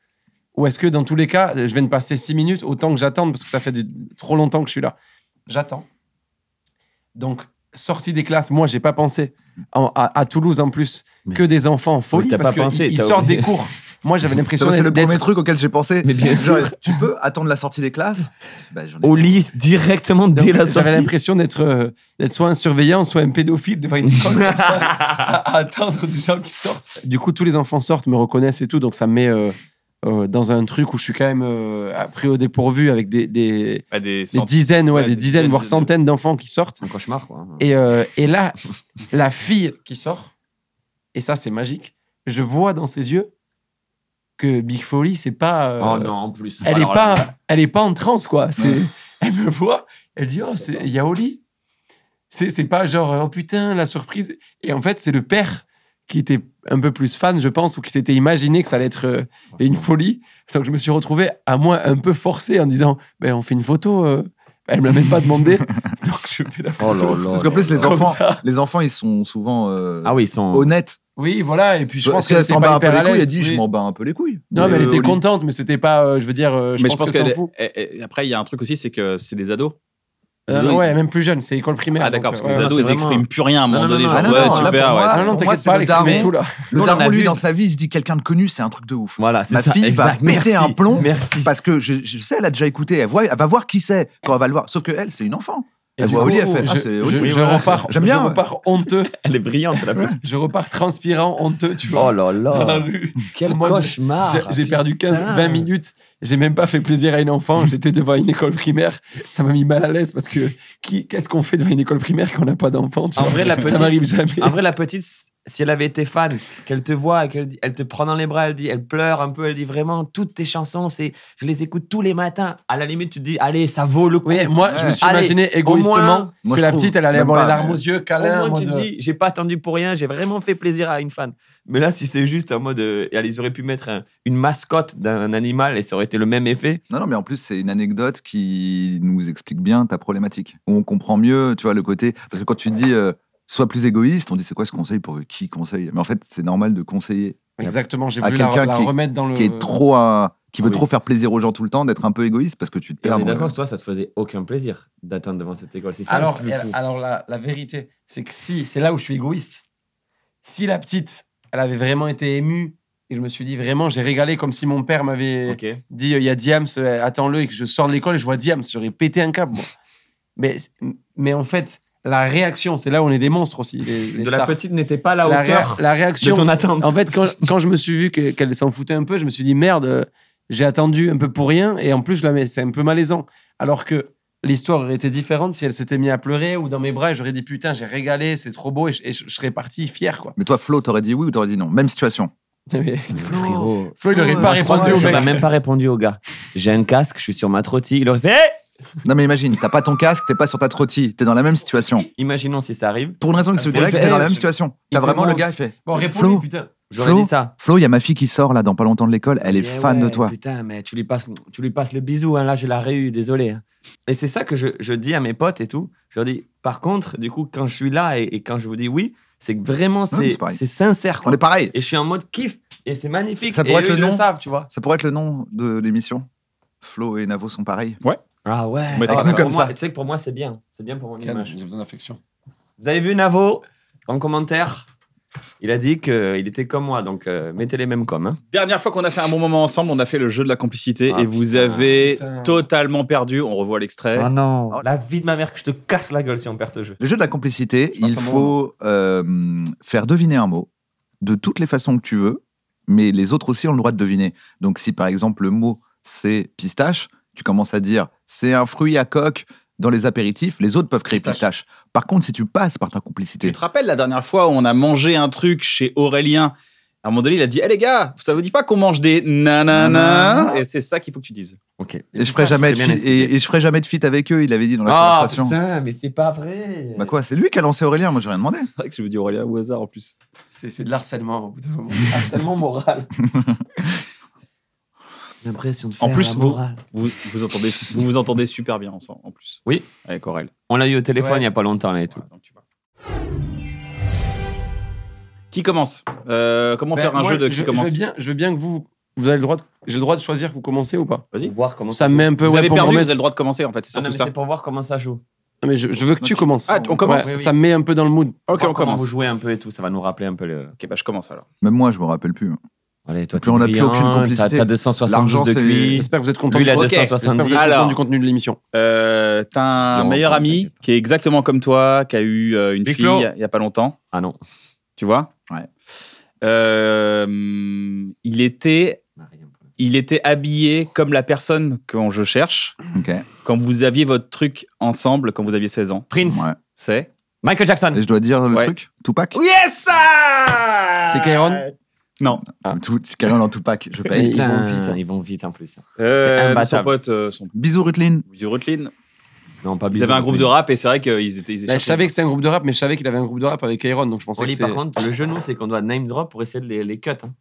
Ou est-ce que dans tous les cas, je vais me passer 6 minutes autant que j'attende, parce que ça fait du- trop longtemps que je suis là J'attends. Donc, sortie des classes, moi, j'ai pas pensé En- à, à Toulouse en plus que des enfants en folie
t'as
parce
pas pensé,
qu'ils
t'as
sortent
oublié.
des cours.
[laughs]
Moi, j'avais l'impression
Ça, C'est le
d'être
premier truc auquel j'ai pensé.
Mais bien
Genre,
sûr.
Tu peux attendre la sortie des classes Bah, j'en ai-
Au lit, directement dès
Donc,
la
J'avais
sortie.
l'impression d'être euh, d'être soit un surveillant, soit un pédophile devant une école
[laughs]
comme ça, à, à attendre des gens qui sortent. Du coup, tous les enfants sortent, me reconnaissent et tout, donc ça me met euh, euh, dans un truc où je suis quand même euh, pris au dépourvu avec des, des,
Bah, des,
des
cent-
dizaines,
ouais,
ouais, des,
des
dizaines,
dizaines
voire
de-
centaines d'enfants qui sortent.
C'est un cauchemar, quoi.
Et, euh, et
[laughs]
là, la fille qui sort, et ça, c'est magique, je vois dans ses yeux que Big Folly, c'est pas. euh,
oh non, en plus.
elle est
Alors là,
pas elle est pas en transe quoi c'est elle me voit elle dit oh c'est il y a Oli c'est c'est pas genre oh putain la surprise et en fait c'est le père qui était un peu plus fan je pense ou qui s'était imaginé que ça allait être euh, une folie donc je me suis retrouvé à moi un peu forcé en disant ben on fait une photo euh. elle me l'a même
[laughs]
pas demandé donc je fais la
Oh
photo
là là.
Parce qu'en plus, les
Comme
enfants,
ça.
les enfants, ils sont souvent euh,
Ah oui, ils sont.
honnêtes.
oui voilà et puis je pense
Bah, si
qu'elle
elle
était
s'en bat
pas
un peu
hyper
les
à
couilles,
l'aise
elle dit
oui.
je m'en bats un peu les couilles.
non mais elle
Euh,
était
Oli-
contente mais c'était pas euh, je veux dire euh, je,
mais
pense que,
qu'elle
s'en fout.
est- elle- elle- après, il y a un truc aussi, c'est que c'est des ados. Des
Ah
Euh,
ados,
ouais
ils-
même plus jeune c'est école primaire
Ah, d'accord,
donc,
parce que les
euh, ouais,
ados,
c'est
ils
vraiment-
expriment plus rien à un
Non,
moment
non,
donné.
non,
ils
Ah
font,
non,
ouais,
non, là,
super,
pour
ouais.
moi,
Ah non,
pour moi,
t'inquiète
c'est
pas,
le
Alex, mais-
daron.
Nous,
Le
on en a
daron, lui,
vu.
dans sa vie, il se dit quelqu'un de connu, c'est un truc de ouf.
Voilà, c'est
Ma
ça.
fille
exact.
va péter
Merci.
un plomb.
Merci.
Parce que je, je sais, elle a déjà écouté. Elle, voit, elle va voir qui c'est quand elle va le voir. Sauf que elle, c'est une enfant.
Et
Elle
du
voit
coup,
Oli, elle fait,
je-
ah, c'est Oli.
je-
Oui,
je
voilà.
repars,
J'aime
je
bien, ouais.
repars honteux,
Elle est brillante, la plus.
je repars transpirant, honteux, tu vois.
Oh là
dans la
là.
rue.
Quel
Moi,
Ah,
cauchemar.
J'ai- J'ai perdu 15,
Putain.
20 minutes. J'ai même pas fait plaisir à une enfant. J'étais devant une école primaire. Ça m'a mis mal à l'aise parce que qui, qu'est-ce qu'on fait devant une école primaire quand on n'a pas d'enfant tu
En
vois
vrai, Ah, la
Ça
petite- Ah.
m'arrive jamais.
En vrai, la petite, si elle avait été fan, qu'elle te voit, et qu'elle dit- elle te prend dans les bras, elle dit, elle pleure un peu, elle dit vraiment toutes tes chansons, c'est, je les écoute tous les matins. À la limite, tu te dis, allez, ça vaut le coup.
Oui, moi, je me suis
Allez,
imaginé
Au moins,
égoïstement
Moi,
que
je
la
trouve
petite, elle allait
même
avoir
pas,
les larmes
mais-
aux yeux,
Au
câlin. en
moins, tu
mode-
te dis, j'ai pas attendu pour rien, j'ai vraiment fait plaisir à une fan. Mais là, si c'est juste en mode, euh, ils auraient pu mettre un- une mascotte d'un animal et ça aurait été le même effet.
Non, non, mais en plus, c'est une anecdote qui nous explique bien ta problématique. On comprend mieux, tu vois, le côté. Parce que quand tu dis euh, sois plus égoïste, on dit c'est quoi ce conseil pour qui conseille Mais en fait, c'est normal de conseiller
euh, Exactement, j'ai
À
voulu la,
quelqu'un
la
qui-
remettre dans le.
qui est trop un- qui veut
Mmh. Oui.
trop faire plaisir aux gens tout le temps, d'être un peu égoïste parce que tu te
Et
perds.
on est
dans le-
d'accord, toi, ça te faisait aucun plaisir d'attendre devant cette école. C'est ça.
Alors,
le plus
elle-
fou.
alors la, la vérité, c'est que si, c'est là où je suis égoïste. Si la petite, elle avait vraiment été émue, et je me suis dit vraiment, j'ai régalé comme si mon père m'avait
Ok.
dit, il y a Diams, euh, attends-le, et que je sors de l'école et je vois Diams, j'aurais pété un câble, moi. Mais, mais en fait, la réaction, c'est là où on est des monstres aussi. Les, les
de la
stars.
petite n'était pas à la
La
hauteur
réa- la
de
réaction,
ton attente.
[laughs]
en fait, quand, quand je me suis vu que- qu'elle s'en foutait un peu, je me suis dit merde, euh, j'ai attendu un peu pour rien et en plus, je la mets- c'est un peu malaisant. Alors que l'histoire aurait été différente si elle s'était mise à pleurer ou dans mes bras, et j'aurais dit putain, j'ai régalé, c'est trop beau et je, et je- je serais parti fier quoi.
Mais toi, Flo, t'aurais dit oui ou t'aurais dit non Même situation.
[laughs] Mais
Mais frérot,
Flo, il aurait
Flo,
pas
je crois
répondu
que
au
je
mec.
J'aurais même pas répondu au gars. J'ai un casque, je suis sur ma trottille. Il aurait fait Hey
Non, mais imagine, t'as pas ton casque, t'es pas sur ta trottie, t'es dans la même situation.
Imaginons si ça arrive.
Pour une raison qui se
Après,
direct,
il
t'es
fait,
dans la
eh,
même
je-
situation.
il
T'as
fait
vraiment
moi,
le gars, il fait
Bon,
Flo,
réponds putain.
J'aurais
Flo
dit ça.
Flo, il y a ma fille qui sort là dans pas longtemps de l'école, elle est
Eh
fan de
ouais,
toi.
Putain, mais tu lui passes, tu lui passes le bisou. hein, là, je la réu, désolé. hein. Et c'est ça que je, je dis à mes potes et tout. Je leur dis, par contre, du coup, quand je suis là et, et quand je vous dis oui, c'est que vraiment,
mais
c'est
c'est pareil.
c'est sincère.
On
quoi.
est pareil.
Et je suis en mode kiff. Et c'est magnifique.
Ça
et
pourrait être
eux,
le
ils
nom.
le savent, tu vois.
Ça pourrait être le nom de l'émission. Flo et Navo sont pareils.
Ah ouais.
Mais
Ah,
t'as
ça,
vu comme
pour moi-
ça.
Tu sais que pour moi, c'est bien. C'est bien pour mon image.
J'ai besoin d'affection.
Vous avez vu Navo en commentaire Il a dit qu'il était comme moi, donc euh, mettez les mêmes comme. hein.
Dernière fois qu'on a fait un bon moment ensemble, on a fait le jeu de la complicité
Ah,
et vous
putain,
avez
putain.
totalement perdu. On revoit l'extrait.
Ah non.
Oh.
La vie de ma mère que je te casse la gueule si on perd ce jeu.
Le jeu de la complicité,
passe
il
un bon
faut euh, faire deviner un mot de toutes les façons que tu veux, mais les autres aussi ont le droit de deviner. Donc si par exemple le mot c'est pistache, tu commences à dire c'est un fruit à coque dans les apéritifs, les autres peuvent créer pistache. Par contre, si tu passes par ta complicité,
Tu te rappelles la dernière fois où on a mangé un truc chez Aurélien À un moment donné, il a dit Eh les gars, ça vous dit pas qu'on mange des nanana Et c'est ça qu'il faut que tu dises.
Ok.
et je ferai jamais de
bien
fit-
expliqué.
et, et je ferai jamais de fit avec eux, il avait dit dans la
Ah
conversation.
putain, mais c'est pas vrai.
Bah quoi, c'est lui qui a lancé Aurélien, moi j'ai rien demandé.
C'est vrai que je me dis Aurélien au hasard en plus.
C'est c'est de l'harcèlement au bout d'un moment.
Harcèlement moral. L'impression de faire
En plus,
la
vous
morale.
vous, vous entendez, vous vous entendez super bien ensemble en plus.
Oui.
Avec Aurel.
On l'a eu au téléphone
Ouais.
il y a pas longtemps là et tout.
Voilà, donc tu vois. Qui commence Euh, Comment
Ben,
faire un
moi,
jeu de
je,
qui
Je
commence
veux bien, je veux bien que vous, vous avez le droit, de- j'ai le droit de choisir que vous commencez ou pas.
Vas-y.
Voir comment
Ça
ça
me met un peu
Vous
ouais,
avez
pour me
perdu, vous
remettre-
avez le droit de commencer en fait, c'est
Ah, non,
surtout
mais
ça.
c'est pour voir comment ça joue.
Mais je, je veux que tu commences.
Ah, on commence
Ouais,
Oui, oui.
Ça me met un peu dans le mood.
Ok, on
Voir comment
commence.
vous jouez un peu et tout, ça va nous rappeler un peu le.
Ok, bah je commence alors.
Même moi, je me rappelle plus.
Allez, toi,
Puis
t'es
on n'a plus
brillant,
aucune
t'as-
complicité.
T'as 272
L'argent,
de
c'est-
QI.
J'espère que vous êtes content
Lui, il
du
a
Ok.
J'espère que vous
270.
êtes
Alors.
content du contenu de l'émission.
Euh, T'as un
Zéro,
meilleur
bon,
ami
t'inquiète pas.
qui est exactement comme toi, qui a eu euh, une
Big
fille
Flo.
il y a pas longtemps.
Ah non.
tu vois
Ouais.
Euh, hum, il était il était habillé comme la personne que je cherche
Ok.
quand vous aviez votre truc ensemble quand vous aviez 16 ans
Prince.
Ouais.
c'est
Michael Jackson.
Et je dois dire le
Ouais.
truc Tupac
yes
C'est Kairon Ah.
Tout, Carole en Tupac, je paye.
Et-
Putain,
Ils vont vite, hein.
Ils vont vite en plus. C'est
euh,
imbattable.
son pote euh, son
Bisous Rutlin.
Busy Rutlin
Non, pas
ils avaient un groupe de rap et c'est vrai qu'ils étaient ils
Là, Bah, je
cherchaient-
savais que c'était un groupe de rap, mais je savais qu'il avait un groupe de rap avec Iron, donc je pensais
Oli,
que
par
c'était.
contre, le genou, c'est qu'on doit name drop pour essayer de les, les cut. hein.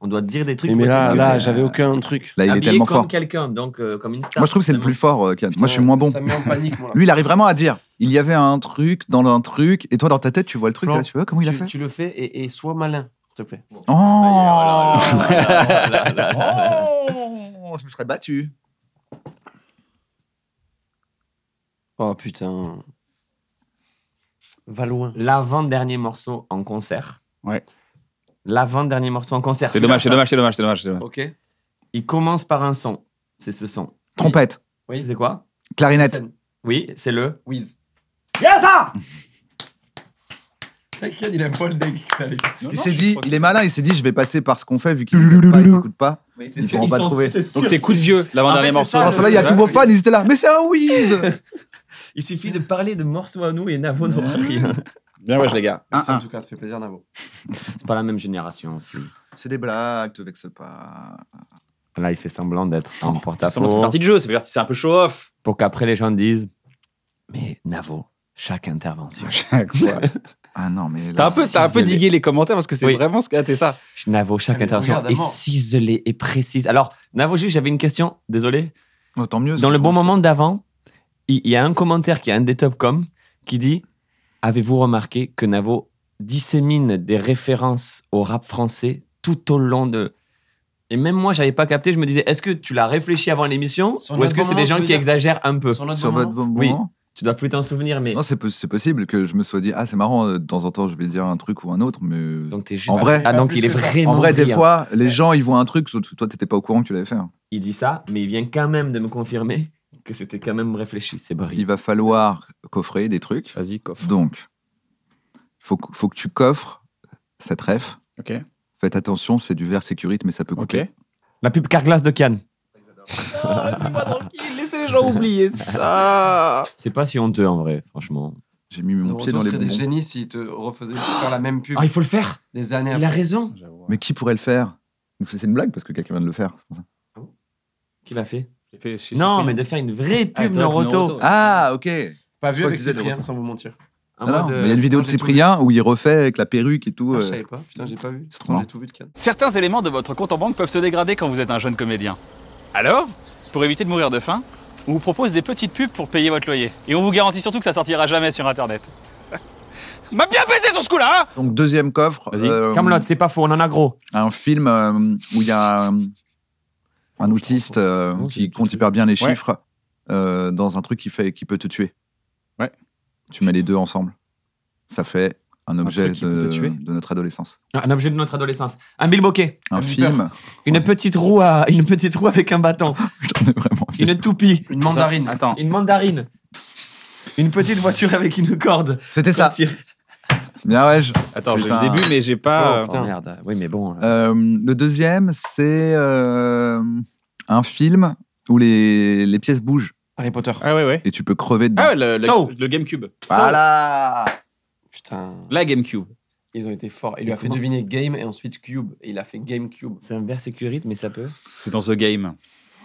On doit dire des trucs.
Mais, mais
pour
là,
essayer de
là,
cutter.
j'avais aucun truc.
Là, il est
Habillé
tellement
comme
fort.
quelqu'un, donc euh, comme une star.
Moi, je trouve que c'est le plus
forcément.
fort, euh, Kian. Moi, je suis moins bon.
Ça me met en panique, moi. là.
Lui, il arrive vraiment à dire il y avait un truc dans un truc, et toi, dans ta tête, tu vois le truc,
Flan,
et là, tu vois comment il a
tu,
fait
tu le fais et, et sois malin, s'il te plaît.
Oh
Ah, là, là, là, là, là, là.
Oh Je me serais battu.
Oh putain. Va loin.
L'avant-dernier morceau en concert.
Ouais.
L'avant-dernier morceau en concert.
c'est dommage c'est dommage c'est dommage c'est dommage c'est dommage
Ok.
Il commence par un son. C'est ce son.
Trompette,
Oui. C'est quoi
clarinette,
Oui, c'est le.
Wiz.
Yes, ça
T'inquiète, il a pas le deck.
Non, non,
il s'est
je
dit,
crois que-
il est malin, il s'est dit, je vais passer par ce qu'on fait, vu qu'il n'écoute pas, il écoute pas.
c'est
sûr, ils sont- c'est
donc c'est coup de vieux l'avant-dernier
En fait,
morceau
Ah c'est
Alors,
ça,
ça là, il y a tous vos fans, ils étaient là. Mais c'est un whiz
Il suffit de parler de morceaux à nous et Navo n'aura rien.
bien ouais les gars Un,
En
un.
tout cas, ça fait plaisir, Navo.
C'est pas la même génération aussi.
C'est des blagues, te vexe pas.
Là, il fait semblant d'être en porte à
ça fait partie du jeu ça fait partie- c'est un peu show off
pour qu'après les gens disent Mais Navo, chaque intervention.
Ah non, mais
t'as
là,
un peu t'as un peu digué les commentaires parce que c'est
Oui.
vraiment ce qu'a été ça
Navo, chaque
Mais
intervention
regarde,
est
Amand.
ciselée et précise. Alors, Navo, juste, j'avais une question, désolé.
oh, tant mieux.
Dans le
c'est-
bon moment d'avant, il il y a un commentaire qui est un des topcoms qui dit Avez-vous remarqué que Navo dissémine des références au rap français tout au long de. Et même moi, j'avais pas capté. Je me disais, est-ce que tu l'as réfléchi avant l'émission
Sur
ou est-ce
notre
que c'est
moment,
des
tu
gens
veux
qui
dire
exagèrent un peu
Sur notre
Sur votre
moment,
bon
Oui.
moment.
Tu dois plus t'en souvenir, mais.
Non, c'est po- c'est possible que je me sois dit, ah, c'est marrant, euh, de temps en temps, je vais dire un truc ou un autre, mais.
Donc t'es juste.
En vrai,
ah, donc
plus
il est
que ça.
vraiment.
en vrai, des
brillant.
fois, les gens, ils voient un truc, surtout toi, t'étais pas au courant que tu l'avais fait. hein.
Il dit ça, mais il vient quand même de me confirmer que c'était quand même réfléchi. C'est brillant.
Il va falloir coffrer des trucs.
vas-y coffre
Donc, faut, que- faut que tu coffres cette ref.
Ok.
Faites attention, c'est du verre sécurité, mais ça peut
ok
coûter.
La pub Carglass de Cannes.
c'est pas tranquille laissez les gens oublier ça
C'est pas si honteux en vrai, franchement.
J'ai mis mon
Navo,
pied
toi,
dans les
serais des
bonbons.
génies s'ils te refaisaient faire la même pub
Ah, il faut le faire
des années
Il a
après.
raison
Mais qui pourrait le faire C'est une blague parce que quelqu'un vient de le faire. c'est pour ça.
Qui l'a fait
J'ai fait- j'ai
Non,
fait-
mais de faire une vraie
Ah,
pub
toi, avec
Noroto.
Noroto.
Ah, ok.
Pas vu
Je crois
avec
qu'ils étaient
Cyprien,
refait.
sans vous mentir.
En
Ah non,
mode,
mais il y a une
euh,
vidéo
moi,
de
j'ai tout
Cyprien où il refait avec la perruque et tout.
Ah,
euh,
je savais pas. Putain, j'ai pas vu.
C'est trop
Pourtant,
marrant.
J'ai tout vu de Cannes.
Certains éléments de votre compte en banque peuvent se dégrader quand vous êtes un jeune comédien. Alors, pour éviter de mourir de faim, on vous propose des petites pubs pour payer votre loyer. Et on vous garantit surtout que ça sortira jamais sur Internet. [laughs] M'a bien baisé sur ce coup-là, hein
Donc, deuxième coffre.
Vas-y.
euh,
Camelot, c'est pas faux, on en a gros.
un film euh, où il y a un, un autiste euh,
Non, c'est
qui
tout
compte
fait.
hyper bien les
Ouais.
chiffres euh, dans un truc qui, fait, qui peut te tuer.
Ouais.
Tu mets les deux ensemble. Ça fait un objet
truc qui peut
de,
te tuer.
de notre adolescence.
Ah, Un objet de notre adolescence. Un bilboquet.
Un film. [laughs]
Une petite roue, à- une petite roue avec un [laughs] bâton.
J'en ai vraiment envie.
Une toupie.
Une mandarine.
attends
Une mandarine. Une petite voiture avec une corde.
C'était ça.
Qu'on tire.
Bien ouais. je-
Attends, j'ai
Putain.
le début, mais j'ai pas.
Oh, merde. Oui, mais bon.
Euh, le deuxième, c'est euh, un film où les, les pièces bougent.
Harry Potter.
Ah ouais, ouais.
Et tu peux crever dedans.
Ah ouais, le, le-
Saw.
le GameCube.
Voilà
Putain,
La GameCube.
ils ont été forts. Il lui a
Mais
fait
comment-
deviner Game et ensuite Cube. Et il a fait GameCube.
C'est un versecurite, mais ça peut.
C'est dans The Game.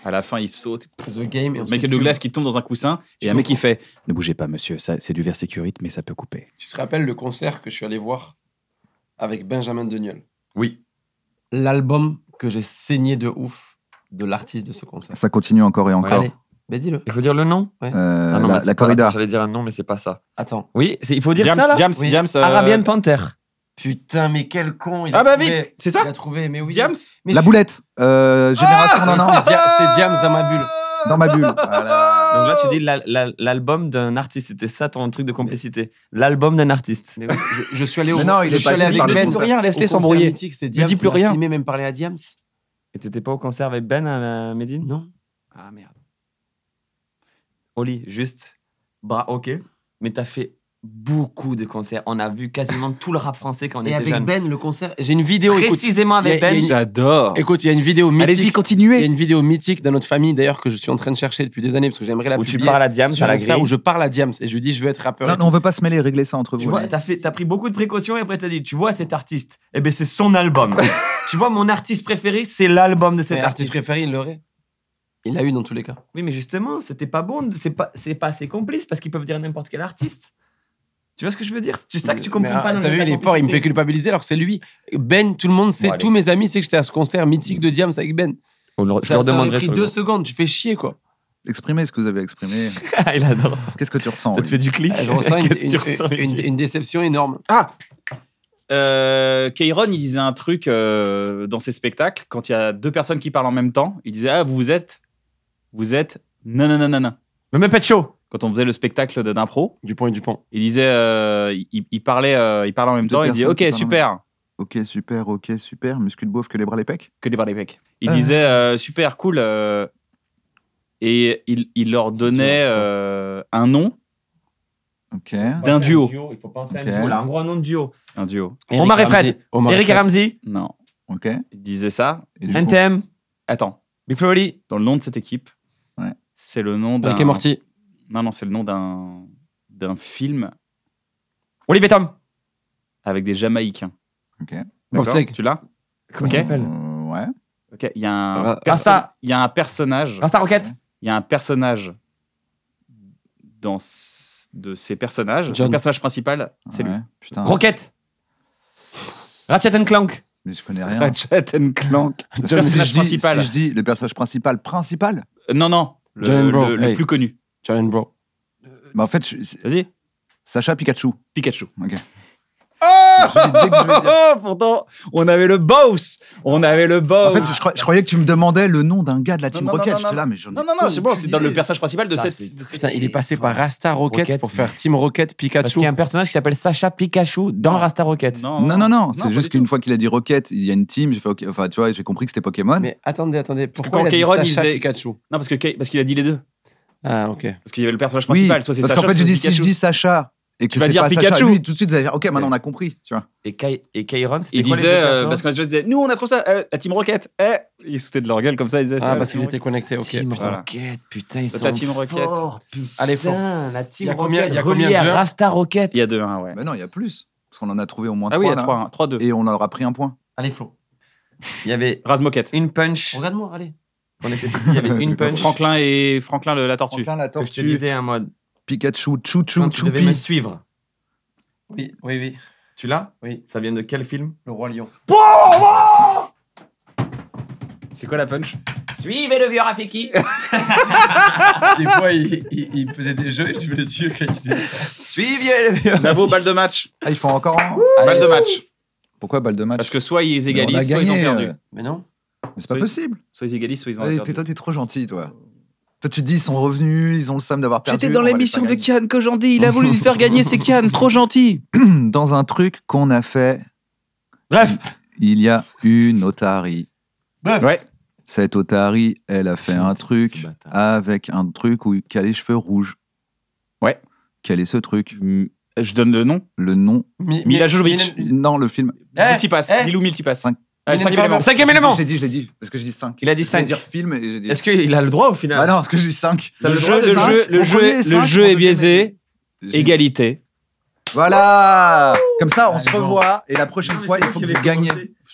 À la fin, il saute.
The Game et ensuite
Michael
Cube.
Douglas qui tombe dans un coussin. Et
Tu
un mec qui
comprends.
fait Ne bougez pas, monsieur, ça, c'est du verre sécurité, mais ça peut couper.
Tu te rappelles le concert que je suis allé voir avec Benjamin Deniol
Oui.
L'album que j'ai saigné de ouf de l'artiste de ce concert.
Ça continue encore et encore.
Allez, ben dis-le.
Il faut dire le nom
Euh,
Ah non,
la,
mais
la
c'est pas-
corrida.
J'allais dire un nom, mais c'est pas ça.
Attends.
Oui, c'est- il faut dire
James,
ça là
James,
Oui.
James. euh,
Arabian Panther.
Putain, mais quel con il a
Ah bah
trouvé.
vite C'est
Il
ça
a trouvé, mais oui.
James
Mais
la
je-
boulette. Euh, génération.
Ah,
non, non,
C'était Dia- c'était James dans ma bulle.
dans ma bulle.
Ah,
Voilà.
Donc là, tu dis la- la- l'album d'un artiste. C'était ça ton truc de complicité. L'album d'un artiste.
Mais oui, je, je suis allé au.
Mais non, il
je
est
suis
passé
allé avec
par le
Ben.
concert.
Au
laisse-les
concert
s'embrouiller.
mythique, c'était Diams,
dis plus
il a
rien.
filmé, même parlé à Diams.
Et t'étais pas au concert avec Ben à la Médine
Non. Ah merde.
Oli, juste. Bra, ok. Mais t'as fait beaucoup de concerts. On a vu quasiment tout le rap français quand on
Et
était
avec
jeune.
Ben, le concert. J'ai une vidéo. Écoute,
Précisément avec
il y a- il y a
Ben.
une-
J'adore.
écoute, il y a une vidéo
Allez-y,
mythique. Il y a
continuez.
une vidéo mythique dans notre famille, d'ailleurs, que je suis en train de chercher depuis des années parce que j'aimerais la
Où tu
publier.
parles à Diams
sur
à la
Insta,
grille.
où je parle à Diams et je lui dis je veux être rappeur.
Non,
et
non, on veut pas se mêler, régler ça entre
Tu
vous.
vois,
allez.
t'as, fait, t'as pris beaucoup de précautions et après t'as dit, tu vois cet artiste, eh ben c'est son
[laughs]
album. tu vois, mon artiste préféré, c'est l'album de
Cet
cet
artiste
artiste.
préféré, il l'aurait. Il l'a eu dans tous les cas.
Oui, mais justement, c'était pas bon, c'est pas, c'est pas assez complice parce qu'ils peuvent dire n'importe quel artiste. Tu vois ce que je veux dire C'est ça que tu comprends
Mais,
pas.
ah,
dans
T'as
le-
vu,
la
il est fort, il me fait
complicité.
culpabiliser alors que c'est lui. Ben, tout le monde sait,
Bon, allez.
tous mes amis savent que j'étais à ce concert mythique de Diams avec Ben.
On leur- je
Ça
leur
ça aurait
demanderai
pris
sur le
deux secondes, tu fais
[laughs]
chier quoi.
Exprimez ce que vous avez exprimé.
groupe. [laughs] Il adore ça.
Qu'est-ce que tu ressens
Ça te
Olivier
fait du clic.
Ah, Je ressens une,
Qu'est-ce [laughs] que tu
une-
ressens,
une-
Lucie
une déception énorme.
Ah.
Euh, Kairon, il disait un truc euh, dans ses spectacles. Quand il y a deux personnes qui parlent en même temps, il disait Ah, vous êtes. Vous êtes. Non, non, non, non, non.
Le Muppet Show.
Quand on faisait le spectacle de- d'impro,
Du point et du pont.
il disait. euh, il, il parlait, euh, il parlait en même
Deux
temps. Il disait
personnes qui
Ok,
parlent en
super.
Ok, super, ok, super. Muscu de bouffe que les bras les pecs.
Que des les mecs. Il
Euh.
disait euh, Super, cool. euh, et il, il leur donnait euh, un nom
Ok.
d'un duo.
Il faut penser
Ok.
à un duo. Là, en gros, un nom de duo.
Un duo.
Omar et Fred.
Omar et
Eric
Fred.
Ramsey,
Non.
Ok. Et
Il disait ça.
du coup-
NTM,
Attends.
Big Flo et Oli.
dans le nom de cette équipe.
Ouais.
C'est le nom d'un.
Rick et Morty.
Non, non, c'est le nom d'un d'un film
Olivier Tom.
avec des Jamaïcains.
Ok.
D'accord
Boxleg.
Tu l'as
Comment
Ok.
ça s'appelle
Euh, ouais.
Ok. Il y a un.
Ra-
perso-
Rasta.
Il y a un personnage.
Rasta Rocket.
Il y a un personnage dans ce- de ces personnages.
John.
Le personnage principal, c'est
Ouais.
lui.
Ah.
Putain,
Rocket. Ratchet and Clank.
mais je connais rien.
Ratchet and Clank.
Le
John,
personnage
si je dis-
principal.
si
je dis le personnage principal, principal.
Euh, non, non. Le,
John Bro,
le- le
hey.
plus connu.
Challenge bro.
Mais bah, en fait, je- c'est
Vas-y.
Sacha Pikachu.
Pikachu.
Ok.
Oh,
Je me suis dit, dès que je vais dire-
[laughs] Pourtant, on avait le boss. On avait le boss.
En fait, je, crois- je croyais que tu me demandais le nom d'un gars de la Team
non, non,
Rocket.
non,
J'étais
non.
là, mais je
Non, non, non, c'est bon, c'est dans le personnage principal de
Ça,
cette.
c'est-
de cette-
Putain, il est passé par Rasta Rocket,
Rocket.
pour faire Team Rocket
Parce
Pikachu. Ah.
qu'il y a un personnage qui s'appelle Sacha Pikachu dans Rasta Rocket.
Non,
Non, non, non.
pas
C'est
du
juste
tout.
qu'une fois qu'il a dit Rocket, il y a une team. J'ai fait, ok, enfin, tu vois, j'ai compris que c'était Pokémon.
Mais attendez, attendez.
que
Pourquoi
quand
il a
Kairon,
dit
il
Sacha
faisait-
Pikachu
Non, parce que Kay- parce qu'il a dit les deux.
Ah, ok.
Parce qu'il y avait le personnage
oui,
principal, soit c'est
parce
Sacha,
qu'en fait, je
soit
dis
c'est
si je
Pikachu.
dis Sacha et que
Tu vas
c'est
dire
pas Sacha,
Pikachu.
lui, tout de suite, vous allez dire, ok, maintenant on a compris. Tu vois.
Et, Kai, et Kairon, c'était
Il
quoi les
disait,
deux
euh,
persos
parce que je disais, nous on a trop ça, euh, la Team Rocket, eh Ils sautaient de leur gueule comme ça, ils disaient
Ah,
ça.
parce qu'ils étaient connectés, ok.
Team
Voilà.
Rocket, putain, ils
La
sont
Team Rocket.
forts, putain,
Allez, Flo.
la
Il
Team
y a combien-
Rocket
il y a combien
reliée à
de-
Rasta Rocket.
Il y a 2-1, ouais.
Mais non, il y a plus. Parce qu'on en a trouvé au moins
Ah oui, il y
trois.
a 3-1,
là.
3-2.
Et on leur a pris un point.
Allez, Flo.
Il y avait
Razmoket.
une punch.
Regarde-moi, allez.
On était petits, il y avait une punch.
Franklin et Franklin le- la tortue.
Franklin, la
que je te
tortue,
disais en mode,
Pikachu, Chou
quand
Chou,
tu devais me
Choupi.
suivre.
Oui, oui, oui.
Tu l'as
Oui.
Ça vient de
[laughs]
quel film
Le Roi Lion.
C'est quoi la punch
Suivez le vieux Rafiki
Des fois, il, il- il faisait des jeux et je me les yeux quand il disait ça.
Suivez le vieux
Bravo, balle de match.
Ah, ils font encore un.
Balle de match.
Pourquoi balle de match
Parce que soit ils
Mais on a
égalisent, soit ils ont
gagné,
perdu.
euh,
Mais non.
Mais c'est pas
Oui.
possible.
Soit ils égalisent, soit ils ont
Allez,
perdu.
t'es- Toi, t'es trop gentil, toi. Toi, tu te dis, ils sont revenus, ils ont le somme d'avoir perdu. on va les faire gagner.
Kian Kojandi. Il a voulu lui faire gagner, c'est Kian, trop gentil.
Dans un truc qu'on a fait.
Bref.
Il y a une otarie.
Ouais.
Cette otarie, elle a fait un truc
ce bâtard.
avec un truc où qui a les cheveux rouges.
Ouais.
Quel est ce truc
Mm, Je donne le nom.
Le nom
Mi-
Mila
mi-
Jovovich.
mi-
Non, le film.
Multipass.
eh,
Milou Multipass.
Cinq. Allez,
Cinquième élément. Cinquième élément.
J'ai dit, je l'ai dit. Parce que j'ai dit 5.
Il a dit
Je
5.
dire film et j'ai dit.
Est-ce qu'il a le droit au final
Bah non, parce que j'ai dit 5.
T'as
Le
le
jeu, le
droit de
jeu,
cinq.
le
On
jeu,
connaît
le
les cinq,
jeu
on
est
connaît
biaisé. Égalité.
Voilà Comme ça,
Ah,
on se
bon.
revoit et la prochaine fois, il faut que vous gagniez.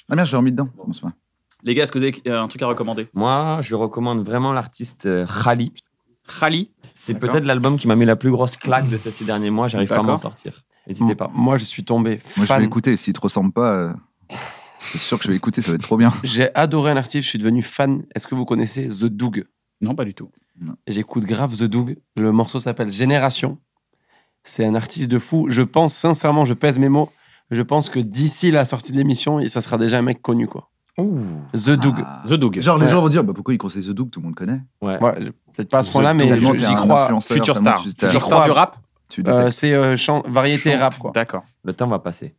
Ah merde, je l'ai remis dedans. Bon, c'est pas grave.
Les gars, est-ce que vous avez euh, un truc à recommander
Moi, je recommande vraiment l'artiste euh, Khali.
Khali
C'est
D'accord.
peut-être l'album qui m'a mis la plus grosse claque de ces six derniers mois. J'arrive pas à m'en
D'accord.
sortir. N'hésitez pas.
Moi, je suis tombé
Moi, je
fan.
vais écouter. S'il te ressemble pas, euh, c'est sûr que je vais écouter, ça va être trop bien.
J'ai adoré un artiste, je suis devenu fan. Est-ce que vous connaissez The Doug
Non, pas du tout.
J'écoute grave The Doug. Le morceau s'appelle Génération. C'est un artiste de fou. Je pense, sincèrement, je pèse mes mots. Je pense que d'ici la sortie de l'émission, ça sera déjà un mec connu, quoi. The Doug.
Ah.
The Dog.
Genre, les
Ouais.
gens vont dire bah, pourquoi il conseille The Doug, tout le monde connaît.
Ouais, Peut-être pas à ce
The
point-là, mais
Tellement
je-
t'es
j'y
un
crois.
influenceur,
Future
tellement
star.
tu- t'as-
Future star du rap
tu
Euh,
détectes.
c'est euh, chan- variété rap, quoi.
D'accord.
Le temps va passer.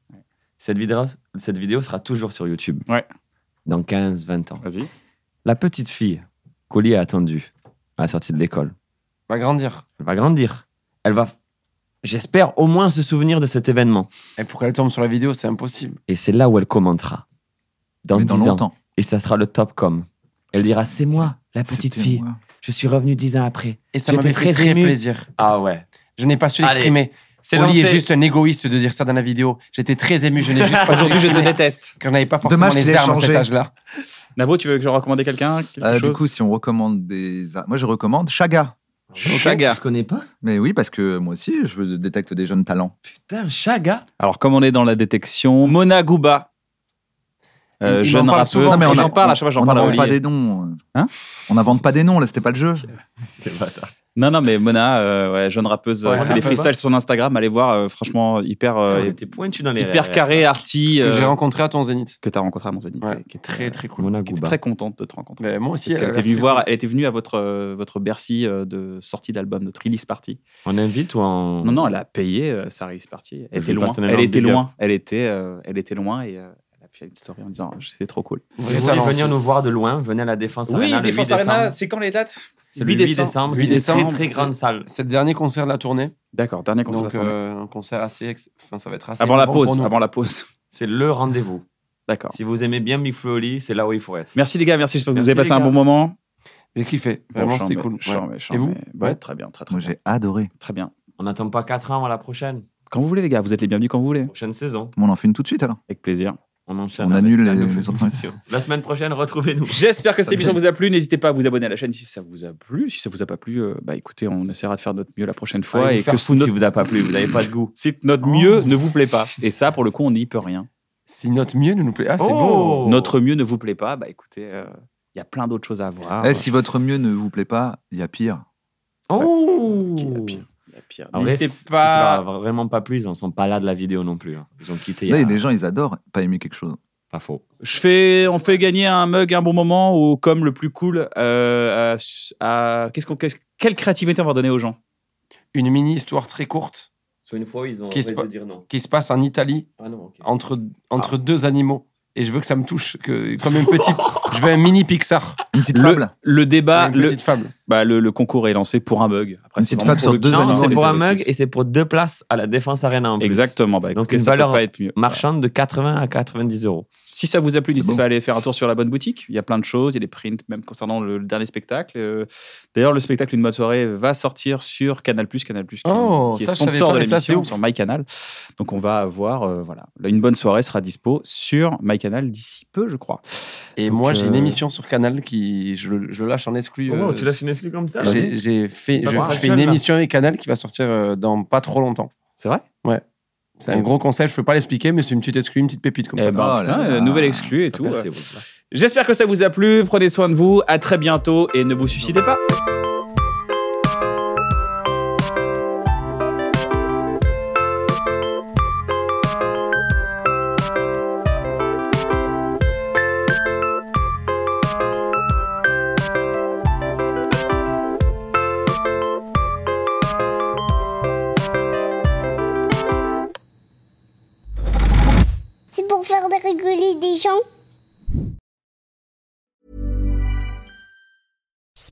Cette vidéo, cette vidéo sera toujours sur YouTube.
Ouais.
Dans 15-20 ans.
Vas-y.
La petite fille qu'Oli a attendue à la sortie de l'école,
Va grandir.
elle va grandir. Elle va, j'espère, au moins se souvenir de cet événement.
Et pour qu'elle tombe sur la vidéo, c'est impossible.
Et c'est là où elle commentera. Dans
Mais
10
dans
ans.
longtemps.
Et ça sera le top com. Elle dira C'est moi, la
C'était
petite fille.
moi.
Je suis revenu 10 ans après.
Et ça
J'étais
m'avait fait
très
très
ému.
plaisir.
Ah ouais.
Je n'ai pas su
Allez,
l'exprimer.
C'est
Oli est
lancé.
juste un égoïste de dire ça dans la vidéo. J'étais très ému, je n'ai juste
[laughs]
pas su
Aujourd'hui, je te
l'exprimer.
déteste.
Qu'on n'avait pas forcément
Dommage
les
qu'il ait
armes à cet
changé.
âge-là.
Navo, tu veux que je recommande quelqu'un quelque
Euh, Du
chose
coup, si on recommande des. Moi, je recommande Chaga.
Chaga.
Je connais pas.
Mais oui, parce que moi aussi, je détecte des jeunes talents.
Ah,
Putain, Chaga.
Alors, comme on est dans la détection, Mona Gouba. Euh,
Il- il
jeune
m'en parle
rappeuse.
souvent. Non, mais
Et
on a-
j'en parle à chaque fois, j'en
on
parle à
n'invente
Oli.
pas des noms. euh.
Hein
On n'invente pas des noms, là, c'était pas le jeu.
Non, non, mais Mona, euh, ouais, jeune rappeuse, euh,
Ouais,
qui fait des
rappeuse.
freestyles sur son Instagram. Allez voir, euh, franchement, hyper, euh,
T'es pointu dans les
hyper carré, arty,
Que j'ai
euh,
rencontré à ton zénith.
que tu as rencontré à mon zénith,
Ouais,
et qui est
Très, très cool.
Mona
qui est
Gouba.
très contente de te rencontrer.
Mais moi aussi, euh,
Parce qu'elle
elle a
était venue
l'air
voir, elle était venue à votre euh, votre Bercy euh, de sortie d'album, notre release party.
On invite ou on.
Non, non, elle a payé euh, sa release party. Elle
Je
était
lui
loin.
passe un
Elle
énorme
était
big up.
loin. Elle était, euh, elle était loin et euh, elle a fait une story en disant euh, c'est trop cool.
Si
cool. Vrai
vous voulez
talent.
venir nous voir de loin, venez à la Défense Arena. le 8 décembre.
c'est quand les dates
C'est le 8 décembre. C'est
8
une très,
décembre,
très
c'est-
grande salle.
C'est le dernier concert de la tournée.
D'accord, dernier concert.
Donc,
de la tournée.
euh, un concert assez. ex- Enfin, ça va être assez.
avant la
éprouvant pour
pause,
nous.
avant la pause. [laughs]
C'est le rendez-vous.
D'accord.
Si vous aimez bien Big Flo et Oli, c'est là où il faut être.
Merci les gars, merci. J'espère que vous
Merci,
avez passé
les
un
gars.
bon moment.
J'ai kiffé. Vraiment, c'était cool. Ouais. Et vous Ouais.
Très bien, très très
Moi,
bien.
j'ai adoré.
Très bien.
On n'attend pas 4 ans à la prochaine.
Quand vous voulez les gars, vous êtes les bienvenus quand vous voulez.
Prochaine saison.
On en fait une tout de suite, alors.
Avec plaisir.
On enchaîne.
On
avec
annule
la
les-
nouvelle
les autres.
émission. La semaine prochaine,
[laughs]
retrouvez-nous.
J'espère que cette
Ça
émission
me
vous a plu. N'hésitez pas à vous abonner à la chaîne si ça vous a plu. Si ça vous a pas plu, euh, bah écoutez, on essaiera de faire notre mieux la prochaine fois
Allez
et
vous
que
faire
si
foutre si
notre,
vous a pas plu, vous n'avez pas de goût.
[laughs] si notre mieux ne vous plaît pas, Oh. et ça pour le coup on n'y peut rien.
Si notre mieux ne nous plaît. Ah, c'est beau.
Oh.
Notre mieux ne vous plaît pas, bah écoutez, il y a plein d'autres choses à voir.
Eh, si votre mieux ne vous plaît pas, il y a pire.
Oh. Ah
Il y a pire. Il y a pire.
En vrai,
N'hésitez
si- si
pas.
ça va vraiment pas plus, ils en sont pas là de la vidéo non plus. hein. Ils ont quitté. il y
Là,
a-
il y a des gens, ils adorent pas aimer quelque chose.
Pas faux.
Je fais, on fait gagner un mug, un bon moment ou comme le plus cool. euh, à, à- qu'est-ce qu'on, qu'est-ce- quelle créativité on va donner aux gens
Une mini histoire très courte
Soit une fois, ils ont
Qui se arrêté de
dire non.
qui se passe en Italie
Ah non, ok.
entre,
Ah.
entre deux animaux. Et je veux que ça me touche, que, comme
[laughs]
une petite. je veux un mini Pixar.
Une petite
le,
fable.
le débat,
une
le,
petite fable.
bah, le, le concours est lancé pour un mug. Après,
Une
c'est
petite
vraiment
fable sur
pour le
deux
kiff.
Non,
animaux.
c'est
animaux,
pour un
les deux.
mug et c'est pour deux places à la Défense Arena en plus.
Exactement. Bah,
Donc,
écoutez,
une
ça
valeur
peut pas être mieux.
Marchande de 80 à 90 euros.
Si ça vous a plu,
C'est
n'hésitez
beau.
pas à aller faire un tour sur la bonne boutique. Il y a plein de choses, il y a des prints, même concernant le, le dernier spectacle. Euh, D'ailleurs, le spectacle Une bonne soirée va sortir sur Canal+, Canal+, qui,
Oh,
qui est
ça, je savais
sponsor
pas,
de
et ça,
l'émission,
c'est ouf.
sur MyCanal. Donc, on va avoir, euh, voilà, Là, Une bonne soirée sera dispo sur MyCanal d'ici peu, je crois.
Et moi, j'ai une
euh,
émission sur Canal qui. Je, le- je le lâche en exclu. euh,
une exclu comme ça
j'ai j'ai fait, je,
Pas grave.
je fais une émission avec Canal qui va sortir euh, dans pas trop longtemps.
C'est vrai
C'est
Eh
un gros concept, je peux pas l'expliquer, mais c'est une petite exclu, une petite pépite comme
Eh
ça.
ben, putain,
là
euh,
là.
nouvelle exclue et tout.
Merci,
Euh,
vous.
J'espère que ça vous a plu. Prenez soin de vous. À très bientôt et ne vous suicidez pas.
C'est pour faire de rigoler des gens.